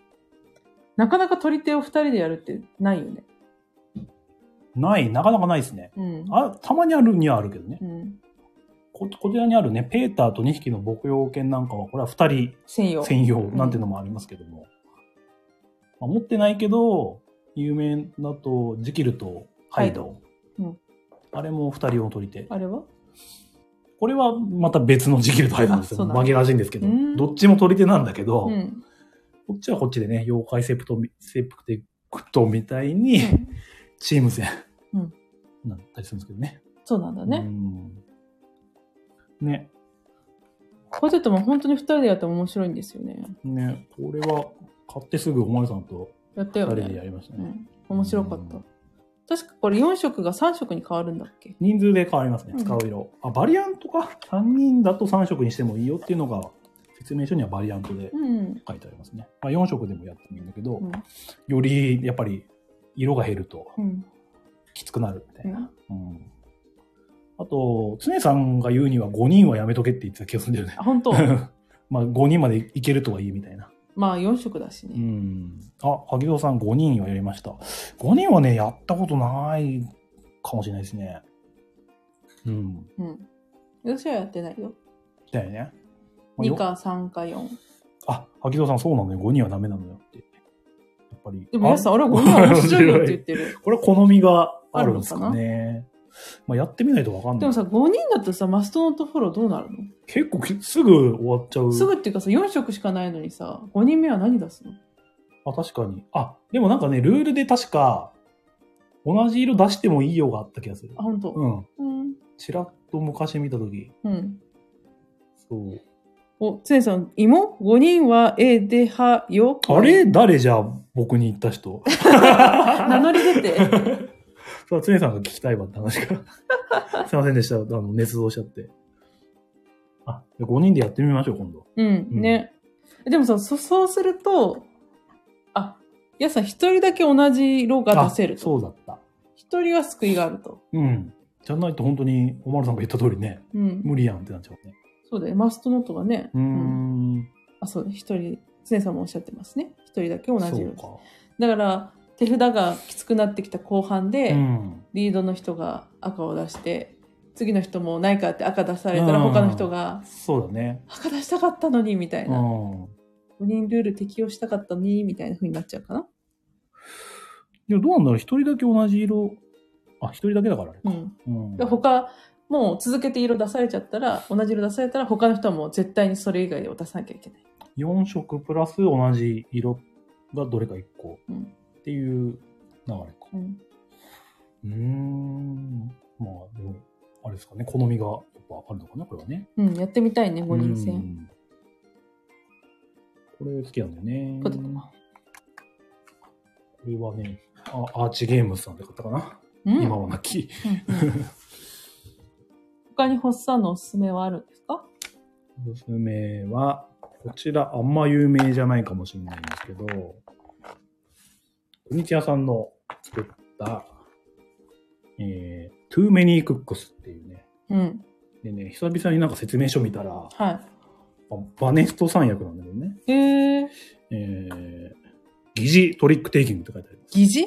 Speaker 2: なかなか取り手を2人でやるってないよね。
Speaker 1: ない、なかなかないですね。
Speaker 2: うん。
Speaker 1: あ、たまにあるにはあるけどね
Speaker 2: う。ん。
Speaker 1: こ、こちらにあるね、ペーターと2匹の牧羊犬なんかは、これは2人
Speaker 2: 専用。
Speaker 1: 専用なんていうのもありますけども、まあ持ってないけど有名だとジキルとハイド、
Speaker 2: ハイドうん
Speaker 1: あれも2人を取り手
Speaker 2: あれは
Speaker 1: これはまた別のジキルとハイドなんです
Speaker 2: あそう
Speaker 1: よ
Speaker 2: なんだ
Speaker 1: 紛らわしいんですけど
Speaker 2: うん
Speaker 1: どっちも取り手なんだけど、
Speaker 2: うん。
Speaker 1: こっちはこっちでね妖怪セプトミセプテクトみたいに
Speaker 2: うん
Speaker 1: チーム戦、
Speaker 2: うん
Speaker 1: なったりするんですけどね
Speaker 2: そうなんだ
Speaker 1: う
Speaker 2: ね。
Speaker 1: んね
Speaker 2: ポテトも本当に2人でやっても面白いんですよね。
Speaker 1: ねこれは買ってすぐおまるさんと
Speaker 2: やった
Speaker 1: 2
Speaker 2: よ
Speaker 1: 人でや
Speaker 2: ね。
Speaker 1: りました
Speaker 2: う
Speaker 1: ね、
Speaker 2: ん。面白かっ
Speaker 1: う
Speaker 2: た
Speaker 1: ん。
Speaker 2: 確かこれ4色が3色に変わるんだっけ
Speaker 1: 人数で変わりますね
Speaker 2: う、ん
Speaker 1: 使う色。あ、バリアントか。3人だと3色にしてもいいよっていうのが、説明書にはバリアントで
Speaker 2: うん。
Speaker 1: 書いてありますね。まあ、4色でもやってもいいんだけど、
Speaker 2: うん
Speaker 1: よりやっぱり色が減ると
Speaker 2: うん。
Speaker 1: きつくなるみた
Speaker 2: う
Speaker 1: いな。
Speaker 2: ん
Speaker 1: うん。あと、常さんが言うには5人はやめとけって言ってた気がするんだよね。
Speaker 2: あ本 当
Speaker 1: まあ5人までいけるとはいいみたいな。
Speaker 2: まあ4色だし
Speaker 1: う
Speaker 2: ね。
Speaker 1: ん。あ、萩戸さん5人はやりました。5人はね、やったことないかもしれないですね。うん。
Speaker 2: うん。私はやってないよ。
Speaker 1: だよね。まあ
Speaker 2: 2か3か4。
Speaker 1: あ、秋戸さんそうなのよ。5人はダメなのよって。やっぱり。
Speaker 2: でも
Speaker 1: あ
Speaker 2: やすさん、俺は5人は面白いよって言ってる。
Speaker 1: これは好みがあるんですかね。まあ、やってみないとわかんない。
Speaker 2: でもさ、5人だとさ、マストノートフォローどうなるの
Speaker 1: 結構きすぐ終わっちゃう。
Speaker 2: すぐっていうかさ、4色しかないのにさ、5人目は何出すの
Speaker 1: あ、確かに。あ、でもなんかね、ルールで確か、同じ色出してもいいようがあった気がする
Speaker 2: あ、。本当。
Speaker 1: うん。
Speaker 2: うん。
Speaker 1: ちらっと昔見たとき、
Speaker 2: うん。
Speaker 1: そう。
Speaker 2: お、つねさん、芋 ?5 人は A ではよ。
Speaker 1: あれ誰じゃあ僕に言った人。
Speaker 2: 名乗り出て。
Speaker 1: さあ、常さんが聞きたいわって話から。 すいませんでした。あの、捏造しちゃって。あ、じゃあ5人でやってみましょう、今度。
Speaker 2: うん、
Speaker 1: うん
Speaker 2: ね。でもさ、そそうすると、あ、やすさん、一人だけ同じ色が出せる
Speaker 1: あ
Speaker 2: と。
Speaker 1: そうだった。
Speaker 2: 一人は救いがあると。
Speaker 1: うん。じゃないと本当に、おまるさんが言った通りね、
Speaker 2: うん。
Speaker 1: 無理やんってなっちゃうね。
Speaker 2: そうだよ。マストノートがね。
Speaker 1: うーん。
Speaker 2: あ、そうだ。一人、つねさんもおっしゃってますね。一人だけ同じ
Speaker 1: そう
Speaker 2: 色。
Speaker 1: か。
Speaker 2: だから、手札がきつくなってきた後半で、
Speaker 1: うん。
Speaker 2: リードの人が赤を出して、次の人もないかって赤出されたら、
Speaker 1: うん
Speaker 2: 他の人が、
Speaker 1: そうだね。
Speaker 2: 赤出したかったのに、みたいうな。
Speaker 1: ん。
Speaker 2: 5人ルール適用したかったのにみたいな風になっちゃうかな。
Speaker 1: でもどうなんだろう一人だけ同じ色。あ、一人だけだからあれ
Speaker 2: う
Speaker 1: か。
Speaker 2: ん、
Speaker 1: うん。
Speaker 2: で他もう続けて色出されちゃったら同じ色出されたら他の人はもう絶対にそれ以外を出さなきゃいけない。
Speaker 1: 4色プラス同じ色がどれか1個。
Speaker 2: うん
Speaker 1: っていう流れか。
Speaker 2: うん、
Speaker 1: うーん。まあ、でも、あれですかね、好みがやっぱあるのかな、これはね。
Speaker 2: うん、やってみたいね5人
Speaker 1: う
Speaker 2: 戦。
Speaker 1: んこれ好きなんだよね。
Speaker 2: ポテトマン
Speaker 1: これはね、あアーチゲームズさんで買ったかな、
Speaker 2: うん
Speaker 1: 今はなき。
Speaker 2: うんうん他にホッサンのおすすめはあるんですか
Speaker 1: おすすめは、こちらあんま有名じゃないかもしれないんですけど、土日屋さんの作った、えー、Too Many Cooks っていうね。
Speaker 2: うん。
Speaker 1: でね、久々になんか説明書見たら、
Speaker 2: は
Speaker 1: バネスト三役なんだけどね。
Speaker 2: い。へえ。
Speaker 1: えー、疑似トリックテイキングって書いてあります。
Speaker 2: 疑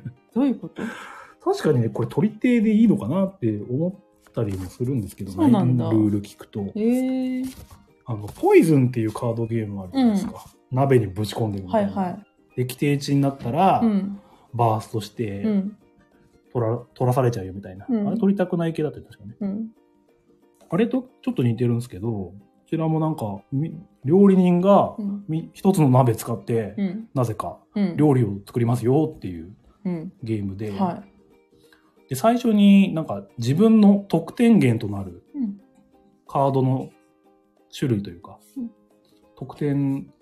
Speaker 2: 似どういうこと
Speaker 1: 確かにね、これ取り手でいいのかなって思ったりもするんですけど、
Speaker 2: そうなんだ
Speaker 1: ルール聞くと。
Speaker 2: えー、
Speaker 1: あの、ポイズンっていうカードゲームあるじゃないですか。鍋にぶち込んでるみた
Speaker 2: はいい
Speaker 1: な。
Speaker 2: は
Speaker 1: で、規定値になったら、
Speaker 2: い。うん。
Speaker 1: バーストして、
Speaker 2: うん。
Speaker 1: 取ら取らされちゃうよみたいな。
Speaker 2: うん
Speaker 1: あれ取りたくない系だったよ確かね。
Speaker 2: うん。
Speaker 1: あれとちょっと似てるんですけど、こちらもなんか、み料理人が
Speaker 2: うん。
Speaker 1: み一つの鍋使って、
Speaker 2: うん。
Speaker 1: なぜか
Speaker 2: うん。
Speaker 1: 料理を作りますよっていう
Speaker 2: うん。
Speaker 1: ゲームで、
Speaker 2: は
Speaker 1: で最初になんか自分の得点源となる
Speaker 2: い。うん。
Speaker 1: カードの種類というか、
Speaker 2: うん
Speaker 1: 得点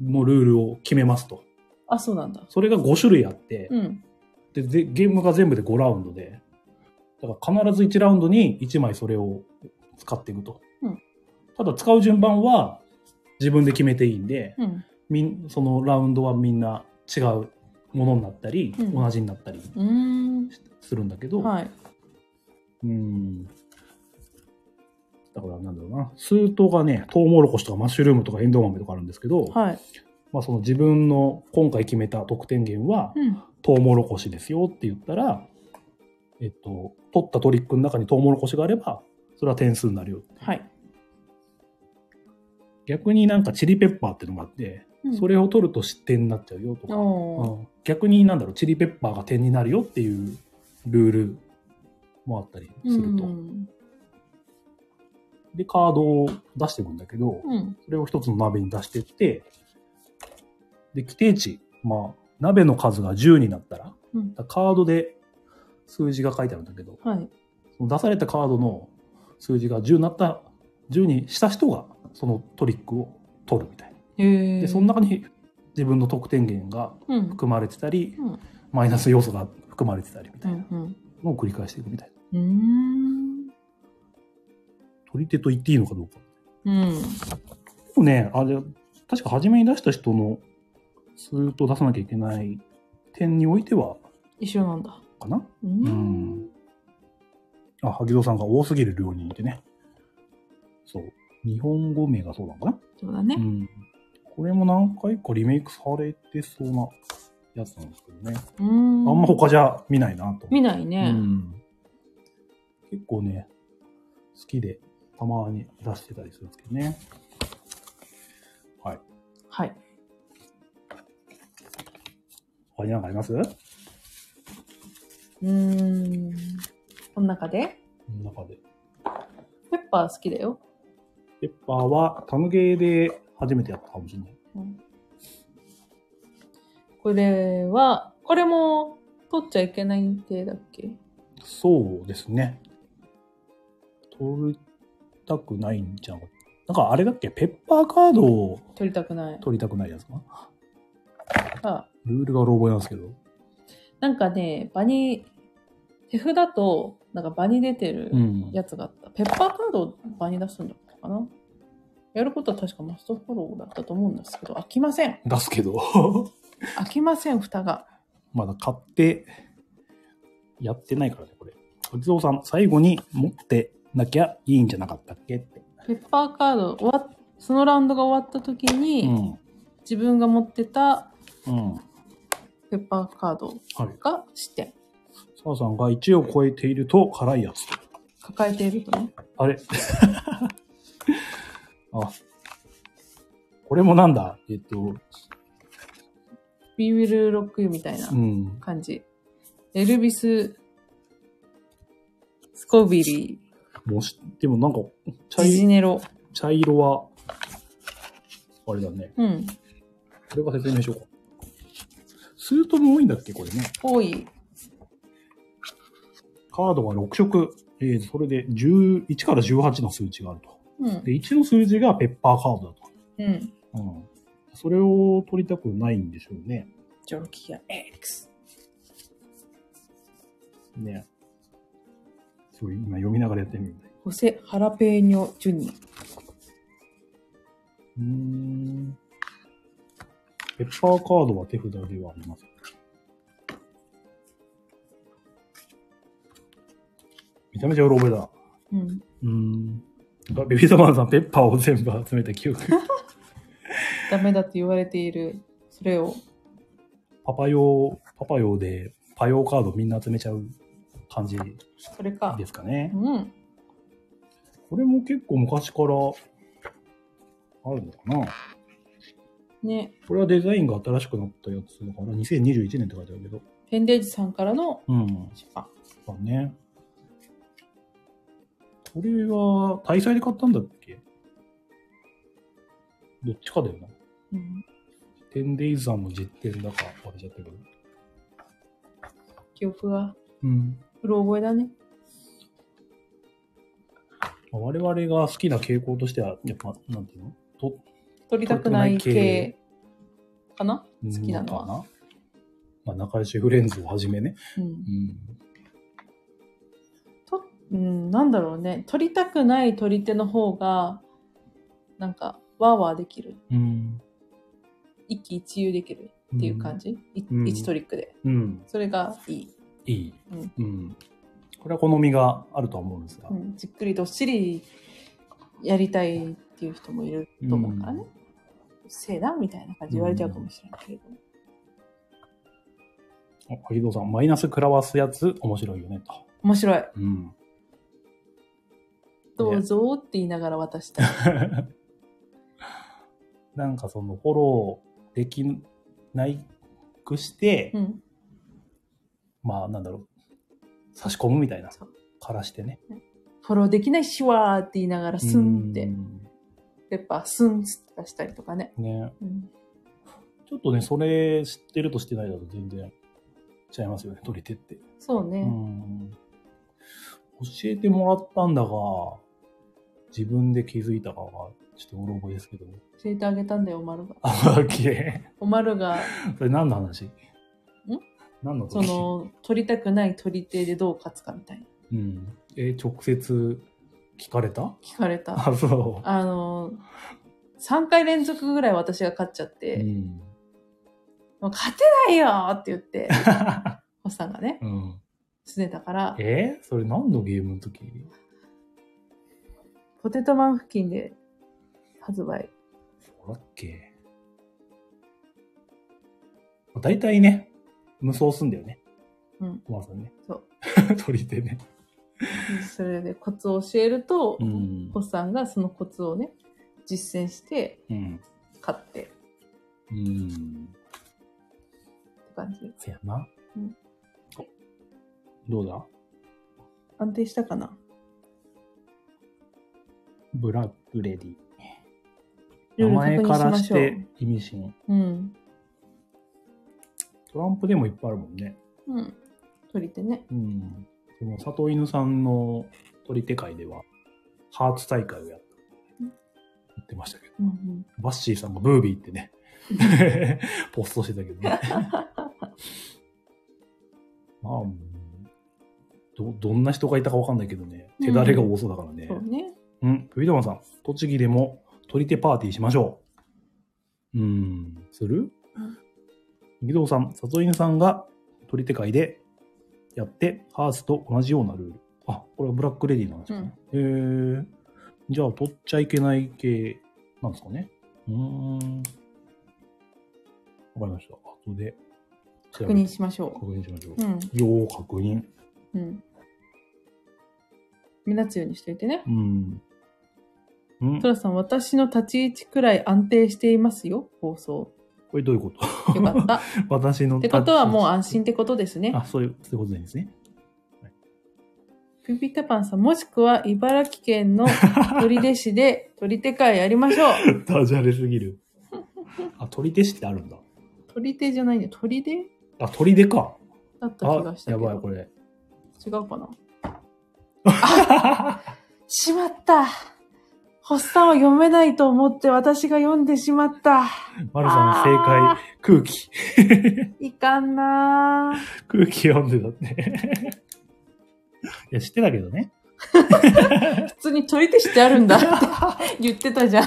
Speaker 1: のルールを決めますと。
Speaker 2: あ、そうなんだ。
Speaker 1: それが5種類あって、
Speaker 2: うん。
Speaker 1: でぜゲームが全部で5ラウンドで、だから必ず1ラウンドに1枚それを使っていくと。
Speaker 2: うん
Speaker 1: ただ使う順番は自分で決めていいんで、
Speaker 2: うん。
Speaker 1: みんそのラウンドはみんな違うものになったり、
Speaker 2: うん
Speaker 1: 同じになったり
Speaker 2: うー
Speaker 1: するんだけど、
Speaker 2: ん。はい。
Speaker 1: うん。だからなんだろうな。数頭がね、トウモロコシとかマッシュルームとかエンドウ豆とかあるんですけど、
Speaker 2: はい。
Speaker 1: まあその自分の今回決めた得点源は
Speaker 2: うん。
Speaker 1: トウモロコシですよって言ったら、えっと、取ったトリックの中にトウモロコシがあれば、それは点数になるよ。
Speaker 2: はい。
Speaker 1: 逆になんかチリペッパーっていうのがあって、
Speaker 2: うん
Speaker 1: それを取ると失点になっちゃうよとか、
Speaker 2: おー
Speaker 1: うん逆になんだろう、チリペッパーが点になるよっていうルールもあったりすると。
Speaker 2: うん。
Speaker 1: で、カードを出していくんだけど、
Speaker 2: うん。
Speaker 1: それを一つの鍋に出していって、で、規定値、まあ、鍋の数が10になったら、
Speaker 2: うん
Speaker 1: カードで数字が書いてあるんだけど、
Speaker 2: はい。
Speaker 1: その出されたカードの数字が10になった、10にした人がそのトリックを取るみたいな。
Speaker 2: へー
Speaker 1: で、その中に自分の得点源が
Speaker 2: うん。
Speaker 1: 含まれてたり、
Speaker 2: うん
Speaker 1: マイナス要素が含まれてたりみ
Speaker 2: う。
Speaker 1: たいなん
Speaker 2: うん。
Speaker 1: のを繰り返していくみたいな。
Speaker 2: うーん。
Speaker 1: 取り手と言っていいのかどうか。
Speaker 2: うん。
Speaker 1: でもね、あれ、確か初めに出した人の数と出さなきゃいけない点においては、
Speaker 2: 一緒なんだ。
Speaker 1: かな
Speaker 2: う。
Speaker 1: うんん。あ、萩戸さんが多すぎる料理人ってね。そう。日本語名がそうなのかな
Speaker 2: そうだ
Speaker 1: う
Speaker 2: ね。
Speaker 1: ん。これも何回かリメイクされてそうなやつなんですけどね。
Speaker 2: うーん。
Speaker 1: あんま他じゃ見ないなと。
Speaker 2: 見ないね
Speaker 1: う。ん。結構ね、好きで、たまに出してたりするんですけどね。
Speaker 2: はい。
Speaker 1: 他に何かあります
Speaker 2: うーん。この中で、
Speaker 1: この中で。
Speaker 2: ペッパー好きだよ。
Speaker 1: ペッパーはタムゲーで初めてやったかもしれない。
Speaker 2: これは、これも取っちゃいけないってだっけ
Speaker 1: そうですね。取りたくないんじゃん。なんかあれだっけペッパーカードを
Speaker 2: 取りたくない。
Speaker 1: 取りたくないやつかな
Speaker 2: あ
Speaker 1: ルールがうろ覚えなんですけど。
Speaker 2: なんかね、場に、手札と、なんか場に出てる
Speaker 1: うん。
Speaker 2: やつがあった。ペッパーカードを場に出すんだったかな。やることは確かマストフォローだったと思うんですけど、開きません。
Speaker 1: 出すけど。
Speaker 2: 開きません、蓋が。
Speaker 1: まだ買って、やってないからね、これ。お地蔵さん、最後に持ってなきゃいいんじゃなかったっけって。
Speaker 2: ペッパーカード終わっ、そのラウンドが終わった時に、
Speaker 1: うん。
Speaker 2: 自分が持ってた
Speaker 1: うん。はい。
Speaker 2: ペッパーカードが視点。
Speaker 1: 澤さんが1を超えていると辛いやつ。
Speaker 2: 抱えているとね。
Speaker 1: あれ あ。これもなんだえっと、
Speaker 2: We will rock you みたいな
Speaker 1: うん。
Speaker 2: 感じ。エルビス・スコビリ
Speaker 1: もし、でもなんか、
Speaker 2: ー、
Speaker 1: 茶
Speaker 2: ジジ
Speaker 1: い
Speaker 2: ネロ。
Speaker 1: 茶色は、あれだね。
Speaker 2: うん。
Speaker 1: これが説明しようか。スートも多いんだっけこれね。
Speaker 2: 多い。
Speaker 1: カードが6色。えーそれで11から18の数値があると。
Speaker 2: うん。
Speaker 1: で、1の数字がペッパーカードだと。
Speaker 2: うん。
Speaker 1: うん。それを取りたくないんでしょうね。
Speaker 2: ジョロキア X。
Speaker 1: ね。すごい、今読みながらやってみる。
Speaker 2: ホセ・ハラペーニョ・ジュニ
Speaker 1: うーん。ペッパーカードは手札ではありません。めちゃめちゃうろ覚えだ。
Speaker 2: ア。うん。
Speaker 1: うーん。あビビ タマンさん、ペッパーを全部集めた記憶。
Speaker 2: ダメだと言われているそれを。
Speaker 1: パパ用、パパ用で、パ用カードみんな集めちゃう感じ
Speaker 2: それか
Speaker 1: で。すかね。
Speaker 2: うん。
Speaker 1: これも結構昔からあるのかな
Speaker 2: ね。
Speaker 1: これはデザインが新しくなったやつだから、2021年って書いてあるけど。
Speaker 2: フェンデージさんからの
Speaker 1: うん。
Speaker 2: 出版。
Speaker 1: だね。これは、大祭で買ったんだっけどっちかだよな。
Speaker 2: うん。
Speaker 1: テンデイズさんの実店だか忘れちゃったけど。
Speaker 2: 記憶が、
Speaker 1: うん。
Speaker 2: うろ覚えだね。
Speaker 1: 我々が好きな傾向としては、やっぱ、なんていうのと
Speaker 2: 取りたくない
Speaker 1: 取りたくない
Speaker 2: 系かな好きなのは
Speaker 1: かなまあ、仲良しフレンズをはじめね。
Speaker 2: うん。
Speaker 1: うん。
Speaker 2: と、うん、なんだろうね。取りたくない取り手の方が、なんか、ワーワーできる。
Speaker 1: うん。
Speaker 2: 一喜一憂できるっていう感じ。い
Speaker 1: うん
Speaker 2: 一トリックで。
Speaker 1: うん。
Speaker 2: それがいい。
Speaker 1: いい。
Speaker 2: うん
Speaker 1: うん。これは好みがあるとは思うんですが。
Speaker 2: うん、じっくりどっしりやりたいっていう人もいると思うからね。うっせえなみたいな感じで言われちゃうかもしれないけれど。
Speaker 1: あ萩戸さん、マイナス食らわすやつ面白いよね、と。
Speaker 2: 面白い。
Speaker 1: うん。
Speaker 2: どうぞって言いながら 渡したい。
Speaker 1: なんかその、フォローできないくして、
Speaker 2: うん。
Speaker 1: まあ、なんだろう。差し込むみたいな
Speaker 2: そう。
Speaker 1: からしてね。
Speaker 2: フォローできないしわーって言いながらスンっ
Speaker 1: う
Speaker 2: て、
Speaker 1: ん
Speaker 2: ペッパースンって出したりとかね。
Speaker 1: ね。
Speaker 2: うん。
Speaker 1: ちょっとね、それ知ってるとしてないだと全然違いますよね、取り手って。
Speaker 2: そう
Speaker 1: う
Speaker 2: ね。
Speaker 1: ん。教えてもらったんだが、自分で気づいたかは、ちょっとうろ覚えですけど。
Speaker 2: 教えてあげたんだよ、おまるが。
Speaker 1: あ、まきれ
Speaker 2: おまるが、
Speaker 1: それ何の話ん何の
Speaker 2: そ
Speaker 1: 時
Speaker 2: の、取りたくない取り手でどう勝つかみたいな。
Speaker 1: うん。えー、直接聞かれた
Speaker 2: 聞かれた。
Speaker 1: あ、そ
Speaker 2: あの、3回連続ぐらい私が勝っちゃっ
Speaker 1: う。
Speaker 2: て、
Speaker 1: うん。
Speaker 2: もう勝てないよーって言って、 星さんがね、
Speaker 1: うん、
Speaker 2: すねたから、
Speaker 1: えーそれ何のゲームの時
Speaker 2: ポテトマン付近で発売。
Speaker 1: そうだっけ大体ね、無双すんだよね。
Speaker 2: うん。
Speaker 1: 小松さんね。
Speaker 2: そう。
Speaker 1: 取り手ね。
Speaker 2: それでコツを教えると、
Speaker 1: ん
Speaker 2: 星さんがそのコツをね、実践して、
Speaker 1: うん。
Speaker 2: 勝ってって
Speaker 1: うん。
Speaker 2: 感じ。
Speaker 1: せやな。
Speaker 2: うん
Speaker 1: どうだ
Speaker 2: 安定したかな
Speaker 1: ブラックレディ。
Speaker 2: ル
Speaker 1: 名
Speaker 2: ー
Speaker 1: 前
Speaker 2: ル確
Speaker 1: か
Speaker 2: 認し
Speaker 1: ら
Speaker 2: ま
Speaker 1: し
Speaker 2: しょう。
Speaker 1: て意味深。
Speaker 2: うん。
Speaker 1: トランプでもいっぱいあるもんね。
Speaker 2: うん。取り手ね。
Speaker 1: うん。その里犬さんの取り手会では、ハーツ大会をやった。
Speaker 2: うん
Speaker 1: 言ってましたけど。
Speaker 2: うんうん。
Speaker 1: バッシーさんがブービーってね、ポストしてたけどね。まあ、うんど、どんな人がいたかわかんないけどね、手だれが多そうだからね。
Speaker 2: そうね。
Speaker 1: うん、フィドマンさん、栃木でも取り手パーティーしましょう。うん、する
Speaker 2: うん
Speaker 1: 義堂さん、里犬さんが取り手会でやって、ハースと同じようなルール。あ、これはブラックレディーの話かな。へ、えー、じゃあ取っちゃいけない系なんですかね。うーん。わかりました。後で調べ
Speaker 2: 確
Speaker 1: て
Speaker 2: 認しましょ
Speaker 1: 確認しましょう
Speaker 2: う。。うん。
Speaker 1: 要確認。
Speaker 2: うん。目立つようにしといてね。
Speaker 1: うん。うん
Speaker 2: ト、ラさん、私の立ち位置くらい安定していますよ、放送。
Speaker 1: これどういうこと
Speaker 2: よかった。っ
Speaker 1: 私の。
Speaker 2: てことはもう安心ってことですね。
Speaker 1: あ、そういう、そういうことなんですね。
Speaker 2: ピピタパンさん、もしくは茨城 県の取手市で取手会やりましょう。
Speaker 1: ダジャレすぎる。 あ、鳥手市ってあるんだ。
Speaker 2: 取手じゃないね。取手
Speaker 1: あ、鳥手か。
Speaker 2: だった気
Speaker 1: あ
Speaker 2: がし、た
Speaker 1: や
Speaker 2: けど。
Speaker 1: ばい、これ。
Speaker 2: 違うかな。しまった。ホッサンは読めないと思って私が読んでしまった。
Speaker 1: マルさん正解
Speaker 2: あ。
Speaker 1: 空気。
Speaker 2: いかんな
Speaker 1: 空気読んでたって。 いや、知ってたけどね。
Speaker 2: ー普通に取手市ってあるん だって言ってたじゃん。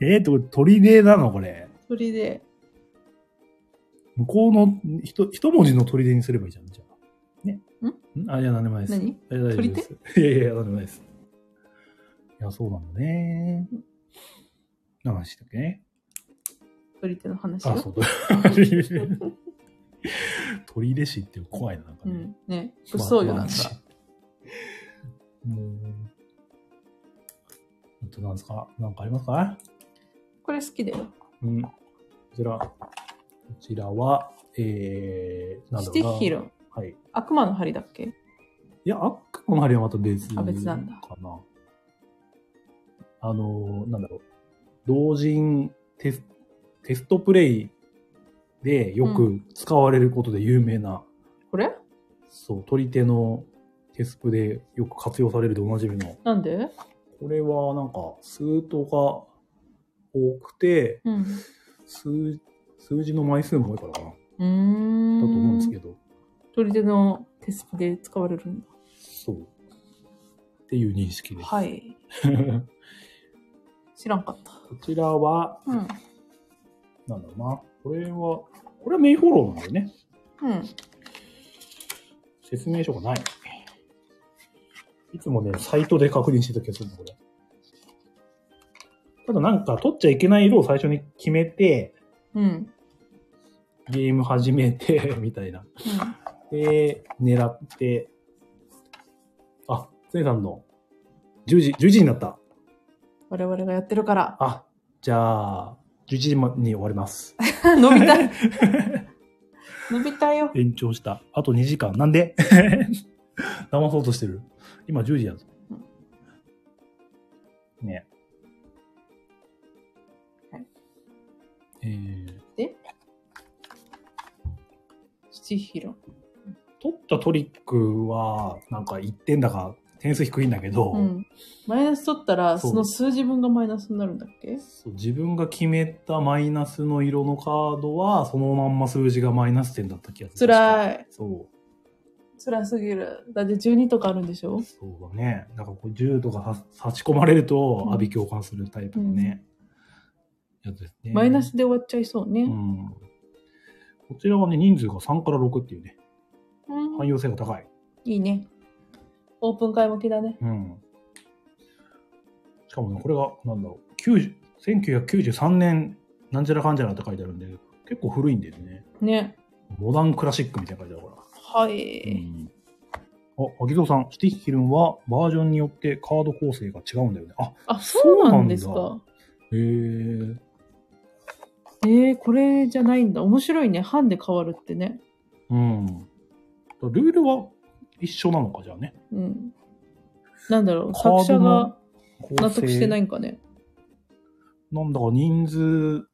Speaker 1: えーと、鳥手なのこれ。
Speaker 2: 取手。
Speaker 1: 向こうの、ひと、一文字の鳥手にすればいいじゃん、じゃあ。ね。んあ、いや、何でもないです。
Speaker 2: 何
Speaker 1: いや大丈夫です。いやいや、何でもないです。いや、そうなんだね。何してたっけね。
Speaker 2: 取り手の話
Speaker 1: あ、
Speaker 2: よ。
Speaker 1: そう、鳥入 れ鳥入れ師って怖いな、なんか
Speaker 2: う
Speaker 1: ね。
Speaker 2: ん。ね。物騒よ、なんか。
Speaker 1: もう、本当なんですかなんかありますか
Speaker 2: これ好きだよ。
Speaker 1: うん。こちら、こちらは、えー、なんだろ
Speaker 2: シテ
Speaker 1: うな。
Speaker 2: ィヒーロー。
Speaker 1: はい。い
Speaker 2: 悪魔の針だっけ
Speaker 1: や、あっかもあれはまた別
Speaker 2: あ別なんだ
Speaker 1: かな。あのー、なんだろう。同人テステストプレイでよ
Speaker 2: う
Speaker 1: く使われることで有名な、
Speaker 2: これ
Speaker 1: そう、取り手のテスプでよく活用されるでおなじみの。
Speaker 2: なんで
Speaker 1: これはなんか、数とが多くて、
Speaker 2: うん。
Speaker 1: 数、数字の枚数も多いからかな。だ
Speaker 2: うーん。
Speaker 1: と思うんですけど。
Speaker 2: 取り手のテスプで使われるんだ。
Speaker 1: そう。っていう認識です。
Speaker 2: はい。知らんかった。
Speaker 1: こちらは、
Speaker 2: うん。
Speaker 1: なんだろうな。これは、これはメインフォローなんだよね。
Speaker 2: うん。
Speaker 1: 説明書がない。いつもね、サイトで確認してた気がするんだ、これ。ただなんか、取っちゃいけない色を最初に決めて、
Speaker 2: うん。
Speaker 1: ゲーム始めて、 みたいな。で、狙って、あ、つねさんの、10時、10時になった。
Speaker 2: 我々がやってるから。
Speaker 1: あ、じゃあ、11時まに終わります。
Speaker 2: 伸びたい。 伸びたよ。
Speaker 1: 延長した。あと2時間。なんで 騙そうとしてる。今10時やぞ。ね。
Speaker 2: はい
Speaker 1: えー、
Speaker 2: 七広。
Speaker 1: 取ったトリックは、なんか1点だか点数低いんだけど、
Speaker 2: うん。マイナス取ったら、
Speaker 1: そう
Speaker 2: その数字分がマイナスになるんだっけ
Speaker 1: そう自分が決めたマイナスの色のカードは、そのまんま数字がマイナス点だった気がする。
Speaker 2: つ
Speaker 1: い。
Speaker 2: らい。
Speaker 1: そう。
Speaker 2: つらすぎる。だって12とかあるんでしょ
Speaker 1: そうだね。なんかこう銃とかは差し込まれると
Speaker 2: う、ん
Speaker 1: 阿ビ共感するタイプのね、やつですね。
Speaker 2: マイナスで終わっちゃいそう
Speaker 1: う
Speaker 2: ね。
Speaker 1: ん。こちらはね、人数が3から6っていうね、
Speaker 2: うん
Speaker 1: 汎用性が高い。
Speaker 2: いいね。オープン会向きだね。
Speaker 1: うん。しかもね、これが、なんだろう、90 1993年、なんちゃらかんちゃらって書いてあるんで、結構古いんだよね。
Speaker 2: ね。
Speaker 1: モダンクラシックみたいな感じだから。
Speaker 2: は
Speaker 1: う
Speaker 2: い。
Speaker 1: ん。あ、秋蔵さん、シティヒルンはバージョンによってカード構成が違うんだよね。あ、
Speaker 2: あ、そうなんです
Speaker 1: そうな
Speaker 2: か。
Speaker 1: へえ。
Speaker 2: えー、これじゃないんだ。面白いね。版で変わるってね。
Speaker 1: うん。ルールは一緒なのか、じゃあね。
Speaker 2: うん。なんだろう。
Speaker 1: カードの
Speaker 2: 作者が
Speaker 1: 構。
Speaker 2: 納得してないいんかね。
Speaker 1: なんだか人数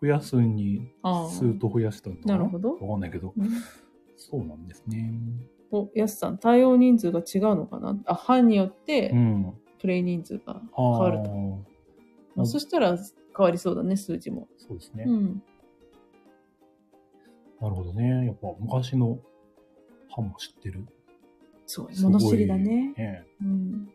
Speaker 1: 増やすに、
Speaker 2: ああ。
Speaker 1: 数と増やしたのか
Speaker 2: なるほど
Speaker 1: わかんないけど。
Speaker 2: うん
Speaker 1: そうなんですね。
Speaker 2: お、やすさん、対応人数が違うのかなあ、班によって
Speaker 1: うん。
Speaker 2: プレイ人数が
Speaker 1: 変
Speaker 2: 変わると。
Speaker 1: と。
Speaker 2: まあ、そしたら変わりそうだね、数字も。
Speaker 1: そうですね。
Speaker 2: うん。
Speaker 1: なるほどね。やっぱ昔の歯も知ってる。
Speaker 2: すごい。
Speaker 1: すごい
Speaker 2: 物知りだね。
Speaker 1: ね
Speaker 2: うん。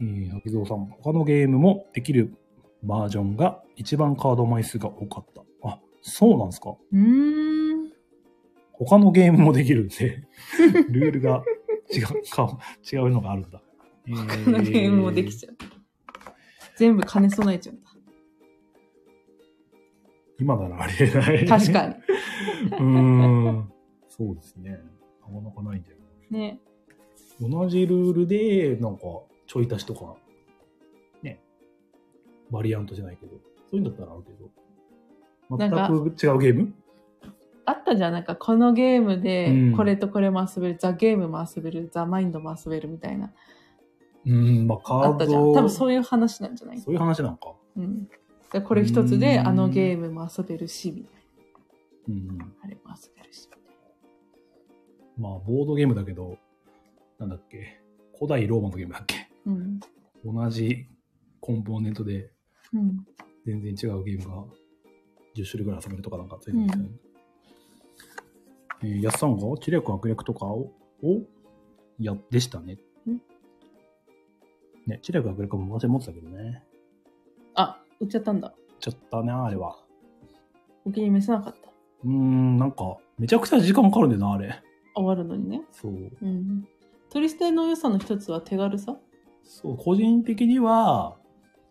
Speaker 1: えー、秋蔵さん、他のゲームもできるバージョンが一番カード枚数が多かった。あ、そうなんですか
Speaker 2: うーん。
Speaker 1: 他のゲームもできるん で、ルールが違うか、違うのがあるんだ。
Speaker 2: このゲームもでき
Speaker 1: えー
Speaker 2: ちゃう。全部兼ね備えちゃうんだ。
Speaker 1: 今ならありえない。
Speaker 2: 確かに。
Speaker 1: に。 うーん。そうですね。なかなかないんだよ。
Speaker 2: ね。
Speaker 1: 同じルールで、なんか、ちょい足しとか、ね。バリアントじゃないけど。そういうんだったらあるけど。
Speaker 2: なんか
Speaker 1: 全く違うゲーム
Speaker 2: あったじゃん、なんかこのゲームで
Speaker 1: うん、
Speaker 2: これとこれも遊べる、ザ・ゲームも遊べる、ザ・マインドも遊べるみたいな。
Speaker 1: うん、まあカ
Speaker 2: あ
Speaker 1: ー
Speaker 2: ったじゃん。
Speaker 1: ド。
Speaker 2: 多分そういう話なんじゃない
Speaker 1: そういう話なんか。
Speaker 2: うん。でこれ一つで、
Speaker 1: うん
Speaker 2: あのゲームも遊べるし、みたい
Speaker 1: うん。
Speaker 2: な。あれも遊べるし、みたい
Speaker 1: まあ、ボードゲームだけど、なんだっけ。古代ローマのゲームだっけ。
Speaker 2: な。うん。
Speaker 1: 同じコンポーネントで
Speaker 2: うん。
Speaker 1: 全然違うゲームが10種類ぐらい遊べるとかなんかついてるみたいな。えー、やっさんが知略悪略とかを、をや、でしたね。ね、知略悪略も昔持ってたけどね。
Speaker 2: あ、売っちゃったんだ。
Speaker 1: ちょっとね、あれは。
Speaker 2: お気に召さなかった。
Speaker 1: うーん、なんか、めちゃくちゃ時間かかるんだよな、あれ。
Speaker 2: 終わるのにね。
Speaker 1: そう。
Speaker 2: うん。取り捨ての良さの一つは手軽さ
Speaker 1: そう、個人的には、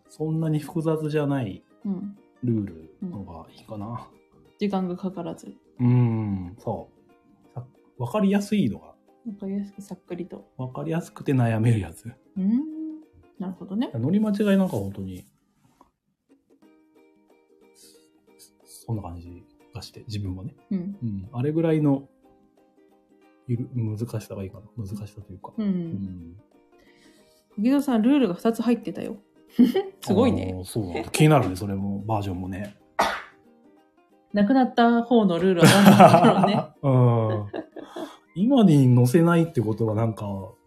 Speaker 1: そんなに複雑じゃない
Speaker 2: うん。
Speaker 1: ルールのがいいかな。
Speaker 2: 時間がかからず。
Speaker 1: うん、そう。さわかりやすいのが、
Speaker 2: わかりやすくさっくりと。
Speaker 1: わかりやすくて悩めるやつ。
Speaker 2: うん。なるほどね。
Speaker 1: 乗り間違いなんか本当に、そんな感じがして、自分はね。
Speaker 2: うん。
Speaker 1: うん、あれぐらいの、ゆる、難しさがいいかな。難しさというか。
Speaker 2: う。
Speaker 1: うんん。
Speaker 2: 小木戸さん、ルールが2つ入ってたよ。すごい
Speaker 1: あ
Speaker 2: ね。
Speaker 1: ー。そうなんだ気になるね、それも、バージョンもね。
Speaker 2: なくなった方のルールは何なんだろうね。
Speaker 1: うん。今に載せないってことはなんか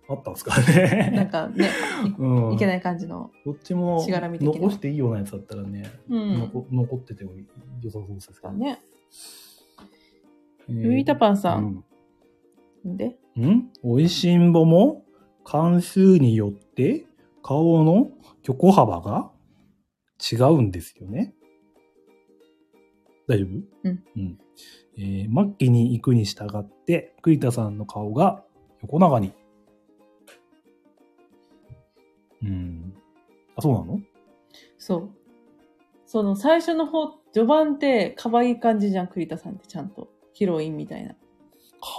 Speaker 1: あったんですか
Speaker 2: な
Speaker 1: ね。
Speaker 2: んかね、
Speaker 1: うん、
Speaker 2: いけ
Speaker 1: い。
Speaker 2: ない感じの。
Speaker 1: どっちも
Speaker 2: しがらみ的な
Speaker 1: 残していいようなやつだったらね、
Speaker 2: うん。
Speaker 1: 残残ってても良さそうですけど。
Speaker 2: ね。
Speaker 1: えー
Speaker 2: ウィータパンさん。んで
Speaker 1: うん。んおいしんぼも関数によって顔の虚構幅が違うんですよね。大丈夫
Speaker 2: うん。
Speaker 1: うん。えー、末期に行くに従って、栗田さんの顔が横長に。うん。あ、そうなの
Speaker 2: そう。その最初の方、序盤って可愛い感じじゃん、栗田さんってちゃんと。ヒロインみたいな。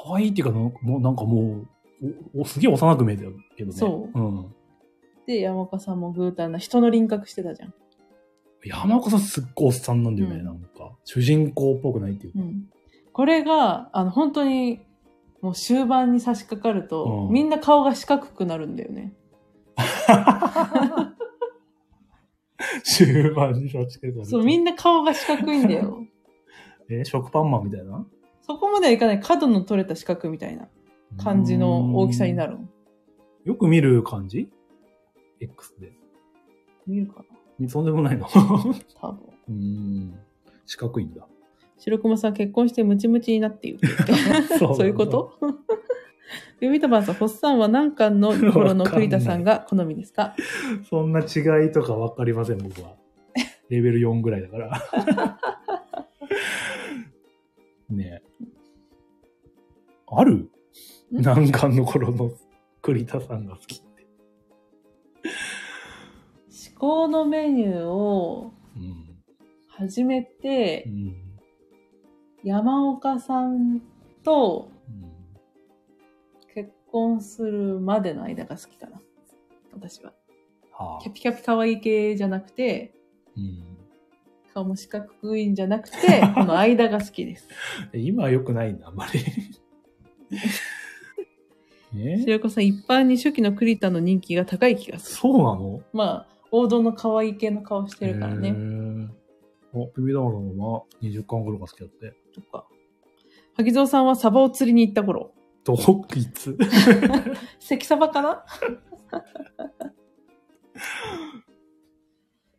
Speaker 1: 可愛いっていうか、なんかもう、なんかもう、おおすげえ幼く見えてるけどね。。
Speaker 2: そう
Speaker 1: うん。
Speaker 2: で、山岡さんもグータンな人の輪郭してたじゃん。
Speaker 1: 山岡さんすっごいおっさんなんだよね、
Speaker 2: うん
Speaker 1: なんか。主人公っぽくないっていうか。
Speaker 2: うん。これが、あの、本当に、もう終盤に差し掛かると、
Speaker 1: うん
Speaker 2: みんな顔が四角くなるんだよね。
Speaker 1: 終盤に差し掛かる。
Speaker 2: そう、みんな顔が四角いんだよ。
Speaker 1: えー食パンマンみたいな
Speaker 2: そこまではいかない角の取れた四角みたいな感じの大きさにな
Speaker 1: る。
Speaker 2: る。
Speaker 1: よく見る感じ ?X で。
Speaker 2: 見るか
Speaker 1: そんでもないの。
Speaker 2: な多分。
Speaker 1: うん。四角いんだ。
Speaker 2: 白熊さん結婚してムチムチになっている。
Speaker 1: そ
Speaker 2: そういうこと ユミタバンさん、ホッサンは何巻の頃の栗田さんが好みですか
Speaker 1: そんな違いとかわかりません、僕は。レベル4ぐらいだから。 ねえ。ある
Speaker 2: ん
Speaker 1: 難関の頃の栗田さんが好きって。
Speaker 2: 至高のメニューを
Speaker 1: うん。
Speaker 2: 始め
Speaker 1: う
Speaker 2: て、
Speaker 1: ん。
Speaker 2: 山岡さんと結婚するまでの間が好きかな。私は。
Speaker 1: はあ
Speaker 2: キャ。ピキャピ可愛い系じゃなくて、
Speaker 1: うん、
Speaker 2: 顔も四角いんじゃなくて、この間が好きです。
Speaker 1: 今は良くないんだ、あんまり。 え
Speaker 2: 白子さん、一般に初期の栗田の人気が高い気がする。
Speaker 1: そうなの
Speaker 2: まあ、王道の可愛い系の顔してるから
Speaker 1: へ
Speaker 2: ね。
Speaker 1: えあ、ビビダマさんは20巻頃が好きだって。
Speaker 2: とか。萩蔵さんはサバを釣りに行った頃。
Speaker 1: どこいつ
Speaker 2: 関サバかな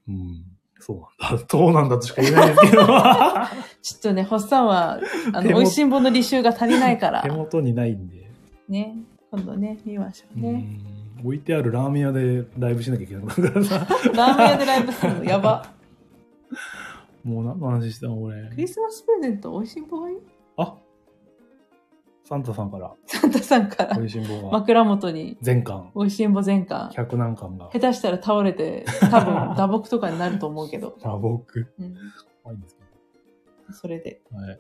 Speaker 1: うん。そうなんだ。そうなんだとしか言えないですけ ど。
Speaker 2: ちょっとね、ホッサンは、あ
Speaker 1: 手
Speaker 2: の、
Speaker 1: も
Speaker 2: 美味しんぼの履修が足りないか
Speaker 1: 手
Speaker 2: ら、
Speaker 1: 元にないんで、
Speaker 2: ね、今度ね、見ましょうね。
Speaker 1: うん置いてあるラーメン屋でライブしなきゃいけなくなるからさ。
Speaker 2: ラーメン屋でライブするの、やば。
Speaker 1: もう何の話したの俺
Speaker 2: ク。リスマスプレゼント、美味しんぼがいい
Speaker 1: あサンタさんから、
Speaker 2: サンタさんから
Speaker 1: お、いしんぼが、
Speaker 2: 枕元に、
Speaker 1: 全巻、
Speaker 2: 美味しんぼ全巻。
Speaker 1: 100何巻が、
Speaker 2: 下手したら倒れて、多分、打撲とかになると思うけど。
Speaker 1: 打撲。
Speaker 2: うん。
Speaker 1: 怖いんですけ
Speaker 2: それで、
Speaker 1: ど。は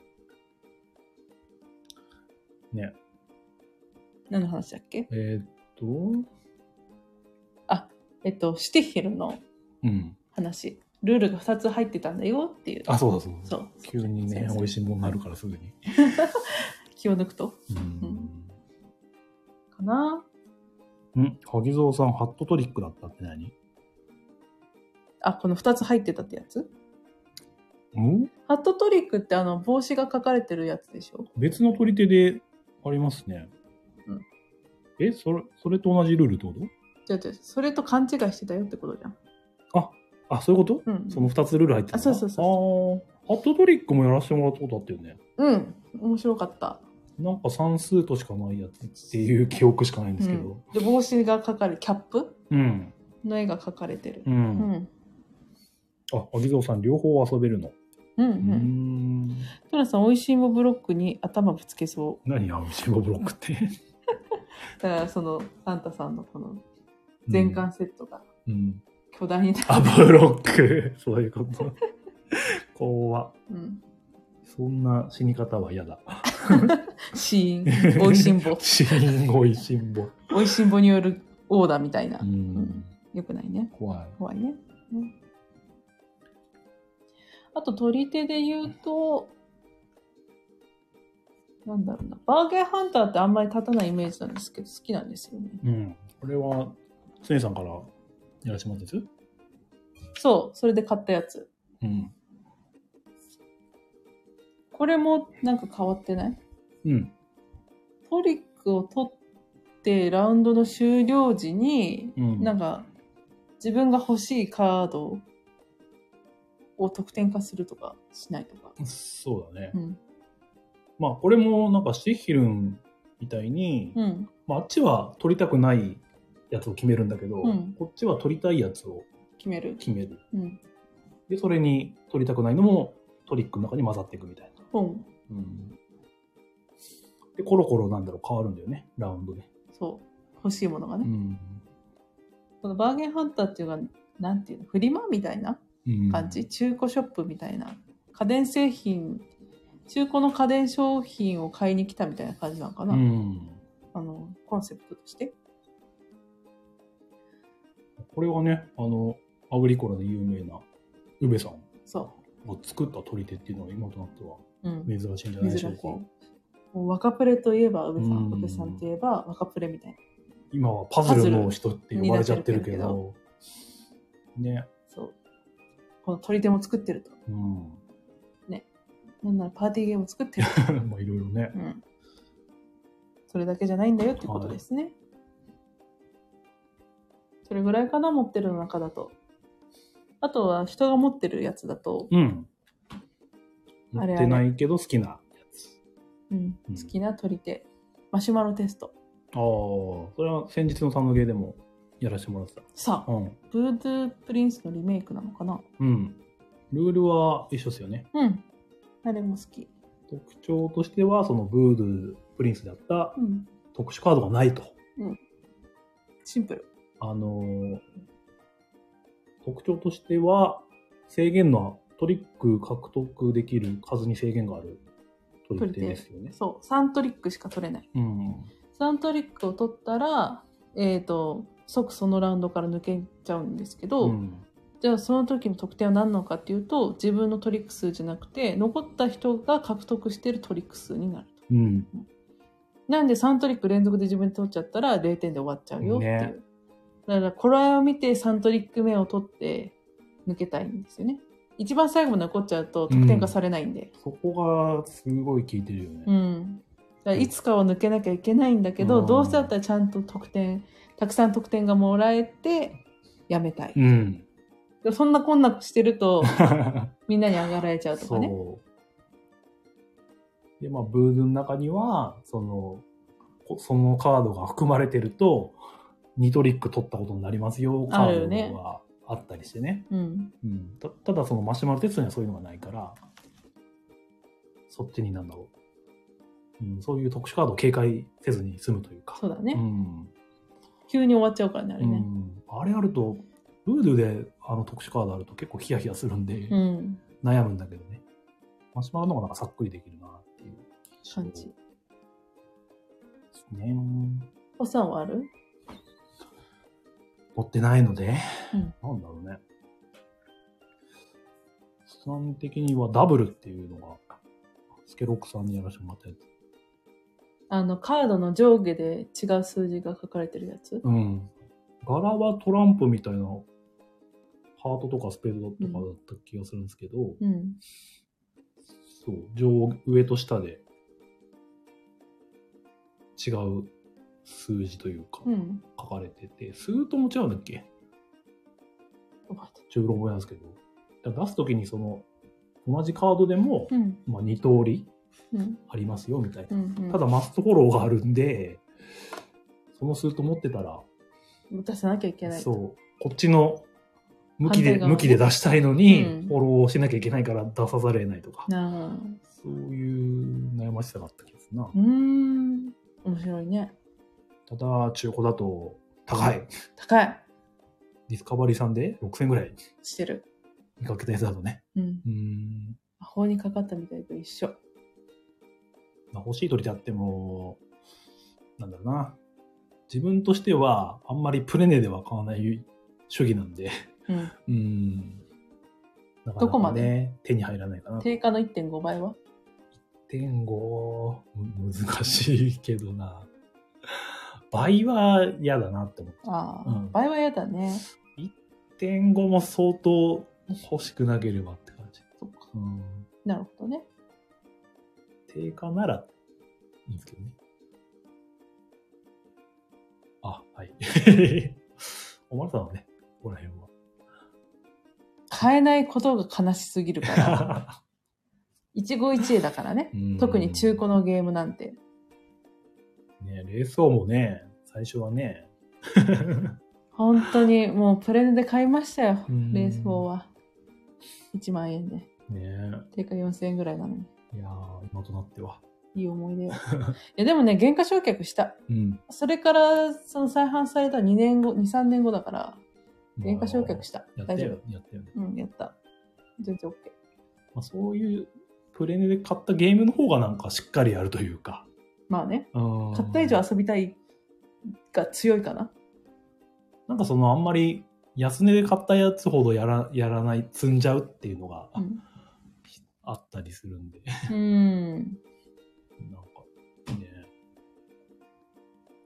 Speaker 1: い。
Speaker 2: 何の話だっけ
Speaker 1: えー、っと、
Speaker 2: えっと、シティヒルの
Speaker 1: うん。
Speaker 2: 話。ルールが2つ入ってたんだよっていう。
Speaker 1: あ、そうだそうだ。
Speaker 2: そう。
Speaker 1: 急にね
Speaker 2: そう、そう
Speaker 1: おいしんぼになるからすぐに。
Speaker 2: 気を抜くと。
Speaker 1: うん。
Speaker 2: かな
Speaker 1: うん。萩蔵さん、ハットトリックだったって何
Speaker 2: あ、この2つ入ってたってやつ
Speaker 1: うん
Speaker 2: ハットトリックってあの帽子が書かれてるやつでしょ
Speaker 1: 別の取り手でありますね。
Speaker 2: うん
Speaker 1: え、それ、それと同じルールってこ
Speaker 2: 違う違う。それと勘違いしてたよってことじゃん。
Speaker 1: とあ、そういうこと、
Speaker 2: うん。
Speaker 1: その2つルール入ってた
Speaker 2: あそうそうそう
Speaker 1: う。あーハットトリックもやらせてもらったことあったよね。
Speaker 2: うん。面白かった。
Speaker 1: なんか算数としかないやつっていう記憶しかないんですけど。
Speaker 2: で、帽子が書かれ、キャップ
Speaker 1: うん。
Speaker 2: の絵が書かれてる
Speaker 1: う。ん。
Speaker 2: うん。
Speaker 1: あ、萩蔵さん、両方遊べるの。
Speaker 2: うんう。
Speaker 1: うんん。
Speaker 2: トラさん、美味しいもブロックに頭ぶつけそ
Speaker 1: 何青虫ボブロックって。
Speaker 2: う。だから、その、サンタさんのこの全巻セットが、
Speaker 1: うん。
Speaker 2: キ巨大にな
Speaker 1: あ、ブロック。 そういう こと。怖
Speaker 2: うん。
Speaker 1: そんな死に方は嫌 だ。。
Speaker 2: 死因。おいしんぼ
Speaker 1: 死因、おいしんぼ。
Speaker 2: おいしんぼによるオーダーみたいな
Speaker 1: う。ん。
Speaker 2: よくないね。
Speaker 1: 怖い。
Speaker 2: 怖いね。うん、あと、取り手で言うと、なんだろうな。バーゲンハンターってあんまり立たないイメージなんですけど、好きなんですよね。
Speaker 1: うん。これは、スネさんからやらせてもらってます
Speaker 2: そう、それで買ったやつ。
Speaker 1: うん。
Speaker 2: これもなんか変わってない
Speaker 1: うん。
Speaker 2: トリックを取って、ラウンドの終了時に、
Speaker 1: うん。
Speaker 2: なんか、自分が欲しいカードを得点化するとかしないとか。
Speaker 1: そうだね。
Speaker 2: うん。
Speaker 1: まあ、これも、なんか、シヒルンみたいに、
Speaker 2: うん。
Speaker 1: まあ、あっちは取りたくないやつを決めるんだけど、
Speaker 2: うん
Speaker 1: こっちは取りたいやつを
Speaker 2: 決める。
Speaker 1: 決める。
Speaker 2: うん。
Speaker 1: で、それに取りたくないのもトリックの中に混ざっていくみたいな。
Speaker 2: ポン。
Speaker 1: うん。で、コロコロなんだろう、変わるんだよね、ラウンドで。
Speaker 2: そう。欲しいものが
Speaker 1: う
Speaker 2: ね。
Speaker 1: ん。
Speaker 2: このバーゲンハンターっていうのは、なんていうのフリマみたいな
Speaker 1: うん
Speaker 2: 感じ、中古ショップみたいな。家電製品、中古の家電商品を買いに来たみたいな感じなのか
Speaker 1: う
Speaker 2: な、
Speaker 1: ん。
Speaker 2: あの、コンセプトとして。
Speaker 1: これはね、あの、アグリコラで有名な宇部さん
Speaker 2: そ
Speaker 1: が作った取り手っていうのが今となっては
Speaker 2: う。うん。
Speaker 1: 珍しいんじゃないで
Speaker 2: 珍し
Speaker 1: しょう
Speaker 2: い
Speaker 1: か。。
Speaker 2: もう若プレといえば、宇部さ
Speaker 1: うん
Speaker 2: ん、宇部さんといえば、若プレみたいな。
Speaker 1: 今はパズルの人って呼ばれちゃってるけ
Speaker 2: パズル
Speaker 1: ど、ね、
Speaker 2: そう。この取り手も作ってると。
Speaker 1: うん。
Speaker 2: なんならパーティーゲームも作ってると。
Speaker 1: まあいろいろね。
Speaker 2: うん。それだけじゃないんだよっていうことですね。それぐらいかな、持ってる中だと。あとは、人が持ってるやつだと、
Speaker 1: うん。持
Speaker 2: あれ
Speaker 1: ってないけど好きなやつ。
Speaker 2: うん
Speaker 1: うん
Speaker 2: 好きな取り手。マシュマロテスト。
Speaker 1: ああ、それは先日のサムゲーでもやらせてもらってた。
Speaker 2: さあ、
Speaker 1: うん。
Speaker 2: ブードゥープリンスのリメイクなのかな
Speaker 1: うん。ルールは一緒ですよね。
Speaker 2: うん。あれも好き。
Speaker 1: 特徴としては、そのブードゥープリンスであった
Speaker 2: うん。
Speaker 1: 特殊カードがないと。
Speaker 2: シンプル。
Speaker 1: あのー特徴としては、制限のトリック獲得できる数に制限がある取り手ですよね。
Speaker 2: そう、3トリックしか取れない。
Speaker 1: うん。
Speaker 2: 3トリックを取ったら、えっ、と、即そのラウンドから抜けちゃうんですけど、
Speaker 1: うん
Speaker 2: じゃあその時の得点は何なのかっていうと、自分のトリック数じゃなくて、残った人が獲得してるトリック数になると。
Speaker 1: うん。
Speaker 2: なんで3トリック連続で自分で取っちゃったら0点で終わっちゃうよっていう。
Speaker 1: ね
Speaker 2: だから、これを見て3トリック目を取って抜けたいんですよね。一番最後まで残っちゃうと得点化されないんで。
Speaker 1: そこがすごい効いてるよね。
Speaker 2: うん。だからいつかは抜けなきゃいけないんだけど、
Speaker 1: うん
Speaker 2: どうせだったらちゃんと得点、たくさん得点がもらえて、やめたい。
Speaker 1: うん。
Speaker 2: でもそんなこんなして ると、みんなに上がられちゃうとかね。
Speaker 1: そう。で、まあ、ブードゥの中には、その、こそのカードが含まれてると、2トリック取ったことになりますよ、カ
Speaker 2: あるよ
Speaker 1: ー
Speaker 2: ね
Speaker 1: ドがあったりしてね。
Speaker 2: うん。
Speaker 1: うん、たただ、そのマシュマロテストにはそういうのがないから、そっちになんだろう。うん、そういう特殊カードを警戒せずに済むというか。
Speaker 2: そうだね。
Speaker 1: うん。
Speaker 2: 急に終わっちゃうからね、あ
Speaker 1: あ
Speaker 2: れ
Speaker 1: う
Speaker 2: ね。
Speaker 1: ん、あれあると、ブードゥであの特殊カードあると結構ヒヤヒヤするんで、
Speaker 2: うん。
Speaker 1: 悩むんだけどね。マシュマロの方がなんかさっくりできるなっていう
Speaker 2: 感じ。
Speaker 1: ですね。
Speaker 2: おさんはある
Speaker 1: 持ってないので、
Speaker 2: うん
Speaker 1: なんだろうね。資産的にはダブルっていうのが、スケロックさんにやらせてもらったやつ。
Speaker 2: あの、カードの上下で違う数字が書かれてるやつ。
Speaker 1: うん。柄はトランプみたいな、ハートとかスペードとかだった気がするんですけど、
Speaker 2: うん。
Speaker 1: そう、上、上と下で、違う数字というか、
Speaker 2: うん。
Speaker 1: 書かれてて、数とも違うんだっけ
Speaker 2: 覚えて
Speaker 1: 中論覚えなんですけど、だから出すときにその、同じカードでも、
Speaker 2: るうん。
Speaker 1: まあ、2通り
Speaker 2: うん。
Speaker 1: ありますよ、みたいな。
Speaker 2: うん。うん
Speaker 1: ただ、、マストフォローがあるんで、その数と持ってたら、
Speaker 2: 持たさなきゃいけない。
Speaker 1: そう、こっちの向き
Speaker 2: 反対
Speaker 1: で、
Speaker 2: 側ね
Speaker 1: 向きで出したいのに、
Speaker 2: うん
Speaker 1: フォローしなきゃいけないから出さざるを得ないとか、
Speaker 2: なあ。
Speaker 1: そういう悩ましさがあった気がするな。
Speaker 2: うーん。面白いね。
Speaker 1: ただ、中古だと、高い。
Speaker 2: 高い。
Speaker 1: ディスカバリーさんで6000ぐらい
Speaker 2: してる。
Speaker 1: 見かけたやつだとね。
Speaker 2: うん。
Speaker 1: うーん。
Speaker 2: 魔法にかかったみたいと一緒。
Speaker 1: まあ、欲しい鳥であっても、なんだろうな。自分としては、あんまりプレネでは買わない主義なんで、
Speaker 2: うん。
Speaker 1: うーん。なかなかね
Speaker 2: どこまで
Speaker 1: 手に入らないかな。
Speaker 2: 定価の1.5倍は
Speaker 1: 1.5、む難しいけどな。倍は嫌だなって思って。
Speaker 2: ああ、
Speaker 1: うん
Speaker 2: 倍は嫌だね。
Speaker 1: 1.5も相当欲しくなければって感じ。
Speaker 2: そっか。
Speaker 1: うん。
Speaker 2: なるほどね。
Speaker 1: 定価なら、いいんですけどね。あ、はい。 おまるさんはね、ここら辺
Speaker 2: 買えないことが悲しすぎるか ら。
Speaker 1: は。
Speaker 2: 一期一会だからね。
Speaker 1: うん
Speaker 2: 特に中古のゲームなんて。
Speaker 1: ねレース王もね、最初はね、
Speaker 2: 本当にもうプレネで買いましたよ。
Speaker 1: うん
Speaker 2: レース4は。1万円で。
Speaker 1: ね
Speaker 2: 定価4000円ぐらいなのに。
Speaker 1: いやー、今となっては。
Speaker 2: いい思い出よ。 いやでもね、原価償却した。
Speaker 1: うん。
Speaker 2: それから、その再販された2年後、2、3年後だから、原価償却した
Speaker 1: や。った
Speaker 2: 大丈
Speaker 1: よ
Speaker 2: 夫。、
Speaker 1: やったよね。
Speaker 2: うん、やった。全然 OK。
Speaker 1: まあ、そういう、プレネで買ったゲームの方がなんかしっかりやるというか。
Speaker 2: まあね、
Speaker 1: うん
Speaker 2: 買った以上遊びたいが強いかな。
Speaker 1: なんかそのあんまり安値で買ったやつほどやらやらない、積んじゃうっていうのが
Speaker 2: うん。
Speaker 1: あったりするんで、
Speaker 2: う
Speaker 1: な
Speaker 2: ん。
Speaker 1: んかね。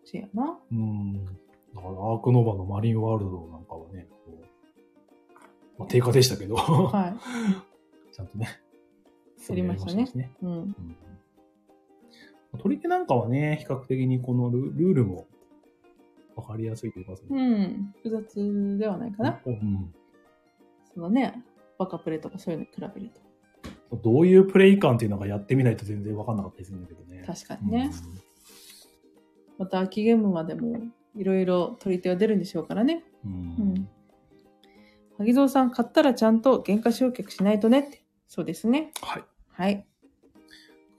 Speaker 2: そうやな。
Speaker 1: うん。だからアークノバのマリンワールドなんかはね、こう、まあ、低下でしたけど、
Speaker 2: は
Speaker 1: ちゃんとね、
Speaker 2: やりましたね
Speaker 1: 進められまし
Speaker 2: い。うん。
Speaker 1: たねうん、取り手なんかはね、比較的にこのルルールもわかりやすいというか、その
Speaker 2: うん。複雑ではないかな。
Speaker 1: うん
Speaker 2: そのね、バカプレとかそういうのに比べると。
Speaker 1: どういうプレイ感っていうのがやってみないと全然わかんなかったりするんだけどね。
Speaker 2: 確かにね。また秋ゲームまでもいろいろ取り手は出るんでしょうからね。
Speaker 1: うん。
Speaker 2: う
Speaker 1: うん
Speaker 2: ん萩蔵さん、買ったらちゃんと原価償却しないとねって。そうですね。
Speaker 1: はい。
Speaker 2: はい。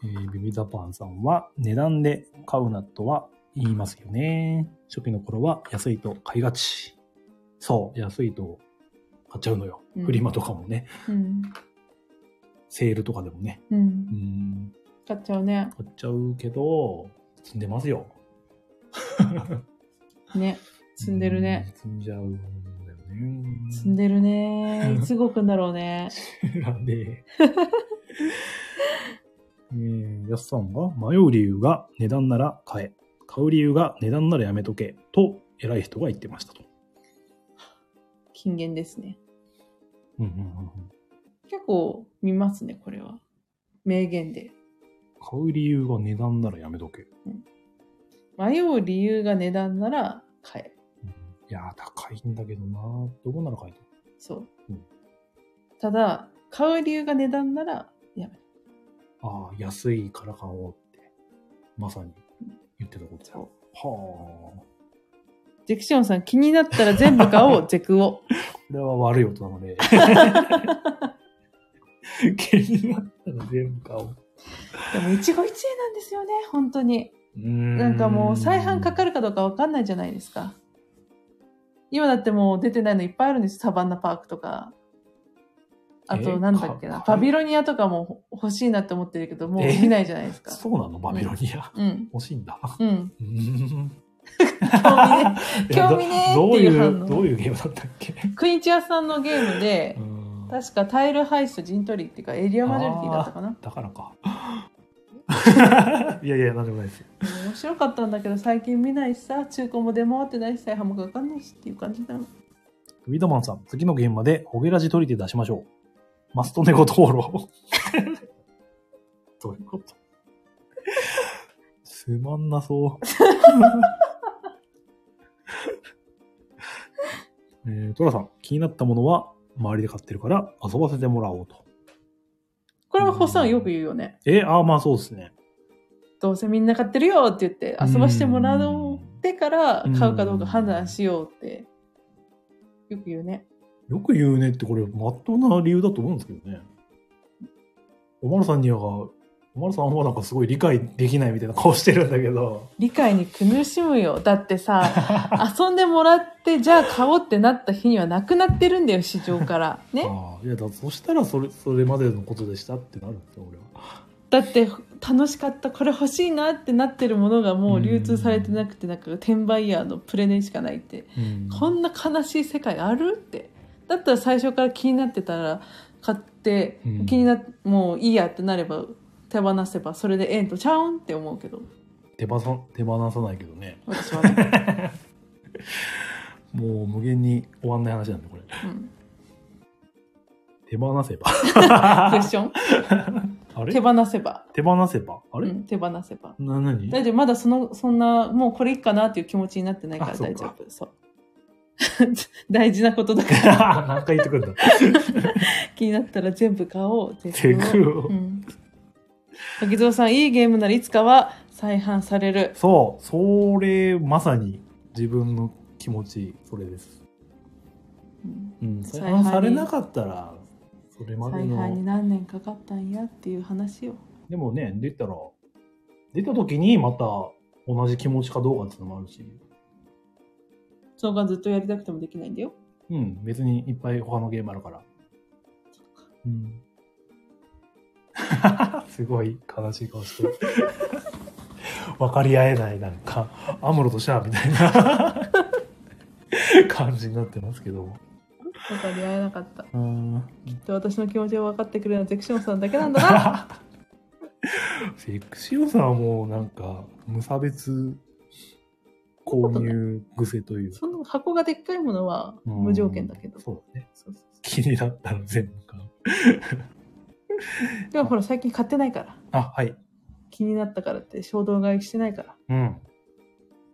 Speaker 1: えービビダパンさんは値段で買うなとは言いますよね。初期の頃は安いと買いがち。そう、安いと買っちゃうのよ。
Speaker 2: うん
Speaker 1: フリマとかもね、
Speaker 2: うん。
Speaker 1: セールとかでもね。
Speaker 2: う。
Speaker 1: うんん、
Speaker 2: 買っちゃうね。
Speaker 1: 買っちゃうけど、積んでますよ。
Speaker 2: ね。積んでるね。
Speaker 1: うん。積んじゃうんだよね。
Speaker 2: 積んでるね。いつ動くんだろうね。
Speaker 1: なんで。 えー、やすさんが、迷う理由が値段なら買え。買う理由が値段ならやめとけ。と、偉い人が言ってましたと。
Speaker 2: 金言ですね。
Speaker 1: うんうんうんうん
Speaker 2: 結構見ますね、これは。名言で。
Speaker 1: 買う理由が値段ならやめとけ。
Speaker 2: 迷う理由が値段なら買え。
Speaker 1: うんいやー、高いんだけどなーどこなら買いと。
Speaker 2: そう
Speaker 1: うん。
Speaker 2: ただ、買う理由が値段ならやめる。
Speaker 1: ああ、安いから買おうって、まさに言ってたことだよ。はあ。
Speaker 2: ジェクシオンさん、気になったら全部 買おう、ジェクを。
Speaker 1: これは悪い音なの で。気になったら全部買おう。
Speaker 2: でも、一期一会なんですよね、本当に。な
Speaker 1: なん
Speaker 2: かもう再販かか
Speaker 1: る。
Speaker 2: るかどうかわかんないじゃないですか。今だってもう出てないのいっぱいあるんですよ。サバンナパークとか。あ
Speaker 1: え
Speaker 2: となんだっけな。
Speaker 1: か
Speaker 2: バビロニアとかも欲しいなって思ってるけど、もう
Speaker 1: え
Speaker 2: 見ないじゃないですか。
Speaker 1: そうなのバビロニア。
Speaker 2: うん。
Speaker 1: 欲しいんだ。
Speaker 2: うん。
Speaker 1: うーん
Speaker 2: 興味ね
Speaker 1: いやど
Speaker 2: 興味ねーっていう反応
Speaker 1: どういう、どういうゲームだったっけ
Speaker 2: クインチアさんのゲームで
Speaker 1: う、んだ
Speaker 2: 確かタイルハイスト陣取りっていうかエリアマジョリティだったかな。
Speaker 1: から か。いやいや、なんでもないです。
Speaker 2: 面白かったんだけど最近見ないしさ、中古も出回ってないし再販もかかんないしっていう感じなの。
Speaker 1: ウィドマンさん、次の現場でホゲラジ取り手出しましょう。マストネゴ討論。 どういうことつまんなそう。 えー、トラさん、気になったものは周りで買ってるから遊ばせてもらおうと。
Speaker 2: これはホッサンよく言うよね。
Speaker 1: えー、ああ、まあそうですね。
Speaker 2: どうせみんな買ってるよって言って遊ばしてもらってから買うかどうか判断しようってよく言うね。
Speaker 1: よく言うねってこれ、まっとうな理由だと思うんですけどね。おまるさんにはマルさんもなんかすごい理解できないみたいな顔してるんだけど、
Speaker 2: 理解に苦しむよ。だって さ、遊んでもらって、じゃあ買おうってなった日にはなくなってるんだよ、市場から。ね。
Speaker 1: ああいやだそしたらそれそれまでのことでしたってなるんですよ俺は。
Speaker 2: だって、楽しかった、これ欲しいなってなってるものがもう流通されてなくて、なんか転売ヤーのプレネしかないって。
Speaker 1: うん
Speaker 2: こんな悲しい世界あるって。だったら最初から気になってたら、買って
Speaker 1: うん、
Speaker 2: 気になっもういいやってなれば、手放せば、それでええんとちゃうんって思うけど。
Speaker 1: 手放さ手放さないけどね
Speaker 2: 私 はね。
Speaker 1: もう無限に終わんない話なんでこれ
Speaker 2: うん。
Speaker 1: 手放せ ば
Speaker 2: クエスチョン
Speaker 1: あ
Speaker 2: 手
Speaker 1: れ
Speaker 2: 放せば。
Speaker 1: 手放せばあれ、
Speaker 2: うん、手放せば。
Speaker 1: な何
Speaker 2: 大丈夫、まだその、そんな、もうこれいいかなっていう気持ちになってないから
Speaker 1: あそっ
Speaker 2: 大
Speaker 1: か
Speaker 2: 丈夫。そう。 大事なこと だから
Speaker 1: 何回言ってくるんだ
Speaker 2: 気になったら全部買おう。
Speaker 1: 手
Speaker 2: 全
Speaker 1: 空を、
Speaker 2: うん。滝蔵さん、いいゲームならいつかは再販される。
Speaker 1: そうそれまさに自分の気持ちそれです
Speaker 2: うん
Speaker 1: うん
Speaker 2: 再
Speaker 1: 再
Speaker 2: 販
Speaker 1: 販されなかったらそれま
Speaker 2: 再
Speaker 1: で
Speaker 2: 販に
Speaker 1: の
Speaker 2: 何年かかったんやっていう話を。
Speaker 1: でもね出たら出た時にまた同じ気持ちかどうかっていうのもあるし
Speaker 2: その間ずっとやりたくてもできないんだよ。
Speaker 1: うん別にいっぱい他のゲームあるからうん すごい悲しい顔してる 分かり合えないなんかアムロとシャアみたいな 感じになってますけども
Speaker 2: 分かり合えなかった。
Speaker 1: うん
Speaker 2: きっと私の気持ちを分かってくれるのはゼクションさんだけなんだな。
Speaker 1: セクシオさんはもうなんか無差別購入癖という
Speaker 2: その箱がでっかいものは
Speaker 1: うん
Speaker 2: 無条件だけど。
Speaker 1: そうだね
Speaker 2: そうそう
Speaker 1: 気になったら全部買う
Speaker 2: そうでもほら最近買ってないから
Speaker 1: あはい
Speaker 2: 気になったからって衝動買いしてない から
Speaker 1: うん。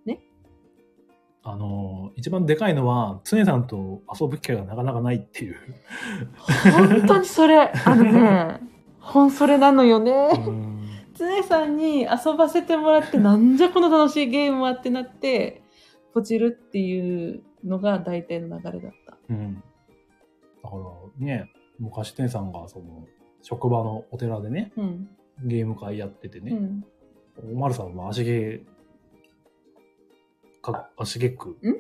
Speaker 2: ね
Speaker 1: あのー、一番でかいのは、常さんと遊ぶ機会がなかなかないっていう。
Speaker 2: 本当にそれあのねほんそれなのよね常さんに遊ばせてもらってなんじゃこの楽しいゲームはってなってポチるっていうのが大体の流れだった
Speaker 1: うん。だからね、昔常さんが、その、職場のお寺でね、
Speaker 2: うん、
Speaker 1: ゲーム会やってて
Speaker 2: う
Speaker 1: ね、
Speaker 2: ん、
Speaker 1: おまるさんは足毛、か、足毛区。
Speaker 2: 何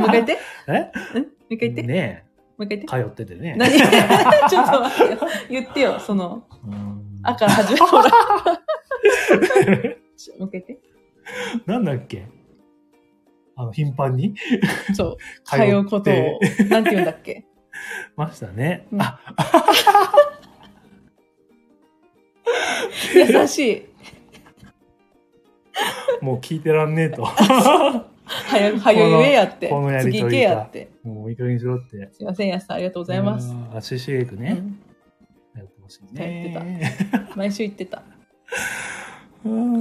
Speaker 2: もう一回言って
Speaker 1: え
Speaker 2: うんもう一回言って、
Speaker 1: ね
Speaker 2: もう一回言っ
Speaker 1: 通
Speaker 2: て
Speaker 1: っててね。
Speaker 2: 何 ちょっと待ってよ言ってよその
Speaker 1: うん
Speaker 2: 「あ」から始めるほら ちょもう一回言っ
Speaker 1: なんだっけあの、頻繁に
Speaker 2: てそう
Speaker 1: 通
Speaker 2: 通うこと
Speaker 1: って
Speaker 2: をなんて言うんだっけ
Speaker 1: ましたね。
Speaker 2: うん
Speaker 1: あ、
Speaker 2: 優しい。
Speaker 1: もう聞いてらんねえ と。
Speaker 2: 早く、早
Speaker 1: こ
Speaker 2: く
Speaker 1: の
Speaker 2: 言えやって。
Speaker 1: このやりとり
Speaker 2: 次
Speaker 1: が
Speaker 2: 行けやって。
Speaker 1: もういい加減にしろって。
Speaker 2: すいません、やすさん、ありがとうございます。
Speaker 1: いやー。足しげくね、やってほしいね。やって
Speaker 2: うん毎週行ってた。
Speaker 1: た。辛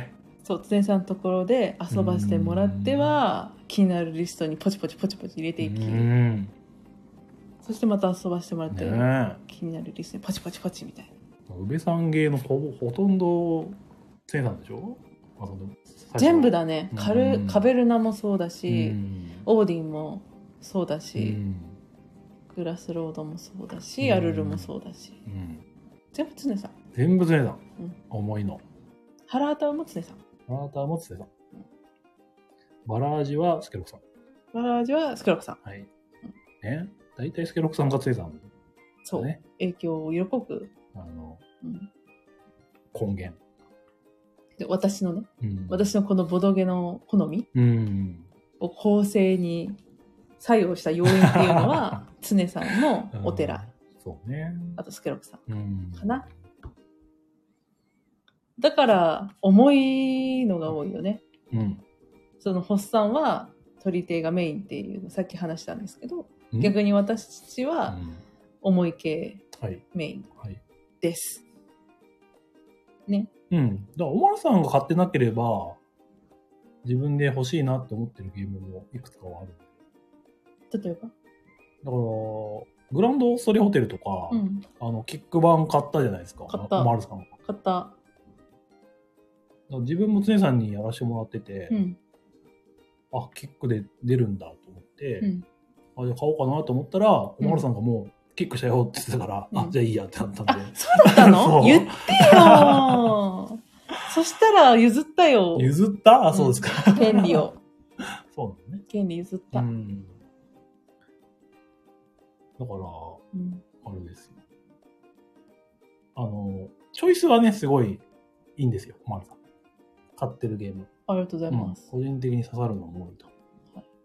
Speaker 1: い。
Speaker 2: そう、常さんのところで遊ばせてもらっては、気になるリストにポチポチポチポチ入れていうき、
Speaker 1: ん。ね
Speaker 2: そしてまた遊ばせてもらって、
Speaker 1: え。
Speaker 2: 気になるリストにポチポチポチみたいな。
Speaker 1: 宇部さん芸のほぼほとんど、せいさんでしょ遊んで
Speaker 2: 全部だね。
Speaker 1: うん
Speaker 2: カル、カベルナもそうだし、
Speaker 1: うん
Speaker 2: オーディンもそうだ
Speaker 1: う
Speaker 2: し、
Speaker 1: ん。
Speaker 2: グラスロードもそうだし、
Speaker 1: うん
Speaker 2: アルルもそうだし。
Speaker 1: うん
Speaker 2: 全部常さん。
Speaker 1: 全部せいさん
Speaker 2: うん。
Speaker 1: 重いの。
Speaker 2: ハラアタも常さん。
Speaker 1: あなたもせいさん。バラージはスケロクさん。
Speaker 2: バラージュはスクラコさん。
Speaker 1: はい。ね。大体スケロクさんがせいさん。
Speaker 2: そう。
Speaker 1: ね。
Speaker 2: 影響を喜ぶ、
Speaker 1: あの、
Speaker 2: うん
Speaker 1: 根源。
Speaker 2: で私のね
Speaker 1: うん
Speaker 2: 私のこのボドゲの好み
Speaker 1: うん。
Speaker 2: を構成に作用した要因っていう のは常さんのお
Speaker 1: うん
Speaker 2: 寺。
Speaker 1: そうね。
Speaker 2: あとスケロクさん
Speaker 1: うん。
Speaker 2: かなだから重いのが多いよね
Speaker 1: うん。
Speaker 2: そのホッサンは鳥亭がメインっていうのさっき話したんですけど
Speaker 1: うん
Speaker 2: 逆に私は
Speaker 1: うん
Speaker 2: 重い系
Speaker 1: はい。
Speaker 2: メイン
Speaker 1: はい。
Speaker 2: です
Speaker 1: うん。だから、おまるさんが買ってなければ、自分で欲しいなって思ってるゲームもいくつかはある。
Speaker 2: 例え
Speaker 1: だ
Speaker 2: ば
Speaker 1: から、グランドストレホテルとか、
Speaker 2: うん
Speaker 1: あの、キック版買ったじゃないですか。
Speaker 2: 買った
Speaker 1: おまるさんが。だか
Speaker 2: 買った
Speaker 1: ら自分も常さんにやらせてもらってて、
Speaker 2: うん
Speaker 1: あ、キックで出るんだと思って、
Speaker 2: うん
Speaker 1: あ、じゃあ買おうかなと思ったら、おまるさんがもう、キックしたよって言ってたから、
Speaker 2: う
Speaker 1: あ
Speaker 2: ん、
Speaker 1: じゃあいいやってなったんで
Speaker 2: あ、 そうだったの
Speaker 1: そう
Speaker 2: 言って よそしたら譲ったよ。
Speaker 1: 譲ったあ、そうですか。
Speaker 2: 権利を。
Speaker 1: そうなのね。
Speaker 2: 権利譲っ
Speaker 1: う
Speaker 2: た。
Speaker 1: ん。だか
Speaker 2: うん
Speaker 1: ら、あれですよ。あの、チョイスはね、すごいいいんですよ、マルさん。買ってるゲーム。
Speaker 2: ありがとうございます。
Speaker 1: 個人的に刺さるのも多いと。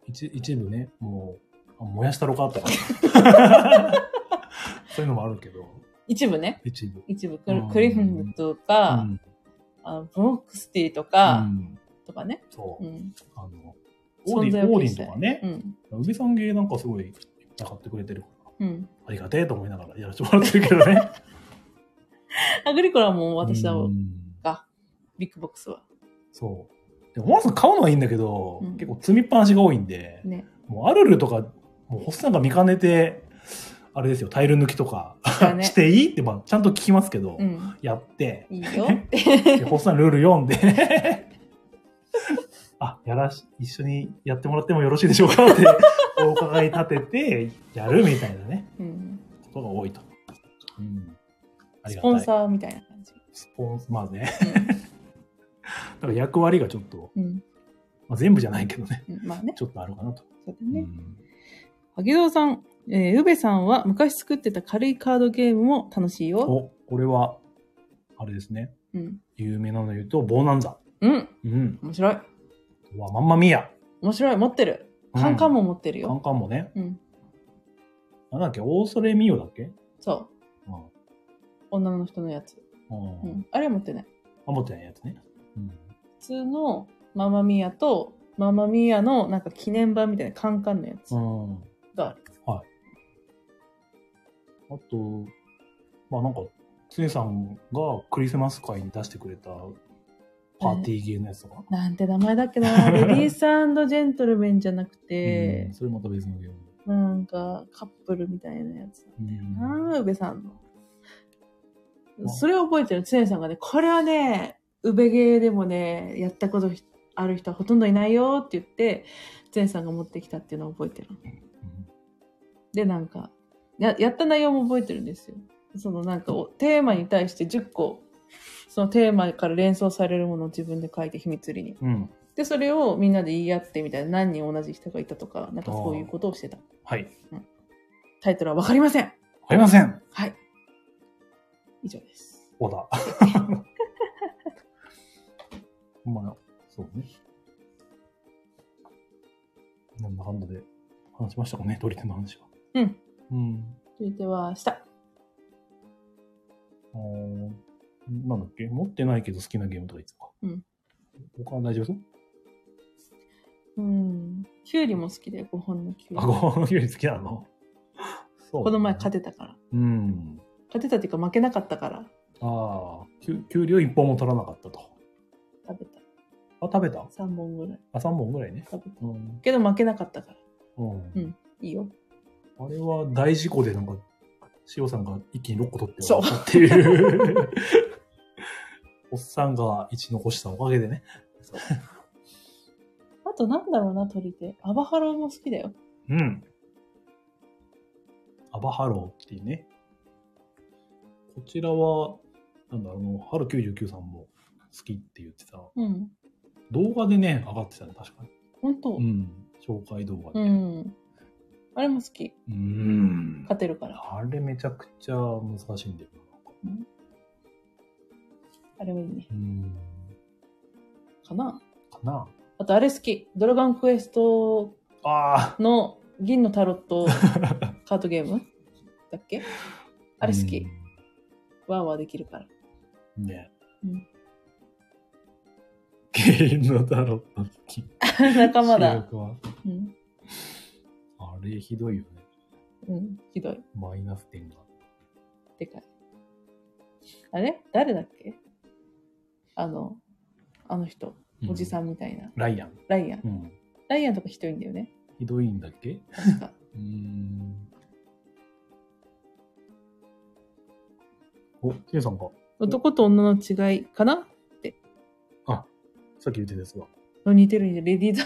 Speaker 1: 一一部ね、もう、あ燃やしたろか とか。そういうのもあるけど、
Speaker 2: 一部ね。
Speaker 1: 一部。
Speaker 2: 一部、
Speaker 1: うん
Speaker 2: クリフンドと
Speaker 1: う
Speaker 2: か、
Speaker 1: ん
Speaker 2: あのブロックスティと
Speaker 1: う
Speaker 2: か、
Speaker 1: ん
Speaker 2: とかね。
Speaker 1: そう、
Speaker 2: うん。
Speaker 1: あの、オーデ
Speaker 2: 存在
Speaker 1: ィ
Speaker 2: を
Speaker 1: ン、オーディ
Speaker 2: 消し
Speaker 1: ン
Speaker 2: たい
Speaker 1: とかね
Speaker 2: う、ん。
Speaker 1: 宇部さん系なんかすごいいっぱい買ってくれてるから。
Speaker 2: うん。
Speaker 1: ありがてえと思いながらやらせてもらってるけどね。
Speaker 2: アグリコラも 私は、
Speaker 1: うん
Speaker 2: ビッグボックスは。
Speaker 1: そう。でも、マラさん買うのはいいんだけど、
Speaker 2: うん
Speaker 1: 結構積みっぱなしが多いんで、
Speaker 2: ね。
Speaker 1: もうアルルとか、もうホッサンが見かねて、あれですよ、タイル抜きとか、
Speaker 2: だね
Speaker 1: していいって、まあ、ちゃんと聞きますけど、
Speaker 2: うん。
Speaker 1: やって、
Speaker 2: いい よ。
Speaker 1: でホッサンルール読んで、 あ、やらし、一緒にやってもらってもよろしいでしょうかって、お伺い立てて、やるみたいなね、
Speaker 2: うん。
Speaker 1: ことが多いと。うん。あり
Speaker 2: ス
Speaker 1: がた
Speaker 2: ポ
Speaker 1: い
Speaker 2: ンサーみたいな感じ。
Speaker 1: スポンサー、まあね。 だから役割がちょっと、
Speaker 2: うん。うん
Speaker 1: まあ、全部じゃないけどね、
Speaker 2: うんまあね。
Speaker 1: ちょっとあるかなと。
Speaker 2: そうだね
Speaker 1: う。ん
Speaker 2: 萩蔵さん、えー、宇部さんは昔作ってた軽いカードゲームも楽しいよ。
Speaker 1: お、これは、あれですね。
Speaker 2: うん。
Speaker 1: 有名なので言うと、ボーナンザ。
Speaker 2: うん。
Speaker 1: うん。
Speaker 2: 面白い。
Speaker 1: うわ、まんまみや。
Speaker 2: 面白い。持ってる。カンカンも持って
Speaker 1: う
Speaker 2: る
Speaker 1: ん。カン
Speaker 2: よ。
Speaker 1: カンもね。
Speaker 2: うん。
Speaker 1: なんだっけ、オーソレミオだっけ
Speaker 2: そ
Speaker 1: う
Speaker 2: う。
Speaker 1: ん。
Speaker 2: 女の人のやつ。
Speaker 1: うん。
Speaker 2: うん。あれは持ってない。
Speaker 1: あ、持ってないやつね。うん。
Speaker 2: 普通のママミヤと、ママミヤのなんか記念版みたいなカンカンのやつ
Speaker 1: うん。
Speaker 2: がある。
Speaker 1: あと、まあなんか、つねさんがクリスマス会に出してくれたパーティーゲーのやつとか。
Speaker 2: なんて名前だっ けな。レディースジェントルメンじゃなく
Speaker 1: う
Speaker 2: て
Speaker 1: ん、それまた別のゲーム。
Speaker 2: なんかカップルみたいなやつ。
Speaker 1: うん
Speaker 2: なあ、宇部さん
Speaker 1: あ
Speaker 2: の。それを覚えてる、つねさんがね、これはね、宇部ゲーでもね、やったことある人はほとんどいないよって言って、つねさんが持ってきたっていうのを覚えてる。で、なんか、ややった内容も覚えてるんですよ。そのなんかお、テーマに対して10個、そのテーマから連想されるものを自分で書いて秘密裏に。
Speaker 1: うん。うん。
Speaker 2: で、それをみんなで言い合ってみたいな、何人同じ人がいたとか、なんかそういうことをしてた。
Speaker 1: はい。
Speaker 2: タイトルはわかりません
Speaker 1: わかりません。
Speaker 2: はい。以上です。
Speaker 1: オーダー。 まあ、そうね。なんだかんだで話しましたかね、取り手の話は。
Speaker 2: うん。
Speaker 1: うん。
Speaker 2: 続いては、下。
Speaker 1: あーなんだっけ持ってないけど好きなゲームとかいつか。
Speaker 2: うん。
Speaker 1: 他は大丈夫そう
Speaker 2: うん。キュウリも好きで、5本のキュウ
Speaker 1: あ、
Speaker 2: リ。
Speaker 1: ご飯より好きな のそう、
Speaker 2: この前勝
Speaker 1: て。
Speaker 2: てたから。
Speaker 1: うん。
Speaker 2: 勝てたっていうか負けなかったから
Speaker 1: ああ、きゅ給料一本も取らなかったと。
Speaker 2: 食べた。
Speaker 1: あ、食べた
Speaker 2: 3本ぐらい
Speaker 1: あ、3本ぐらいね。
Speaker 2: 食べた。
Speaker 1: うん。
Speaker 2: けど負けなかったから。
Speaker 1: うん。
Speaker 2: うんいいよ。
Speaker 1: あれは大事故でなんか、塩さんが一気に6個取って
Speaker 2: そう
Speaker 1: っていう。 おっさんが1残したおかげでね。
Speaker 2: あとなんだろうな、鳥手。アバハローも好きだよ。
Speaker 1: うん。アバハローっていうね。こちらは、なんだろう、あの、春99さんも好きって言ってた。
Speaker 2: うん。
Speaker 1: 動画でね、上がってたね、確かに。
Speaker 2: 本当
Speaker 1: う。ん。紹介動画
Speaker 2: う
Speaker 1: で。
Speaker 2: ん。あれも好き。
Speaker 1: うん
Speaker 2: 勝てるから。
Speaker 1: あれめちゃくちゃ難しいんだよな。
Speaker 2: あれはいいね。
Speaker 1: うん。
Speaker 2: かな。
Speaker 1: かな。
Speaker 2: あとあれ好き。ドラゴンクエスト
Speaker 1: あ
Speaker 2: の銀のタロットカードゲームだっけ
Speaker 1: あ
Speaker 2: あれ好き。。ワーワーできるから。
Speaker 1: ね。
Speaker 2: うん
Speaker 1: ゲイのタロット好き。
Speaker 2: 仲間
Speaker 1: 主
Speaker 2: だ。
Speaker 1: 力は
Speaker 2: うん。
Speaker 1: あれひどいよね。
Speaker 2: うん。ひどい。
Speaker 1: マイナス点が。
Speaker 2: でかい。あれ誰だっけあの、あの人。おじさ
Speaker 1: ん。
Speaker 2: んみたいな。
Speaker 1: ライアン。
Speaker 2: ライアン
Speaker 1: う。ん。
Speaker 2: ライアンとかひどいんだよね。
Speaker 1: ひどいんだっけ
Speaker 2: 確か。
Speaker 1: うーん。お、ケイさんか。
Speaker 2: 男と女の違いかな
Speaker 1: さっき言ってたやつが。
Speaker 2: 似てる似てる。レディーズ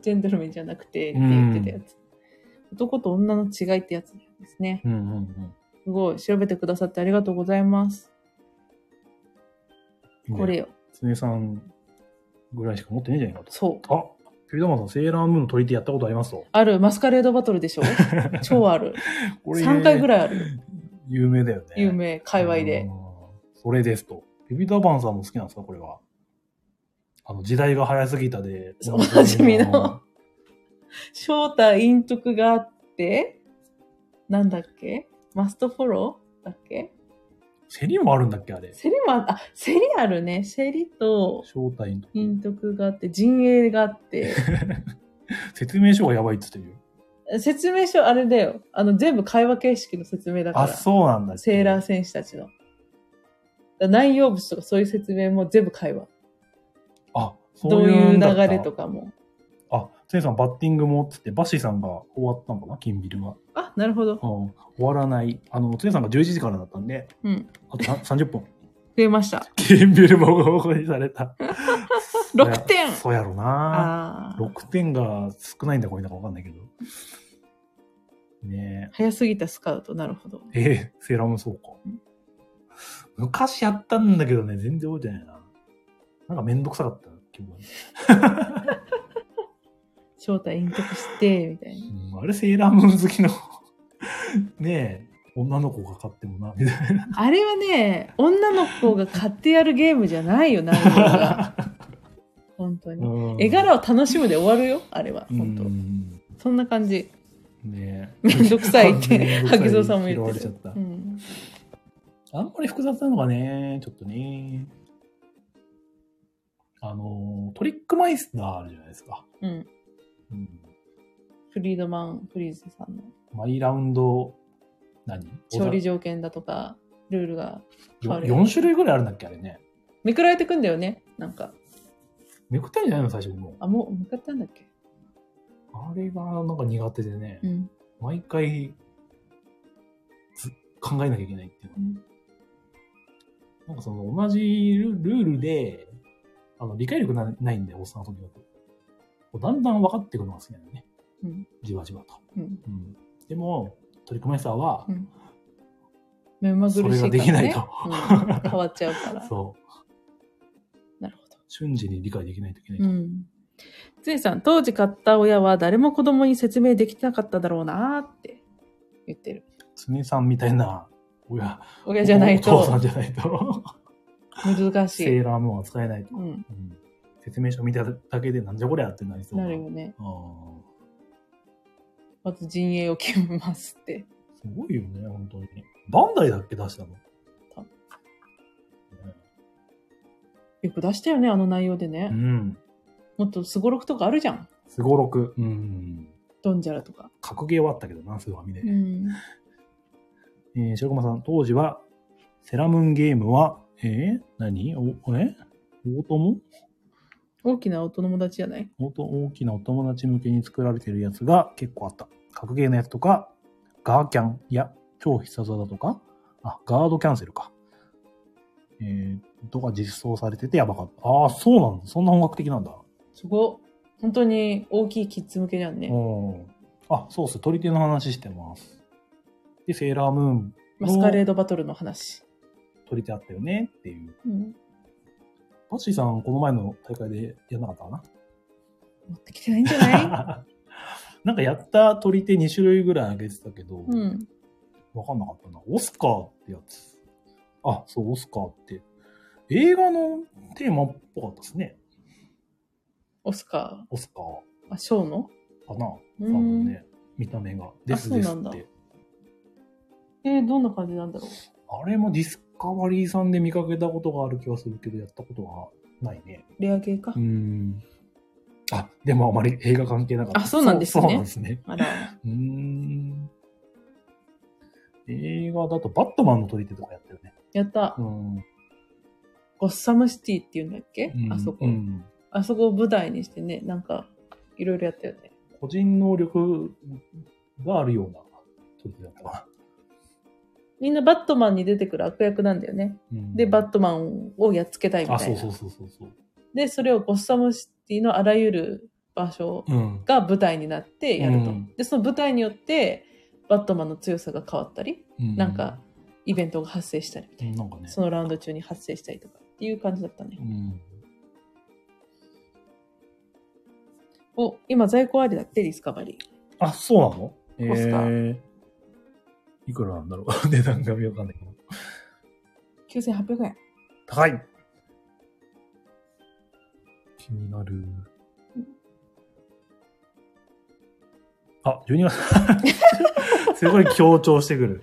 Speaker 2: ジェントルメンじゃなくてって言ってたやつ。男と女の違いってやつですね。
Speaker 1: うんうんうん。
Speaker 2: すごい。調べてくださってありがとうございます。これ。よ。
Speaker 1: つねさんぐらいしか持ってねえじゃねえか
Speaker 2: そう。
Speaker 1: と。あピューダマンさん、セーラームーンの鳥ってやったことありますと。
Speaker 2: ある。マスカレードバトルでし ょ超ある。
Speaker 1: こ
Speaker 2: 3回ぐ
Speaker 1: い。
Speaker 2: らいあるよ。
Speaker 1: 有名だよね。
Speaker 2: 有。名。界隈で。。
Speaker 1: それですと。ピピューダマンさんも好きなんですか、これは。あの、時代が早すぎたで。
Speaker 2: そうおなじみの。正体陰徳があって、なんだっけマストフォローだっけ
Speaker 1: セリもあるんだっけ、あれ。
Speaker 2: セリもあ、あ、セリあるね。セリと
Speaker 1: 正体の。
Speaker 2: 陰徳があって、陣営があって、
Speaker 1: 説明書がやばいっつってるよ。
Speaker 2: 説明書あれだよ。あの、全部会話形式の説明だか
Speaker 1: あ、
Speaker 2: ら。
Speaker 1: そうなんだ。
Speaker 2: セーラー
Speaker 1: ー。
Speaker 2: 戦士たちの。だから内容物とかそういう説明も全部会話。
Speaker 1: あ、そ
Speaker 2: ど
Speaker 1: う
Speaker 2: う
Speaker 1: い
Speaker 2: いうう
Speaker 1: のだ
Speaker 2: 流
Speaker 1: った
Speaker 2: れとかも。
Speaker 1: あ、つねさん、バッティングもっつって、バッシーさんが終わったのかな、金ビルは。
Speaker 2: あ、なるほど。
Speaker 1: うん終わらない。あの、つねさんが11時からだったんで、
Speaker 2: うん。
Speaker 1: あとさ30分。
Speaker 2: 増えました。
Speaker 1: キンビルも合法にされ た。
Speaker 2: 6点
Speaker 1: そうやろな。
Speaker 2: ああ。
Speaker 1: 6点が少ないんだか多いんだかわかんないけど。ね
Speaker 2: 早すぎたスカウト。なるほど。
Speaker 1: え。えー、セーラームーンそうか。昔やったんだけどね、全然覚えてないな。なんかめんどくさかった記憶がある
Speaker 2: 正体隠匿して、みたいな。
Speaker 1: うんあれセーラームーン好きの、 ねえ、女の子が買ってもな、みたいな。
Speaker 2: あれはね、女の子が買ってやるゲームじゃないよ、内容 が。 本当に。絵柄を楽しむで終わるよ、あれは。本当。
Speaker 1: 本
Speaker 2: そんな感じ。
Speaker 1: 当。ねえ
Speaker 2: めんどくさいっ
Speaker 1: め
Speaker 2: て、
Speaker 1: んどくさい
Speaker 2: 萩蔵さんも言
Speaker 1: 嫌
Speaker 2: っ
Speaker 1: わ
Speaker 2: て
Speaker 1: れちゃ
Speaker 2: る
Speaker 1: っ。た
Speaker 2: う。ん。
Speaker 1: あんまり複雑なのがね、ちょっとね。あの、トリックマイスターあるじゃないですか。
Speaker 2: うん。
Speaker 1: うん、
Speaker 2: フリードマン・フリーズさんの
Speaker 1: マイラウンド、何
Speaker 2: 勝利条件だとか、ルールが変わる。
Speaker 1: 4種類ぐらいあるんだっけあれね。
Speaker 2: めくられてくんだよね、なんか。
Speaker 1: めくったんじゃないの最初にもう。
Speaker 2: あ、もう、向かったんだっけ
Speaker 1: あれがなんか苦手でね、
Speaker 2: うん。
Speaker 1: 毎回ず考えなきゃいけないっていうの
Speaker 2: うん
Speaker 1: なんかその同じルルールで、あの、理解力なないんで、おっさんはとにかく。こうだんだん分かっていくのが好きなのね。
Speaker 2: うん
Speaker 1: じわじわと。
Speaker 2: うん。
Speaker 1: うん。でも、トリックマイスターは
Speaker 2: う、ん目まぐるしいから、ね。
Speaker 1: それができないと
Speaker 2: うん変わっちゃうから。
Speaker 1: そう、
Speaker 2: なるほど。
Speaker 1: 瞬時に理解できないといけない。
Speaker 2: うん。つえさん、当時買った親は誰も子供に説明できなかっただろうなーって言ってる。
Speaker 1: 常さんみたいな、親、
Speaker 2: 親じゃない
Speaker 1: お父さん
Speaker 2: と
Speaker 1: じゃないと、
Speaker 2: 難し
Speaker 1: セ
Speaker 2: い。
Speaker 1: ーラームーンは使えないと。
Speaker 2: うん。
Speaker 1: うん説明書見ただけでなんじゃこりゃってなりそう
Speaker 2: なるよね。
Speaker 1: あー
Speaker 2: まず陣営を決めますって。
Speaker 1: すごいよね、本当に。バンダイだっけ出したの。
Speaker 2: 多分よく出したよね、あの内容で
Speaker 1: う
Speaker 2: ね。
Speaker 1: ん。
Speaker 2: もっとすごろくとかあるじゃん。
Speaker 1: すごろく。うん。
Speaker 2: ドンジャラとか。
Speaker 1: 格ゲーはあったけどな、スーファミで。
Speaker 2: うん。
Speaker 1: えー、白駒さん、当時は、セラムーンゲームは、えー、何お、え大友
Speaker 2: 大きなお友達じゃない
Speaker 1: 大と大きなお友達向けに作られてるやつが結構あった。格ゲーのやつとか、ガーキャンや超必殺技とか、あ、ガードキャンセルか。えー、とか実装されててやばかった。ああ、そうなんだ。そんな本格的なんだ。
Speaker 2: すごっ。本当に大きいキッズ向けじゃんね。
Speaker 1: うん。あ、そうっす。取り手の話してます。で、セーラームーン、
Speaker 2: マスカレードバトルの話。
Speaker 1: 取り手あったよねっていう。
Speaker 2: うん。
Speaker 1: パッシーさん、この前の大会でやんなかったかな
Speaker 2: 持ってきてないんじゃ ない
Speaker 1: なん かやった取り手2種類ぐらいあげてたけど、
Speaker 2: うん。
Speaker 1: わかんなかったな。オスカーってやつ。あ、そう、オスカーって。映画のテーマっぽかったですね。
Speaker 2: オスカ
Speaker 1: オスカー
Speaker 2: ー。あ、ショーの
Speaker 1: かな。
Speaker 2: う
Speaker 1: 多
Speaker 2: ー
Speaker 1: 分
Speaker 2: ん。
Speaker 1: ね。見た目が。です
Speaker 2: そう
Speaker 1: です
Speaker 2: なん
Speaker 1: っ
Speaker 2: だ
Speaker 1: て。
Speaker 2: えーどんな感じなんだろう。
Speaker 1: あれもディスカバリーさんで見かけたことがある気がするけど、やったことがないね。
Speaker 2: レア系か
Speaker 1: う。ん。あ、でもあまり映画関係なかった。
Speaker 2: あそうなんですね
Speaker 1: そうそうなんですね。
Speaker 2: あら、
Speaker 1: うーん。映画だとバットマンの取り手とかやったよね。
Speaker 2: やった
Speaker 1: う。ん。
Speaker 2: ゴッサムシティっていうんだっけ、
Speaker 1: うん
Speaker 2: あそこ、
Speaker 1: うん
Speaker 2: あそこを舞台にしてね、なんか、いろいろやったよね。
Speaker 1: 個人能力があるような取り手だったか
Speaker 2: みんなバットマンに出てくる悪役なんだよね。
Speaker 1: な。
Speaker 2: で、バットマンをやっつけたいみたい
Speaker 1: あ、
Speaker 2: な。
Speaker 1: そうそうそうそうそう。
Speaker 2: で、それをゴッサムシティのあらゆる場所
Speaker 1: うん。
Speaker 2: が舞台になってやると、
Speaker 1: うん
Speaker 2: でその舞台によってバットマンの強さが変わったり
Speaker 1: う
Speaker 2: なんか、イベントが発生したりみたいな、
Speaker 1: なんかね。
Speaker 2: そのラウンド中に発生したりとかっていう感じだったね
Speaker 1: う、ん。
Speaker 2: お今在庫ありだってディスカバリー
Speaker 1: あ、そうなのえ
Speaker 2: コスカ
Speaker 1: ー、いくらなんだろう 値段がわかんないけど。
Speaker 2: 9800円
Speaker 1: 高い気になる。あ、12月。 すごい強調してくる。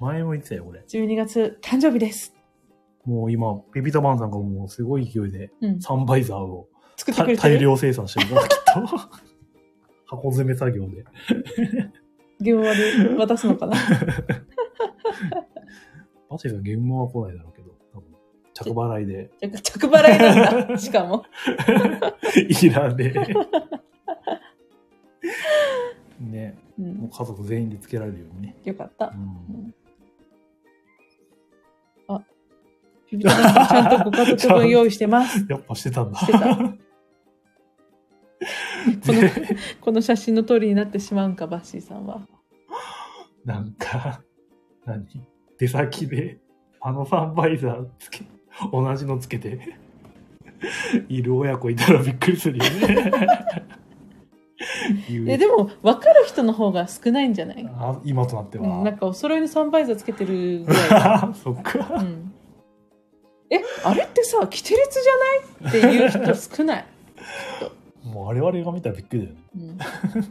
Speaker 1: 前も言ってたよ、これ。
Speaker 2: 12月誕生日です、
Speaker 1: もう今、ビビタマンさんがもうすごい勢いで
Speaker 2: うん、
Speaker 1: サンバイザーを
Speaker 2: 作って
Speaker 1: た
Speaker 2: くれて
Speaker 1: 大
Speaker 2: る
Speaker 1: 量生産してるから、 きっと。箱詰め作業で。
Speaker 2: 現場で渡す のかな
Speaker 1: マシェさん、現場は来ないだろうけど、多分着払いで、
Speaker 2: 着着払いなんだしかも
Speaker 1: いらねえ。ね
Speaker 2: う、
Speaker 1: もうん家族全員でつけられるようにね。
Speaker 2: よかった
Speaker 1: う。ん
Speaker 2: ピピタマンさんちゃんとご家族分用意してます。
Speaker 1: やっぱしてたんだ。
Speaker 2: してた。この、
Speaker 1: で
Speaker 2: この写真の通りになってしまうんか、バッシーさんは。
Speaker 1: なんか、何出先で、あのサンバイザーつけ、同じのつけて、いる親子いたらびっくりするよ ね。言う
Speaker 2: え、でも、分かる人の方が少ないんじゃない、う
Speaker 1: あ今となって
Speaker 2: ん、なん
Speaker 1: は。
Speaker 2: か、お揃いのサンバイザーつけてるぐ らいだ。
Speaker 1: そっか。
Speaker 2: うん。え、あれってさ、キテレツじゃないっていう人少ない。
Speaker 1: もう我々が見たらびっくりだよね。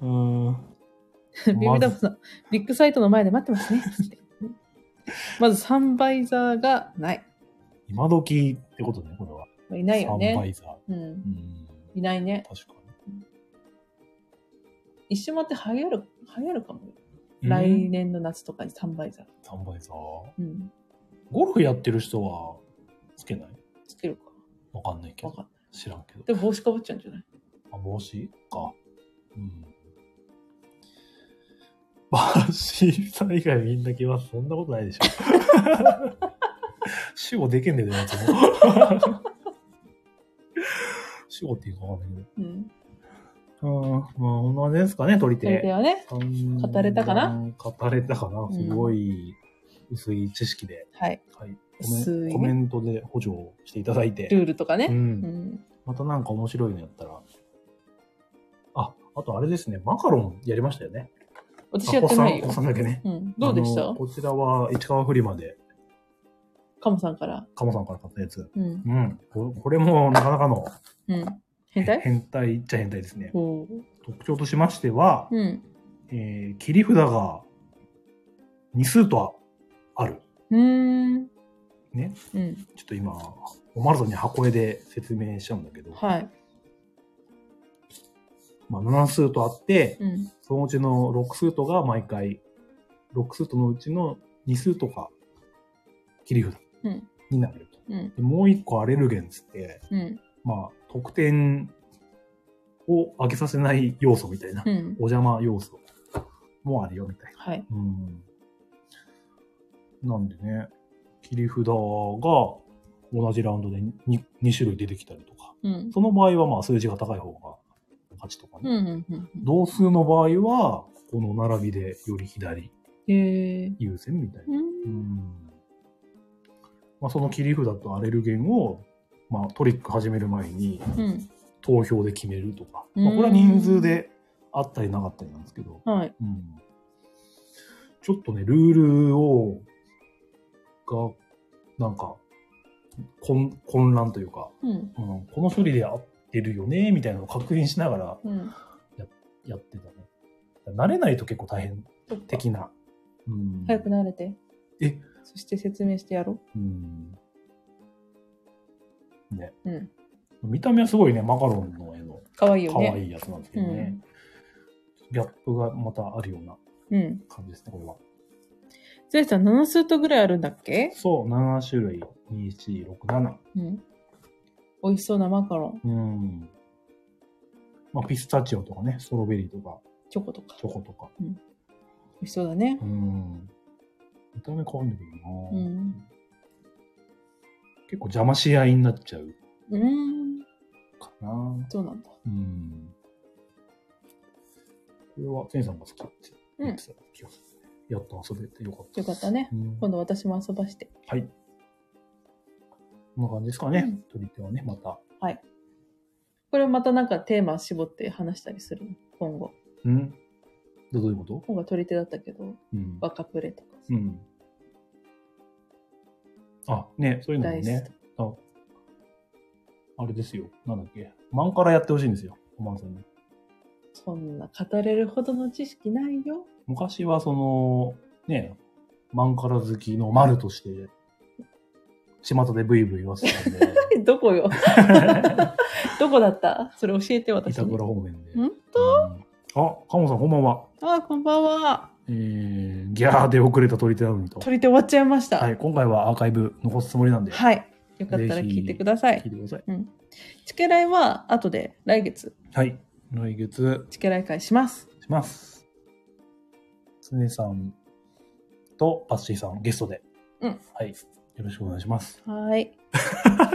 Speaker 2: うん。
Speaker 1: うーん。
Speaker 2: ビビダムさん、ビッグサイトの前で待ってます ね。つってまず、サンバイザーがない。
Speaker 1: 今時ってことね、これは。
Speaker 2: まあいないよ
Speaker 1: サンバ
Speaker 2: ね。
Speaker 1: イザー。
Speaker 2: うん
Speaker 1: う。ん。
Speaker 2: いないね。
Speaker 1: 確か
Speaker 2: 一瞬待って流行る、流行るかも。
Speaker 1: に。
Speaker 2: 来
Speaker 1: うん
Speaker 2: 年の夏とかにサンバイザー。
Speaker 1: サンバイザー。
Speaker 2: うん。
Speaker 1: ゴルフやってる人はつけない
Speaker 2: つけるか。
Speaker 1: わかんないけ
Speaker 2: わ
Speaker 1: ど
Speaker 2: かん。ない。
Speaker 1: 知らんけど。
Speaker 2: でも帽子かぶっちゃうんじゃない
Speaker 1: あ、帽子か。うん。バッシーさん以外みんな来ます。そんなことない でしょ。死後でけんねえで、まずも。 死後っていうかわかんないけ
Speaker 2: うん。
Speaker 1: ど。うん。まあ、こんな感じですかね、取り
Speaker 2: それで
Speaker 1: 手。
Speaker 2: はね。語れたか
Speaker 1: な語れたかな。すごい薄い知識で。
Speaker 2: はい。
Speaker 1: はい。コ
Speaker 2: 薄い
Speaker 1: メ
Speaker 2: ね
Speaker 1: ンコメントで補助していただいて。
Speaker 2: ルールとか
Speaker 1: う
Speaker 2: ね。
Speaker 1: ん
Speaker 2: う。ん。
Speaker 1: またなんか面白いのやったら。あ、あとあれですね、マカロンやりましたよね。
Speaker 2: 私やってない
Speaker 1: あお
Speaker 2: よ
Speaker 1: っさんおっ。さんだけね。
Speaker 2: うん。どうでし
Speaker 1: あの
Speaker 2: た
Speaker 1: こちらは市川フリマで、
Speaker 2: カモさんから。
Speaker 1: カモさんから買ったやつ。
Speaker 2: うん。
Speaker 1: うん。ここれもなかなかの
Speaker 2: うん。変態
Speaker 1: 変態っちゃ変態ですね。
Speaker 2: おう。
Speaker 1: 特徴としましては、
Speaker 2: うん。
Speaker 1: えー切り札が2数とある。
Speaker 2: うーん。
Speaker 1: ね。
Speaker 2: うん。
Speaker 1: ちょっと今、オマルトに箱絵で説明しちゃうんだけど、
Speaker 2: はい。
Speaker 1: まあ、7数とあって、
Speaker 2: うん。
Speaker 1: そのうちの6スートが毎回、6スートのうちの2スートが切り札
Speaker 2: うん
Speaker 1: になると。
Speaker 2: うん。
Speaker 1: でもう1個アレルゲンつって、
Speaker 2: うん。
Speaker 1: まあ、得点を上げさせない要素みたいな、
Speaker 2: うん。
Speaker 1: お邪魔要素もあるよみたいな。
Speaker 2: はい。
Speaker 1: うん。なんでね、切り札が同じラウンドで 2, 2種類出てきたりとか、
Speaker 2: うん。
Speaker 1: その場合はまあ数字が高い方が勝ちとかね。
Speaker 2: うん。うんうん。
Speaker 1: 同数の場合は、この並びでより左
Speaker 2: へえ。
Speaker 1: 優先みたいな。うん
Speaker 2: う。
Speaker 1: ん。まあ、その切り札とアレルゲンを、まあ、トリック始める前に
Speaker 2: うん。
Speaker 1: 投票で決めるとか。
Speaker 2: うん
Speaker 1: まあ、これは人数であったりなかったりなんですけど。
Speaker 2: はい。
Speaker 1: うん。ちょっとね、ルールを、が、なんか、混混乱というか、
Speaker 2: うん。
Speaker 1: うん、この処理で合ってるよね、みたいなのを確認しながら
Speaker 2: うん。
Speaker 1: やってたね。慣れないと結構大変
Speaker 2: そっか
Speaker 1: 的な。うん
Speaker 2: 早く慣れて。
Speaker 1: え
Speaker 2: そして説明してやろ
Speaker 1: うん。ね。
Speaker 2: う。うん。
Speaker 1: 見た目はすごいね、マカロンの絵の
Speaker 2: かわいいよ
Speaker 1: 可
Speaker 2: ね。
Speaker 1: 愛いやつなんですけどね。ギャップがまたあるような
Speaker 2: うん。
Speaker 1: 感じですね、これは。
Speaker 2: ゼイさん、7スートぐらいあるんだっけ
Speaker 1: そう、7種類、2、4、6、7。
Speaker 2: うん。美味しそうなマカロン、
Speaker 1: うん。まあ、ピスタチオとかね、ストロベリーとか、
Speaker 2: チョコとか。
Speaker 1: チョコとか。
Speaker 2: 美味しそうだね
Speaker 1: う。ん。見た目可愛いんだけ
Speaker 2: う
Speaker 1: どな、
Speaker 2: ん。
Speaker 1: 結構邪魔し合いになっちゃう
Speaker 2: うん。
Speaker 1: かなね。
Speaker 2: そうなんだ。
Speaker 1: うん。これは、ケンさんが好きって言ってた気がするね。やっと遊べてよかった。
Speaker 2: よかったね。
Speaker 1: うん
Speaker 2: 今度私も遊ばして。
Speaker 1: はい。こんな感じですかね。
Speaker 2: うん
Speaker 1: 取り手はね、また。
Speaker 2: これまたなんかテーマ絞って話したりするの今後。
Speaker 1: うん。どどういうこと
Speaker 2: 今回取り手だったけど、
Speaker 1: うん。
Speaker 2: バカプレとかさ、
Speaker 1: うん。あ、ね、そういうのも
Speaker 2: 大好
Speaker 1: ね
Speaker 2: き、
Speaker 1: あれですよ。なんだっけ。マンからやってほしいんですよ。おまんさんに。
Speaker 2: そんな語れるほどの知識ないよ。
Speaker 1: 昔はその、ね、マンカラ好きの丸として、巷でブイブイ言わせてたんで、
Speaker 2: え どこよどこだったそれ教えて私
Speaker 1: 板
Speaker 2: に。
Speaker 1: 倉方面で。
Speaker 2: ほん
Speaker 1: うんあ、カモさんこんばんは。
Speaker 2: あ、こんばんは。
Speaker 1: えー、ギャーで遅れた鳥手なのにと。
Speaker 2: 取り手終わっちゃいました。
Speaker 1: はい、今回はアーカイブ残すつもりなんで、
Speaker 2: はい。よかったら
Speaker 1: ぜひ
Speaker 2: 聞いてくださ
Speaker 1: 聞い
Speaker 2: い。
Speaker 1: てください。
Speaker 2: チケライは後で来月、
Speaker 1: はい、来月
Speaker 2: チケライ会しま
Speaker 1: し
Speaker 2: す。
Speaker 1: ます。つねさんとパッシーさん、ゲストで。
Speaker 2: うん
Speaker 1: はい、よろしくお願いします。
Speaker 2: はい。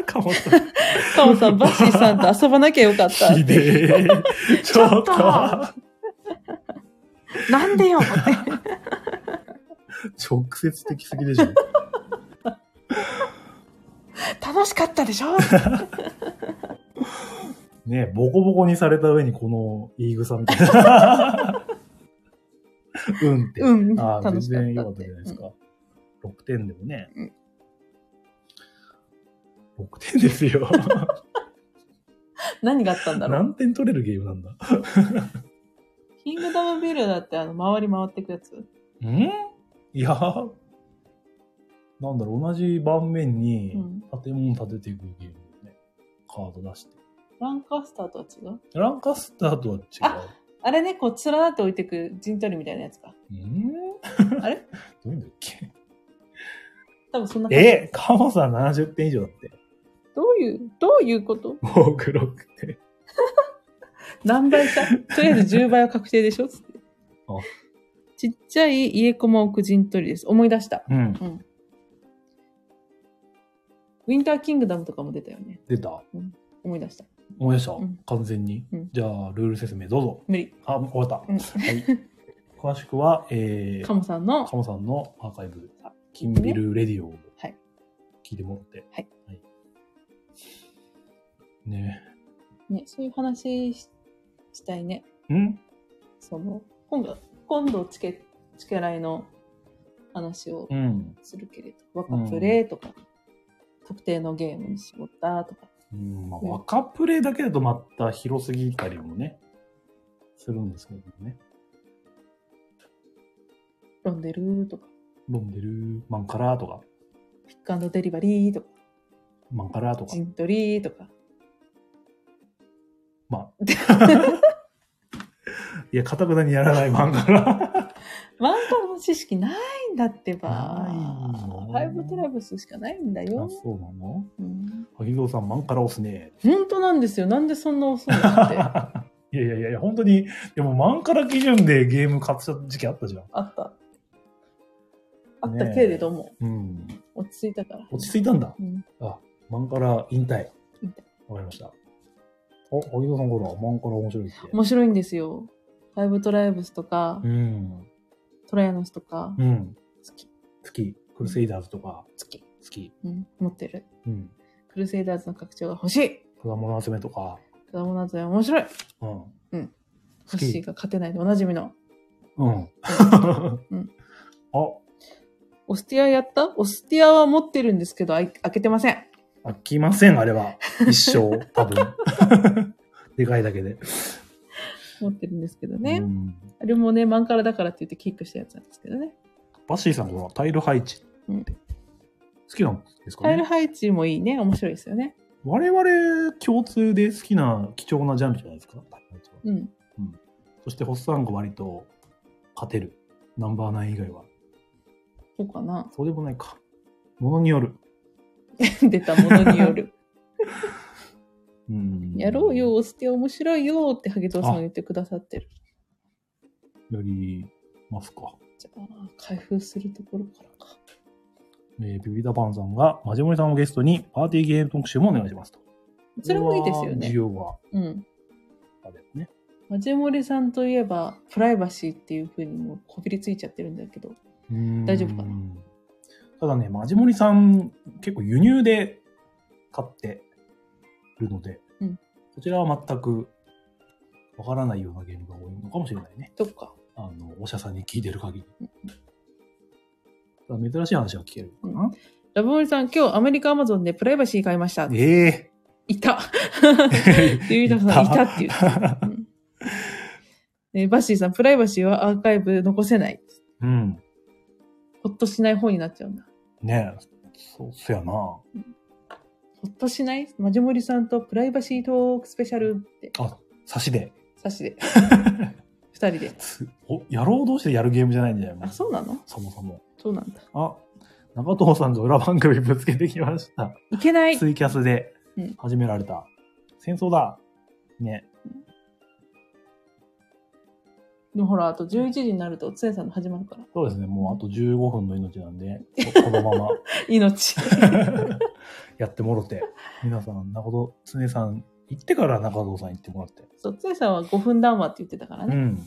Speaker 1: かもさん、
Speaker 2: カオさん、バッシーさんと遊ばなきゃよかった。
Speaker 1: ひでえ。ち
Speaker 2: ちょ
Speaker 1: ょっ
Speaker 2: っ
Speaker 1: と
Speaker 2: と、なんでよって。
Speaker 1: 直接的すぎでしょ。
Speaker 2: 楽しかったでしょ
Speaker 1: ねボコボコにされた上にこの言い草みたいな。 うんって。
Speaker 2: うん
Speaker 1: ああ、
Speaker 2: 楽しかったって
Speaker 1: 全然良かったじゃないですか。6点でもね。
Speaker 2: うん
Speaker 1: 6点ですよ。
Speaker 2: 何があったんだろう。
Speaker 1: 何点取れるゲームなんだ。
Speaker 2: キングダムビルダーってあの、回り回っていくやつ。
Speaker 1: んいやーなんだろう、同じ盤面に
Speaker 2: うん
Speaker 1: 建物建てていくゲームだよね。カード出して。
Speaker 2: ランカスターとは違う
Speaker 1: ランカスターとは違
Speaker 2: ああれね、こう、連なって置いてく陣取りみたいなやつか。
Speaker 1: う。ん
Speaker 2: あれ
Speaker 1: どういうんだっけ
Speaker 2: 多分そんな感じ。
Speaker 1: えカモさん70点以上だって。
Speaker 2: どういう、どういうこと
Speaker 1: 僕6点。
Speaker 2: 何 倍かとりあえず10倍は確定でしょつって
Speaker 1: あ
Speaker 2: ちっちゃい家駒置く陣取りです。思い出した。
Speaker 1: うん。
Speaker 2: うん。ウィンターキングダムとかも出たよね。
Speaker 1: 出た
Speaker 2: 思い出した。
Speaker 1: 思い出した、
Speaker 2: うん
Speaker 1: 完全に、
Speaker 2: うん
Speaker 1: じゃあ、ルール説明どうぞ。
Speaker 2: 無理。
Speaker 1: あ、終わった。
Speaker 2: うん
Speaker 1: はい。詳しくは、えー、
Speaker 2: カ
Speaker 1: カ
Speaker 2: モさんの、
Speaker 1: モさんのアーカイブ、金ビルレディオを
Speaker 2: はい
Speaker 1: 聞いてもらって。
Speaker 2: はい。
Speaker 1: ね
Speaker 2: ね、そういう話ししたいね。
Speaker 1: ん
Speaker 2: その、今度、今度チケ、チケライの話を
Speaker 1: うん。
Speaker 2: するけれど、ワカプレイとか、特定のゲームに絞ったとか。
Speaker 1: うん、まあ、
Speaker 2: うん
Speaker 1: 若プレイだけだとまた広すぎたりもね、するんですけどね。
Speaker 2: ロンデルーとか、
Speaker 1: ロンデルマンカラーとか、
Speaker 2: ピックデリバリーとか、
Speaker 1: マンカラーとか。
Speaker 2: 陣取りとか。
Speaker 1: まあ。いや、かたくなにやらないマンカラー。
Speaker 2: 漫画の知識ないんだってば。
Speaker 1: ないの
Speaker 2: ファイブトラブスしかないんだ
Speaker 1: あ
Speaker 2: よ。
Speaker 1: そうなの
Speaker 2: うん
Speaker 1: 萩蔵さん、マンカラ押すね。
Speaker 2: 本当なんですよ。なんでそんな遅いのっ
Speaker 1: い
Speaker 2: て。
Speaker 1: やいやいやいや、本当に、でもマンカラ基準でゲーム買っちゃった時期あったじゃん。
Speaker 2: あった。あったけれども、
Speaker 1: うん。
Speaker 2: 落ち着いたから。
Speaker 1: 落ち着いたんだ。
Speaker 2: うん
Speaker 1: あ、マンカラ引退。
Speaker 2: 引退
Speaker 1: わかりました。お、萩蔵さん、ほら、マンカラ面白いって。
Speaker 2: 面白いんですよ。ファイブトライブスとか、
Speaker 1: うん。
Speaker 2: トライアノスとか、
Speaker 1: うん。
Speaker 2: 好き。
Speaker 1: 好き。クルセイダーズとか、
Speaker 2: 好き。
Speaker 1: 好き。
Speaker 2: うん、持ってる。
Speaker 1: うん。
Speaker 2: クルセイダーズの拡張が欲しい。
Speaker 1: 果物集めとか、
Speaker 2: 果物集め面白い。
Speaker 1: うん。
Speaker 2: 欲しいが勝てないでおなじみの。
Speaker 1: うん。
Speaker 2: うん
Speaker 1: あ、
Speaker 2: オスティアやったオスティアは持ってるんですけど、あい開けてません。
Speaker 1: 飽きません、あれは。一生、多分。 でかいだけで。
Speaker 2: 持ってるんですけどね。
Speaker 1: うん
Speaker 2: あれもね、マンカラだからって言ってキックしたやつなんですけどね。
Speaker 1: バッシーさん、ほら、タイル配置って、
Speaker 2: うん
Speaker 1: 好きなんですか
Speaker 2: タイル
Speaker 1: ね
Speaker 2: 配置もいいね。面白いですよね。
Speaker 1: 我々共通で好きな貴重なジャンルじゃないですか。タイル配置は
Speaker 2: うん。
Speaker 1: そして、ホッサンが割と勝てる。ナンバーナイン以外は。
Speaker 2: そう かな。
Speaker 1: そうでもないか。ものによる。
Speaker 2: 出たものによる。
Speaker 1: うん
Speaker 2: やろうよ、。オスティア面白いよってハゲトウさんが言ってくださってる。
Speaker 1: やりますか。
Speaker 2: じゃあ、開封するところからか。
Speaker 1: えービビダパンさんが、マジモリさんをゲストにパーティーゲーム特集もお願いしますと。
Speaker 2: それもいいですよ
Speaker 1: 需
Speaker 2: ね。
Speaker 1: 要は、
Speaker 2: うん。
Speaker 1: あれですね。
Speaker 2: マジモリさんといえば、プライバシーっていうふうにもうこびりついちゃってるんだけど。大丈夫かな
Speaker 1: うんただね、マジモリさん、結構輸入で買ってるので、
Speaker 2: うん
Speaker 1: こちらは全くわからないようなゲームが多いのかもしれないね。
Speaker 2: そっか。
Speaker 1: あの、お医者さんに聞いてる限り。ただ珍しい話は聞けるかな。
Speaker 2: ラブモリさん、今日アメリカアマゾンでプライバシー買いました。
Speaker 1: え
Speaker 2: いた
Speaker 1: え
Speaker 2: ゆうたさん、いたっていう。
Speaker 1: う。
Speaker 2: うん えバッシーさん、プライバシーはアーカイブ残せない。
Speaker 1: うん。
Speaker 2: ほっとしない方になっちゃうんだ。
Speaker 1: ねえ、そう、そやな。
Speaker 2: ほっとしないマジモリさんとプライバシートークスペシャルって、
Speaker 1: あ、差しで。
Speaker 2: サ しで。二人で。
Speaker 1: つお、野郎同士でやるゲームじゃないんじゃない
Speaker 2: あ、そうなの
Speaker 1: そもそも。
Speaker 2: そうなんだ。
Speaker 1: あ、長藤さんが裏番組ぶつけてきました。
Speaker 2: いけない
Speaker 1: ツイキャスで
Speaker 2: うん
Speaker 1: 始められた。戦争だ。ね。
Speaker 2: でもほら、あと11時になると、つねさんの始まるから。
Speaker 1: そうですね。もうあと15分の命なんで、 ここのまま
Speaker 2: 命。
Speaker 1: やってもろて。皆さん、長藤常さん行ってから中藤さん行ってもらって。
Speaker 2: そう、つねさんは5分談話って言ってたから
Speaker 1: う
Speaker 2: ね。
Speaker 1: ん。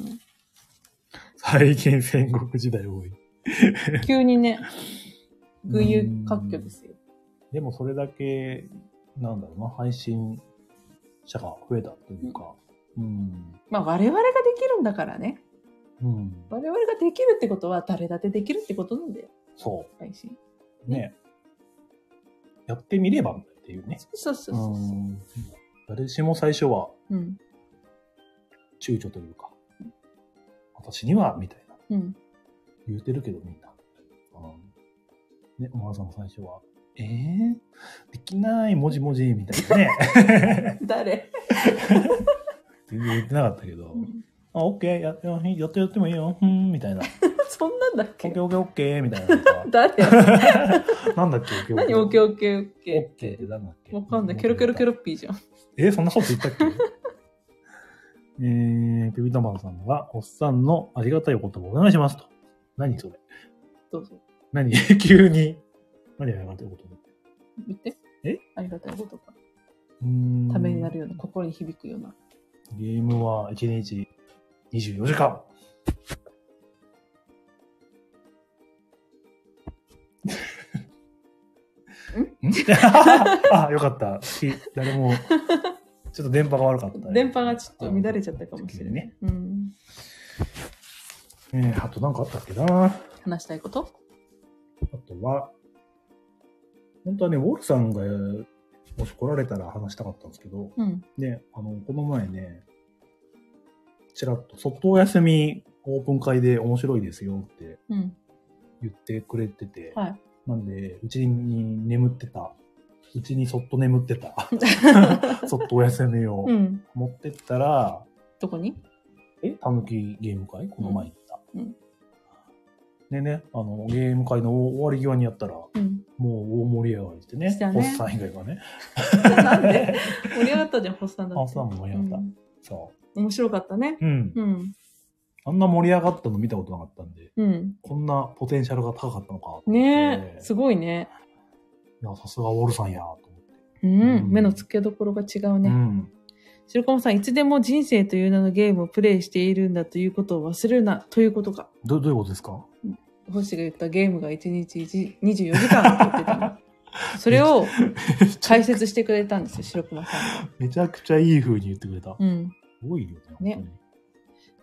Speaker 1: 最近戦国時代多い。
Speaker 2: 急にね、群雄割拠ですよ。
Speaker 1: でもそれだけ、なんだろうな、配信者が増えたというか。うん。
Speaker 2: まあ、我々ができるんだからね。
Speaker 1: うん。
Speaker 2: 我々ができるってことは、誰だってできるってことなんだよ、
Speaker 1: そ
Speaker 2: 配信。
Speaker 1: う。ね。やってみればっていうね。
Speaker 2: そうそうそう
Speaker 1: う
Speaker 2: そ
Speaker 1: ん誰しも最初は
Speaker 2: う。うん。
Speaker 1: 躊躇というか、私には、みたいな。
Speaker 2: うん。
Speaker 1: 言うてるけど、みんな。うん、ね、小川さんも最初は、えー、できない、もじもじ、みたいな ね。
Speaker 2: 誰、
Speaker 1: 全然言ってなかったけど
Speaker 2: う、ん、
Speaker 1: あ、オッケー、やってもいい、やってやってもいいよ、うん、みたいな。
Speaker 2: そんなんだっ
Speaker 1: オッ
Speaker 2: け。
Speaker 1: ケー、オッケー、オッケー、みたいなのとか
Speaker 2: 誰
Speaker 1: なんだっけ、オッケー。
Speaker 2: 何オッケー
Speaker 1: ー。
Speaker 2: オッケーオ
Speaker 1: オ
Speaker 2: ッ
Speaker 1: ッ
Speaker 2: ケ
Speaker 1: ケーってなんだっけ
Speaker 2: ー。わかんない。ケロケロケロッピーじゃん。
Speaker 1: えーそんなこと言ったっけ えー、ピピタマンさんが、おっさんのありがたいお言葉お願いしますと。何それ
Speaker 2: どうぞ。
Speaker 1: 何 急に。何ありがたいこと
Speaker 2: 言って。
Speaker 1: え
Speaker 2: ありがたいことか。
Speaker 1: うーん
Speaker 2: ためになるような、心に響くような。
Speaker 1: ゲームは1日24時間。ん あ、よかった。き誰も、ちょっと電波が悪かった、
Speaker 2: 電波がちょっと乱れちゃったかもしれない。
Speaker 1: ね。
Speaker 2: うん。
Speaker 1: えー、あと何かあったっけな
Speaker 2: 話したいこと
Speaker 1: あとは、本当はね、ウォルさんが、もし来られたら話したかったんですけど、
Speaker 2: うん。
Speaker 1: ね、あの、この前ね、ちらっと、外お休みオープン会で面白いですよって
Speaker 2: うん。
Speaker 1: 言ってくれてて、
Speaker 2: はい。
Speaker 1: なんで、うちに眠ってた、うちにそっと眠ってた、 そっとお休みを
Speaker 2: うん。
Speaker 1: 持ってったら、
Speaker 2: どこに
Speaker 1: えたぬきゲーム会この前行った。
Speaker 2: うんうん
Speaker 1: でね、あの、ゲーム会の終わり際にやったら、
Speaker 2: うん。
Speaker 1: もう大盛り上がりしてね。
Speaker 2: したね
Speaker 1: ホッサン以外はね。
Speaker 2: なんで盛り上がったじゃん、ホッサンだって。
Speaker 1: ホッサンも盛り上がった
Speaker 2: うん
Speaker 1: そ
Speaker 2: 面白かったね。
Speaker 1: う。うん。
Speaker 2: うん。
Speaker 1: あんな盛り上がったの見たことなかったんで、
Speaker 2: うん。
Speaker 1: こんなポテンシャルが高かったのかと思って。
Speaker 2: ねえ、す
Speaker 1: い
Speaker 2: ごいね。
Speaker 1: や、さすがウォルさんや、と思って。
Speaker 2: うん。
Speaker 1: うん
Speaker 2: 目の付けどころが違うね。
Speaker 1: うん。
Speaker 2: 白駒さん、いつでも人生という名のゲームをプレイしているんだということを忘れるな、ということか。
Speaker 1: どどういうことですか
Speaker 2: 星が言ったゲームが1日1 24時間って言ってた の。それを解説してくれたんですよ、白熊さんが。
Speaker 1: めちゃくちゃいい風に言ってくれた。
Speaker 2: うん。
Speaker 1: すごいよね。
Speaker 2: ね
Speaker 1: 本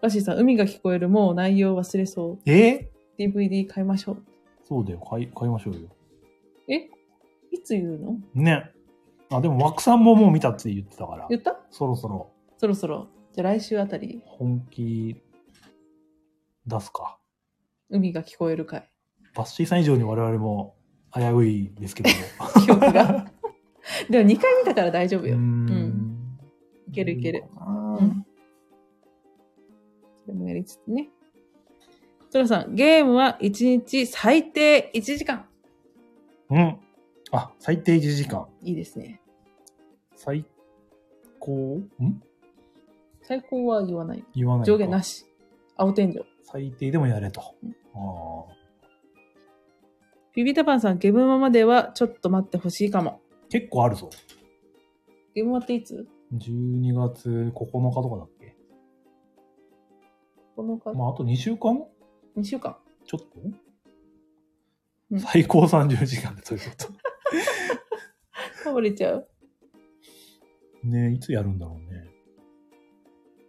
Speaker 2: バッシーさん、海が聞こえる、もう内容忘れそう。
Speaker 1: 当にえ
Speaker 2: DVD 買いましょう。
Speaker 1: そうだよ。買い、買いましょうよ。
Speaker 2: いつ言うの
Speaker 1: ね。あ、でも、枠さんももう見たって言ってたから、
Speaker 2: 言った
Speaker 1: そろそろ
Speaker 2: そろそろ。じゃあ来週あたり、
Speaker 1: 本気出すか。
Speaker 2: 海が聞こえる回。
Speaker 1: バッシーさん以上に我々も危ういですけども。
Speaker 2: 記憶が。 でも2回見たから大丈夫よ。
Speaker 1: ん。
Speaker 2: いけるいける
Speaker 1: どうかな。
Speaker 2: うんそれもやりつつね。トラさん、ゲームは1日最低1時間。
Speaker 1: うん。あ、最低1時間。
Speaker 2: いいですね。
Speaker 1: 最高ん
Speaker 2: 最高は言わない。
Speaker 1: 言わないのか。
Speaker 2: 上限なし。青天井。
Speaker 1: 最低でもやれと。
Speaker 2: うん
Speaker 1: あ
Speaker 2: ビビタパンさん、ゲームマまではちょっと待ってほしいかも。
Speaker 1: あ。結構あるぞ。
Speaker 2: ゲームマっていつ
Speaker 1: 12月9日とかだっけ
Speaker 2: ?9 日、
Speaker 1: まあ、あと2週間
Speaker 2: 2週間。
Speaker 1: ちょっと、
Speaker 2: うん
Speaker 1: 最高30時間でということ。
Speaker 2: かぶれちゃう
Speaker 1: ねえいつやるんだろうね。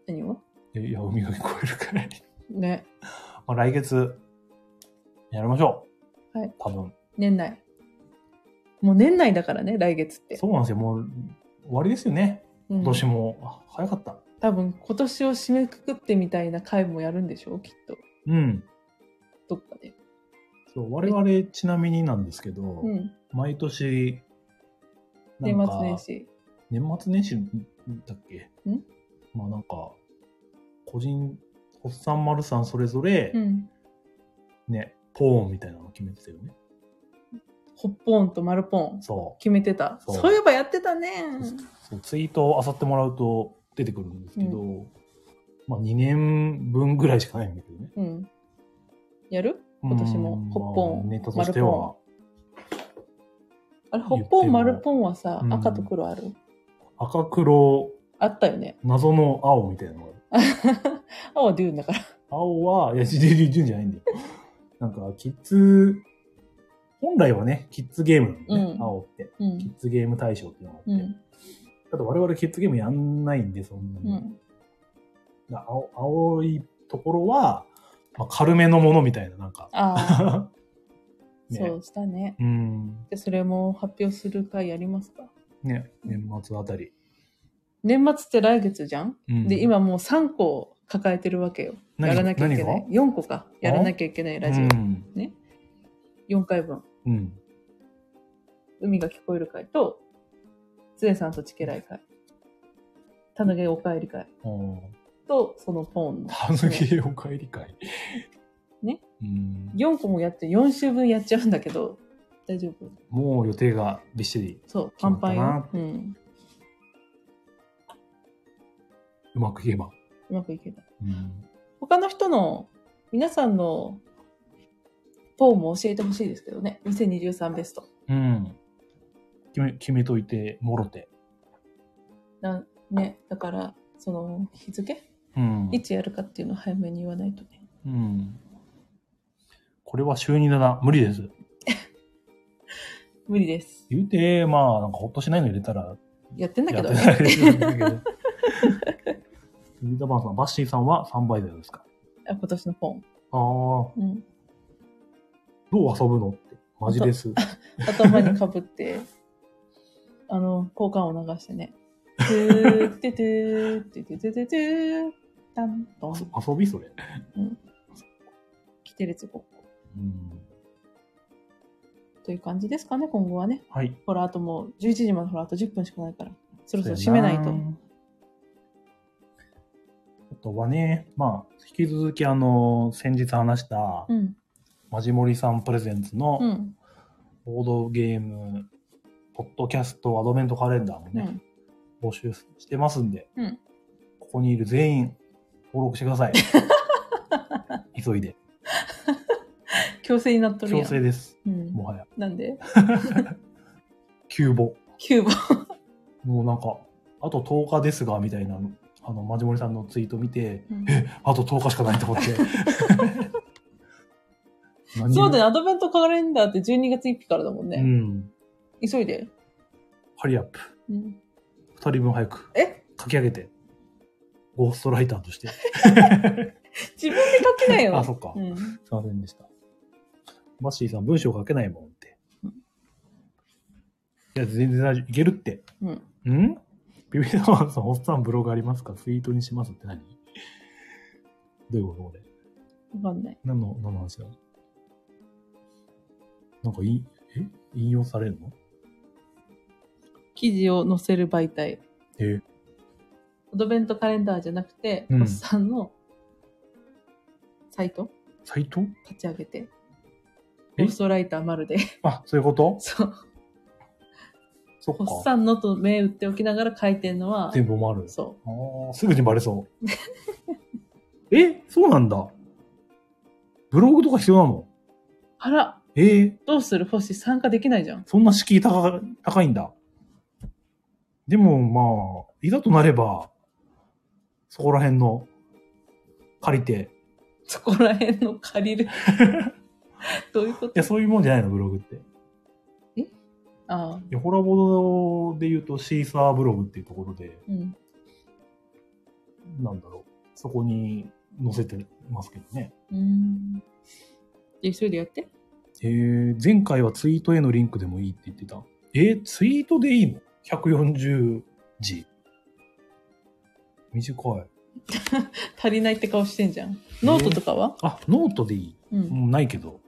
Speaker 2: 何を
Speaker 1: えいや、海が聞こえるくらい。
Speaker 2: ね。
Speaker 1: まあ、来月、やりましょう。
Speaker 2: はい。
Speaker 1: 多分。
Speaker 2: 年内。もう年内だからね、来月って。
Speaker 1: そうなんですよ。もう、終わりですよね。
Speaker 2: うん
Speaker 1: 今年も。あ早かった。
Speaker 2: 多分今年を締めくくってみたいな回もやるんでしょうきっと。
Speaker 1: うん。
Speaker 2: どっかで。
Speaker 1: そう、我々、ちなみになんですけど、
Speaker 2: うん。
Speaker 1: 毎年、な
Speaker 2: 年
Speaker 1: んか
Speaker 2: 末年。始。
Speaker 1: 年末年始だっけ
Speaker 2: ん
Speaker 1: まあなんか、個人、ホッサンマルさんそれぞれ
Speaker 2: う、ん。
Speaker 1: ね、ポーンみたいなの決めてたよね。
Speaker 2: ほっぽんと丸ぽん。
Speaker 1: そ
Speaker 2: 決めてた。
Speaker 1: そ
Speaker 2: そうういえばやってたね。
Speaker 1: うそう。ツイートを漁ってもらうと出てくるんですけど、まあ2年分ぐらいしかないんだけどね。
Speaker 2: うん。やる今年も
Speaker 1: うん
Speaker 2: ホッポン
Speaker 1: まあネタとしては、
Speaker 2: あ
Speaker 1: 言っ
Speaker 2: れ、
Speaker 1: て
Speaker 2: ほ
Speaker 1: も
Speaker 2: っぽん丸ぽんはさ
Speaker 1: う、ん
Speaker 2: 赤と黒ある、
Speaker 1: 赤黒、
Speaker 2: あったよね。
Speaker 1: 謎の青みたいなのがある。
Speaker 2: 青はデューンだから。
Speaker 1: 青は、いや、ジュジュジュンじゃないんだ よ。なんか、キッズ、本来はね、キッズゲームなんだよね、
Speaker 2: うん
Speaker 1: 青って。
Speaker 2: う
Speaker 1: キッ
Speaker 2: ん。
Speaker 1: ズゲーム大賞っていうのがあって。
Speaker 2: うん。
Speaker 1: ただ我々キッズゲームやんないんで、そんな
Speaker 2: う
Speaker 1: に。
Speaker 2: ん。
Speaker 1: だ青青いところは、まあ、軽めのものみたいな、なんか。
Speaker 2: ああ、
Speaker 1: ね
Speaker 2: そうしたね。
Speaker 1: うん。
Speaker 2: で、それも発表する回やりますか
Speaker 1: ね、年末あたり。
Speaker 2: 年末って来月じゃん、
Speaker 1: うん
Speaker 2: で、今もう3個抱えてるわけよ。
Speaker 1: 何
Speaker 2: やらなきゃいけない。4個か。やらなきゃいけないラジオ。
Speaker 1: うん。
Speaker 2: 4回分。
Speaker 1: うん。
Speaker 2: 海が聞こえる回と、つえさんとチケライ会。たぬげおかえり会
Speaker 1: うん
Speaker 2: と、そのポーンの。
Speaker 1: たぬげお帰り会。
Speaker 2: ね。
Speaker 1: うん。
Speaker 2: 4個もやって、4週分やっちゃうんだけど、大丈夫
Speaker 1: もう予定がびっしり
Speaker 2: そう、パンパン
Speaker 1: 決まっ
Speaker 2: よ
Speaker 1: た。
Speaker 2: うん。
Speaker 1: うまくいけば。
Speaker 2: うまくいけた。
Speaker 1: うん。
Speaker 2: 他の人の、皆さんのポーンも教えてほしいですけどね。2023ベスト。
Speaker 1: うん。決め、決めといて、もろて。
Speaker 2: なね、だから、その、日付
Speaker 1: うん。
Speaker 2: いつやるかっていうのを早めに言わないとね。
Speaker 1: うん。これは週2だな。無理です。
Speaker 2: 無理です。
Speaker 1: 言うて、まあ、なんかほっとしないの入れたら、
Speaker 2: やってんだ
Speaker 1: や
Speaker 2: け
Speaker 1: っ
Speaker 2: ど
Speaker 1: てな
Speaker 2: ね。
Speaker 1: いですけ ど。ビータバンさん、バッシーさんは3倍台ですか。
Speaker 2: あ今年のポーン。
Speaker 1: ああ、ど
Speaker 2: うん。
Speaker 1: う遊ぶのって。マジです。
Speaker 2: 頭にかぶって、あの、効果音を流してね。トゥー、トゥトゥー、トゥトゥトゥトゥトゥー、タントン。
Speaker 1: 遊びそれ。
Speaker 2: キテレツごっこ。
Speaker 1: うん。
Speaker 2: という感じですかね、今後はね。
Speaker 1: はい。
Speaker 2: ほら、あともう、11時までほら、あと10分しかないから。そろそろ締めない
Speaker 1: そう
Speaker 2: と
Speaker 1: や。あとはね、まあ、引き続き、あの、先日話した
Speaker 2: う、ん。
Speaker 1: マジモリさんプレゼンツの、
Speaker 2: うん。
Speaker 1: ボードゲーム、ポッドキャスト、アドベントカレンダーも
Speaker 2: う
Speaker 1: ね、
Speaker 2: ん。
Speaker 1: 募集してますんで、
Speaker 2: うん
Speaker 1: ここにいる全員、登録してくだ さい。急いで。
Speaker 2: 強制になっとる
Speaker 1: 強
Speaker 2: やん。
Speaker 1: 制です。
Speaker 2: うん。
Speaker 1: もはや。
Speaker 2: なんで
Speaker 1: 急募。
Speaker 2: ?9 番。
Speaker 1: もうなんか、あと10日ですが、みたいな、あの、まじもりさんのツイート見て、
Speaker 2: うん
Speaker 1: あと10日しかないと 思って。何
Speaker 2: そうだね、アドベントカレンダーって12月1日からだもん
Speaker 1: う
Speaker 2: ね。
Speaker 1: ん。
Speaker 2: 急いで。
Speaker 1: ハリアップ。
Speaker 2: うん。
Speaker 1: 2人分早く。
Speaker 2: え
Speaker 1: 書き上げて。ゴーストライターとして。
Speaker 2: 自分で書きなよ。
Speaker 1: あ、そっか。
Speaker 2: うん。
Speaker 1: すいませんでした。バッシーさん、文章書けないもんって。
Speaker 2: うん
Speaker 1: いや、全然大丈夫。いけるって。
Speaker 2: うん。
Speaker 1: んビビタマンさん、おっさんブログありますかツイートにしますって何どういうことこれ。
Speaker 2: わかんない。
Speaker 1: 何の、何の話だなんかいい、え引用されるの
Speaker 2: 記事を載せる媒体。
Speaker 1: え
Speaker 2: アドベントカレンダーじゃなくて、
Speaker 1: うん
Speaker 2: おっさんのサイト
Speaker 1: サイト
Speaker 2: 立ち上げて。
Speaker 1: え
Speaker 2: ゴーストライターまるで。
Speaker 1: あ、そういうこと
Speaker 2: そう。
Speaker 1: そっか
Speaker 2: お。っさんのと銘打っておきながら書いてるのは、
Speaker 1: 全部もある。
Speaker 2: そ
Speaker 1: あーすぐにバレそう。 えそうなんだ。ブログとか必要なの
Speaker 2: う。あら、
Speaker 1: えー、
Speaker 2: どうする星参加できないじゃん。
Speaker 1: そんな敷居高高いんだ。でもまあ、いざとなれば、そこら辺の借りて、
Speaker 2: そこら辺の 借りる。どういうこ
Speaker 1: い
Speaker 2: と
Speaker 1: や、そういうもんじゃないの、ブログって。
Speaker 2: ああ、
Speaker 1: でホラボードで言うとシーサーブログっていうところで、
Speaker 2: うん。
Speaker 1: なんだろう、そこに載せてますけどね。
Speaker 2: うん。じゃあ急いでやって。
Speaker 1: えー、前回はツイートへのリンクでもいいって言ってた。えー、ツイートでいいの ?140 字。短い。
Speaker 2: 足りないって顔してんじゃん。ノートとかは、
Speaker 1: あ、ノートでいい。
Speaker 2: うん。
Speaker 1: もうないけど。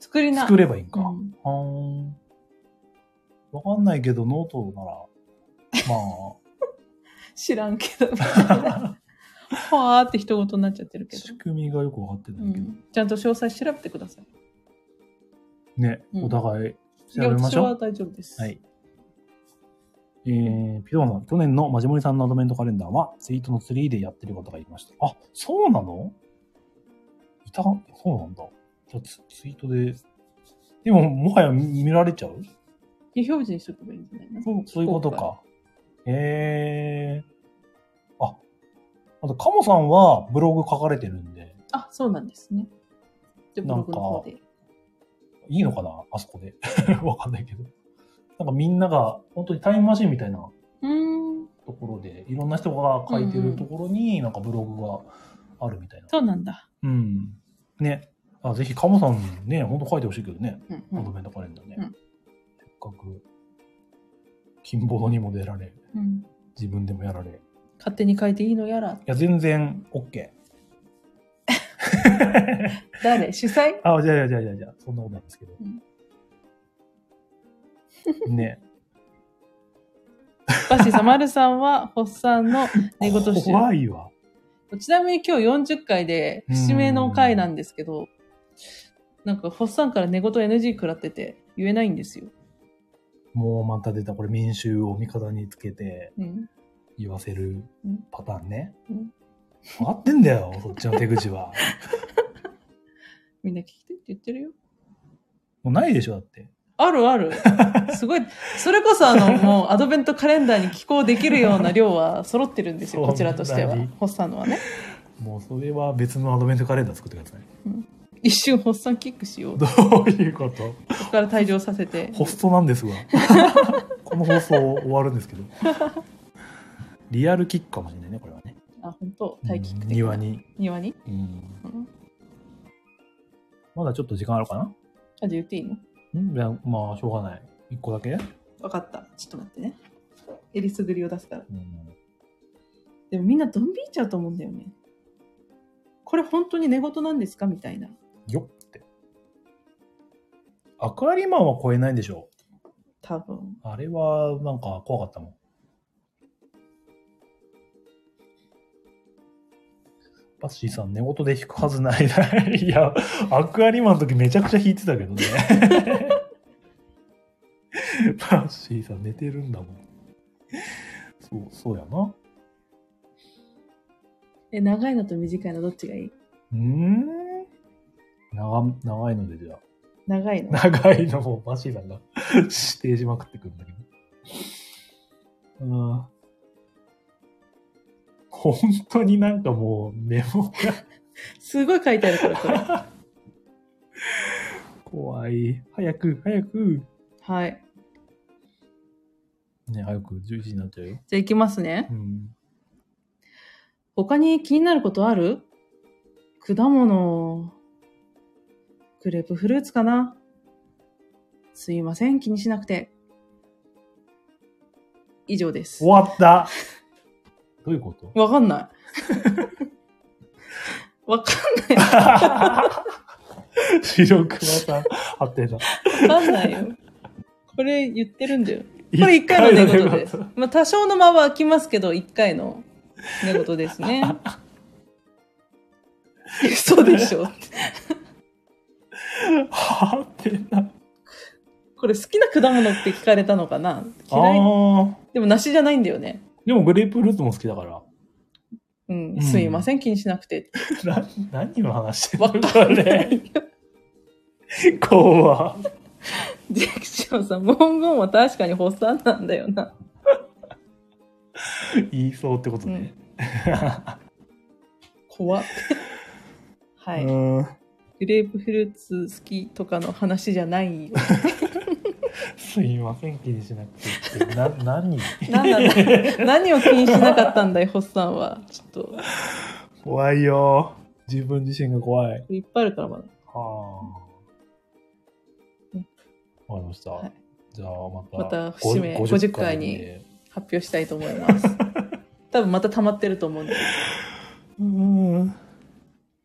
Speaker 2: 作りな。
Speaker 1: 作ればいいんか。
Speaker 2: う
Speaker 1: は
Speaker 2: ん
Speaker 1: ーん。わかんないけど、ノートなら、ま
Speaker 2: 知らんけど。はーって一言になっちゃって
Speaker 1: あ、
Speaker 2: る けど。
Speaker 1: 仕組みがよくわかって
Speaker 2: う
Speaker 1: ないけど。
Speaker 2: ん、ちゃんと詳細調べてください。
Speaker 1: ね、
Speaker 2: うん
Speaker 1: お互い調
Speaker 2: いや
Speaker 1: べま
Speaker 2: 私
Speaker 1: しょう
Speaker 2: は。大丈夫です。
Speaker 1: はい。えー、ピドンさん、去年のマジモリさんのアドベントカレンダーは、ツイートのツリーでやってる方がいました。あ、そうなのいた、そうなんだ。じゃあツツイートで、でも、もはや見見られちゃう
Speaker 2: 非表示にしとけばいいんじゃないの
Speaker 1: そうそういうことか。へえー。あ、あと、カモさんはブログ書かれてるんで、
Speaker 2: あ、そうなんですね。じゃあブログの方で。
Speaker 1: いいのかなあそこで。 わかんないけど。なんかみんなが、本当にタイムマシンみたいな
Speaker 2: うーん、
Speaker 1: ところでいろんな人が書いてるところになんかブログがあるみたいな。
Speaker 2: そうなんだ。
Speaker 1: うん、ね。あぜひカモさんね、ほんと書いてほしいけどね。
Speaker 2: うんう
Speaker 1: アド
Speaker 2: ん
Speaker 1: ベントカレンダーね。
Speaker 2: うん
Speaker 1: せっかく、金棒にも出られ、
Speaker 2: うん、
Speaker 1: 自分でもやられ。い
Speaker 2: 勝手に書いていいのやら。
Speaker 1: や、全然 OK。
Speaker 2: 誰主催
Speaker 1: あ、じゃあじゃあじゃあじゃあ、そんなことないですけど。 ね。
Speaker 2: バシさまるさんは、ホッサンの寝言集。
Speaker 1: 怖いわ。
Speaker 2: ちなみに今日40回で、節目の回なんですけど、なんか、ホッサンから寝言 NG 食らってて、言えないんですよ。
Speaker 1: もうまた出た、これ民衆を味方につけて
Speaker 2: うん。
Speaker 1: 言わせるパターンね
Speaker 2: うん。
Speaker 1: 分かってんだよ、 そっちの手口は。
Speaker 2: みんな聞きてって言ってるよ。
Speaker 1: もうないでしょ、だって。
Speaker 2: あるある。すごい。それこそ、あの、 もう、アドベントカレンダーに寄稿できるような量は揃ってるんですよ、
Speaker 1: そう
Speaker 2: こちらとしては
Speaker 1: なに。
Speaker 2: ホッサンのはね。
Speaker 1: もうそれは別のアドベントカレンダー作ってください。
Speaker 2: 一瞬、ホッサンキックしよう。こ
Speaker 1: どういうこと
Speaker 2: こから退場させて。
Speaker 1: ホストなん ですが。この放送終わるんですけど。リアルキックかもしれないね、これはね。
Speaker 2: あ、本当タイキック的な
Speaker 1: 庭。に。
Speaker 2: 庭に
Speaker 1: うん
Speaker 2: うん
Speaker 1: まだちょっと時間あるかな
Speaker 2: あ、じゃあ言っていいの
Speaker 1: うんいやまあ、しょうがない。一個だけ、う
Speaker 2: わかった。ちょっと待ってね。えりすぐりを出すから。
Speaker 1: ん、
Speaker 2: でもみんなドン引いちゃうと思うんだよね。これ本当に寝言なんですかみたいな。
Speaker 1: よっって。アクアリマンは超えないんでしょ
Speaker 2: 多分。
Speaker 1: う。あれは、なんか怖かったもん。バッシーさん、寝言で弾くはずないな。 いや、アクアリマンの時めちゃくちゃ弾いてたけどね。 バッシーさん、寝てるんだもん。そう、そうやな。
Speaker 2: え、長いのと短いのどっちがいいう
Speaker 1: ーん。長、長いのでじゃあ。
Speaker 2: 長いの。
Speaker 1: 長いのもバシーさんが指定しまくってくるんだけど。うん。本当になんかもうメモが
Speaker 2: すごい書いてあるから、これ。
Speaker 1: 怖い。早く、早く。
Speaker 2: はい。
Speaker 1: ね、早く11時になっちゃうよ。
Speaker 2: じゃあ行きますね
Speaker 1: う。ん。
Speaker 2: 他に気になることある果物。グレープフルーツかなすいません、気にしなくて。以上です
Speaker 1: 終。わったどういうこと
Speaker 2: わかんない。 わかんない。
Speaker 1: 白熊さん、発展だ。
Speaker 2: わかんないよ。これ言ってるんだよ。これ一回の寝言です。まあ多少の間は空きますけど、一回の寝言です ね。嘘でしょ。
Speaker 1: 発展だ。
Speaker 2: これ好きな果物って聞かれたのかな嫌い
Speaker 1: ああ。
Speaker 2: でも梨じゃないんだよね。
Speaker 1: でもグレープフルーツも好きだから。
Speaker 2: うん、
Speaker 1: うん
Speaker 2: すいません、気にしなくて。
Speaker 1: な何を話して
Speaker 2: わ
Speaker 1: る
Speaker 2: かん
Speaker 1: こ
Speaker 2: な
Speaker 1: れ。
Speaker 2: いよ。
Speaker 1: 怖
Speaker 2: ジェクションさん、文言は確かに発作なんだよな。
Speaker 1: 言いそうってことね。
Speaker 2: 怖っはい、
Speaker 1: うん
Speaker 2: グレープフルーツ好きとかの話じゃないよ
Speaker 1: すいません、気にしなくてって。 な、何
Speaker 2: 何なんだ何を気にしなかったんだいホッサンはちょっと
Speaker 1: 怖いよ。自分自身が怖い。
Speaker 2: いっぱいあるからまだ
Speaker 1: は
Speaker 2: うん
Speaker 1: あ。わかりました。
Speaker 2: はい
Speaker 1: じゃあまた、
Speaker 2: また節目
Speaker 1: 50
Speaker 2: 50回に
Speaker 1: で
Speaker 2: 発表したいと思います多分また溜まってると思うんで
Speaker 1: うん。ね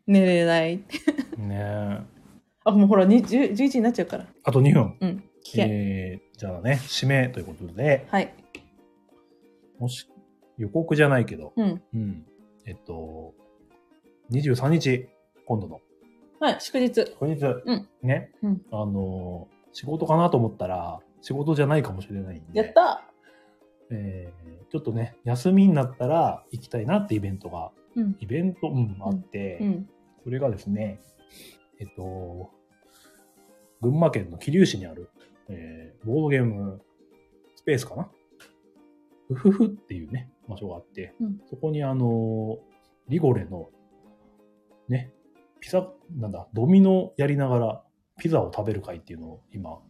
Speaker 2: 寝れない
Speaker 1: え。
Speaker 2: あもうほらに10 11になっちゃうから
Speaker 1: あと2分。
Speaker 2: うん聞け、
Speaker 1: えー、じゃあね、締めということで、
Speaker 2: はい
Speaker 1: もし、予告じゃないけど、
Speaker 2: うん
Speaker 1: うん。えっと、23日、今度の、
Speaker 2: はい祝日
Speaker 1: 本日、
Speaker 2: うん
Speaker 1: ね、
Speaker 2: うん
Speaker 1: あのー、仕事かなと思ったら、仕事じゃないかもしれないんで、
Speaker 2: やった
Speaker 1: えーちょっとね、休みになったら行きたいなってイベントが、
Speaker 2: うん
Speaker 1: イベント、うん、あって、
Speaker 2: うん
Speaker 1: それがですね、えっと、群馬県の桐生市にある、えーボードゲームスペースかなふふふっていうね、場所があって、
Speaker 2: うん
Speaker 1: そこにあの、リゴレの、ね、ピザ、なんだ、ドミノやりながらピザを食べる会っていうのを今、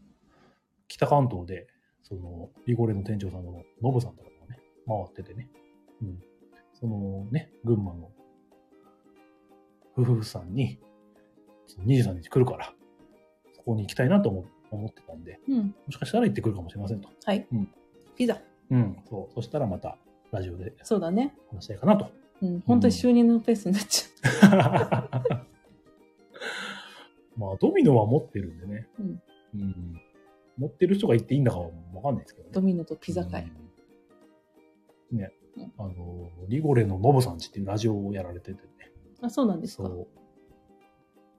Speaker 1: 北関東で、その、リゴレの店長さんのノブさんとかがね、回っててね、うん。そのね、群馬の夫婦さんに、その23日来るから、そこに行きたいなと思思ってたんで、
Speaker 2: うん
Speaker 1: もしかしたら行ってくるかもしれませんと。
Speaker 2: はい、
Speaker 1: うん
Speaker 2: ピザ
Speaker 1: うん。そう。そしたらまた、ラジオで
Speaker 2: そうだね
Speaker 1: 話したいか なと。
Speaker 2: うん本当に就任のペースになっちゃ
Speaker 1: まあ、ドミノは持ってるんでね。
Speaker 2: うん
Speaker 1: うん。持ってる人が行っていいんだかはわかんないですけど
Speaker 2: う、
Speaker 1: ね。
Speaker 2: ドミノとピザ会、
Speaker 1: うん。ね
Speaker 2: うん。
Speaker 1: あの、リゴレのノブさんちっていうラジオをやられててね。
Speaker 2: あそうなんですか
Speaker 1: そ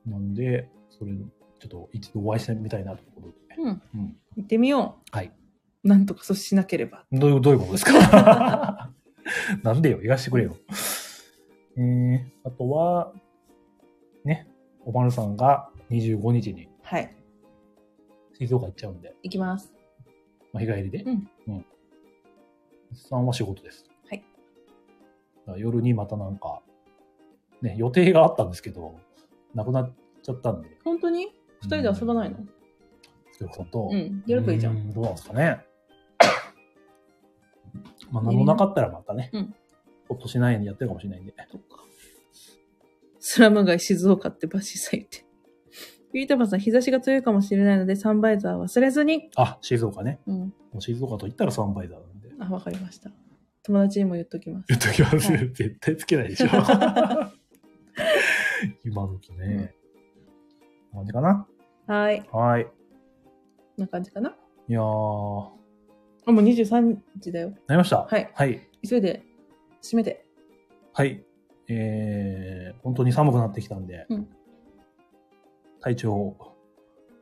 Speaker 1: う。なんで、それ、ちょっと一度お会いしてみたいなということで。
Speaker 2: うん
Speaker 1: うん。
Speaker 2: 行ってみよう
Speaker 1: はい。
Speaker 2: なんとか阻止しなければ
Speaker 1: どういう、どういうことですか なんでよ、言わしてくれよ。えー、あとは、ね、おばるさんが25日に
Speaker 2: はい
Speaker 1: 静岡行っちゃうんで、
Speaker 2: 行きます
Speaker 1: まあ、日帰りで。
Speaker 2: うん。
Speaker 1: うん。おっさんは仕事です。
Speaker 2: はい
Speaker 1: だから夜にまたなんか、ね、予定があったんですけど、なくなっちゃったんで、
Speaker 2: 本当に二人で遊ばないの
Speaker 1: 静岡さんと。
Speaker 2: うんやればいいじゃん
Speaker 1: うどうなんですか ね。まあ、何もなかったらまたね、
Speaker 2: うん
Speaker 1: ほっとしないようにやってるかもしれないんで。
Speaker 2: そっかスラム街静岡ってバシさん言って。ゆいたまさん、日差しが強いかもしれないので、サンバイザー忘れずに。
Speaker 1: あ、静岡ね。
Speaker 2: うん。
Speaker 1: もう静岡と言ったらサンバイザーなんで。
Speaker 2: あ、わかりました。友達にも言っとき ます。
Speaker 1: 言っときます。
Speaker 2: はい
Speaker 1: 絶対つけないでし ょ。今時ね。こんな感じかな。
Speaker 2: はい。こ
Speaker 1: はい。
Speaker 2: んな感じかな。
Speaker 1: いやー、
Speaker 2: あ、もう23時だよ。
Speaker 1: なりました。
Speaker 2: はい。
Speaker 1: はい。
Speaker 2: 急いで、閉めて。
Speaker 1: はい。えー、本当に寒くなってきたんで、
Speaker 2: うん
Speaker 1: 体調を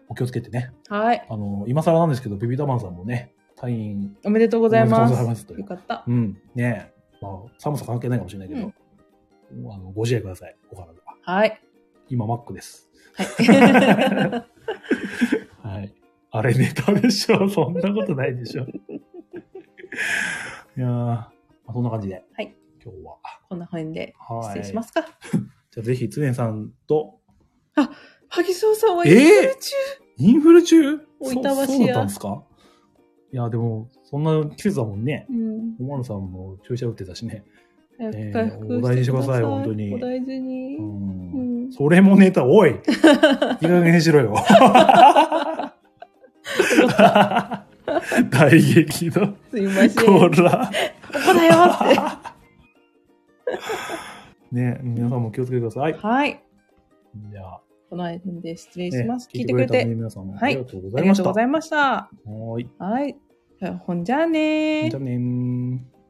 Speaker 1: お気をつけてね。
Speaker 2: はい。
Speaker 1: あの、今更なんですけど、ビビダマンさんもね、退院
Speaker 2: おめでとうございま
Speaker 1: おめでとうご
Speaker 2: す。
Speaker 1: ざいますという
Speaker 2: よかった。
Speaker 1: うん、ねえ、まあ、寒さ関係ないかもしれないけど、あのご自愛ください、お体は。
Speaker 2: はい。
Speaker 1: 今、マックです。
Speaker 2: はい。
Speaker 1: はい。あれネタでしょそんなことないでしょいやー、まあ、そんな感じで、
Speaker 2: はい
Speaker 1: 今日は。
Speaker 2: こんな辺で、
Speaker 1: はい
Speaker 2: 失礼しますか。
Speaker 1: じゃあ、ぜひ、常さんと、
Speaker 2: 萩蔵さんは
Speaker 1: え
Speaker 2: イ
Speaker 1: ー
Speaker 2: ンフル中。
Speaker 1: インフル中
Speaker 2: お
Speaker 1: そう
Speaker 2: 板橋
Speaker 1: そう
Speaker 2: や
Speaker 1: だったんですかいや、でも、そんな季節だもんね。
Speaker 2: うん。
Speaker 1: おまるさんも注射打ってたしね。
Speaker 2: 早く
Speaker 1: えー
Speaker 2: 回復
Speaker 1: お大事にして
Speaker 2: く
Speaker 1: くだ
Speaker 2: ださ
Speaker 1: さ
Speaker 2: い。
Speaker 1: い本当に
Speaker 2: お大事に。
Speaker 1: うん
Speaker 2: うん
Speaker 1: それもネタ、おいい い加減にしろよ。大激怒。
Speaker 2: すいません。
Speaker 1: こら。
Speaker 2: ここだよっ て。
Speaker 1: ね、皆さんも気をつけてください。
Speaker 2: はい。
Speaker 1: じゃあ、
Speaker 2: この辺で失礼し
Speaker 1: ね
Speaker 2: ます。聞いてくれて
Speaker 1: た皆さんも
Speaker 2: は
Speaker 1: あ
Speaker 2: い
Speaker 1: りがとうご
Speaker 2: あ
Speaker 1: ざい
Speaker 2: り
Speaker 1: ま
Speaker 2: が
Speaker 1: し
Speaker 2: とう
Speaker 1: た。
Speaker 2: ござ
Speaker 1: はい
Speaker 2: ました。
Speaker 1: ーい。
Speaker 2: はい。ほんじゃあねー
Speaker 1: じゃあねー。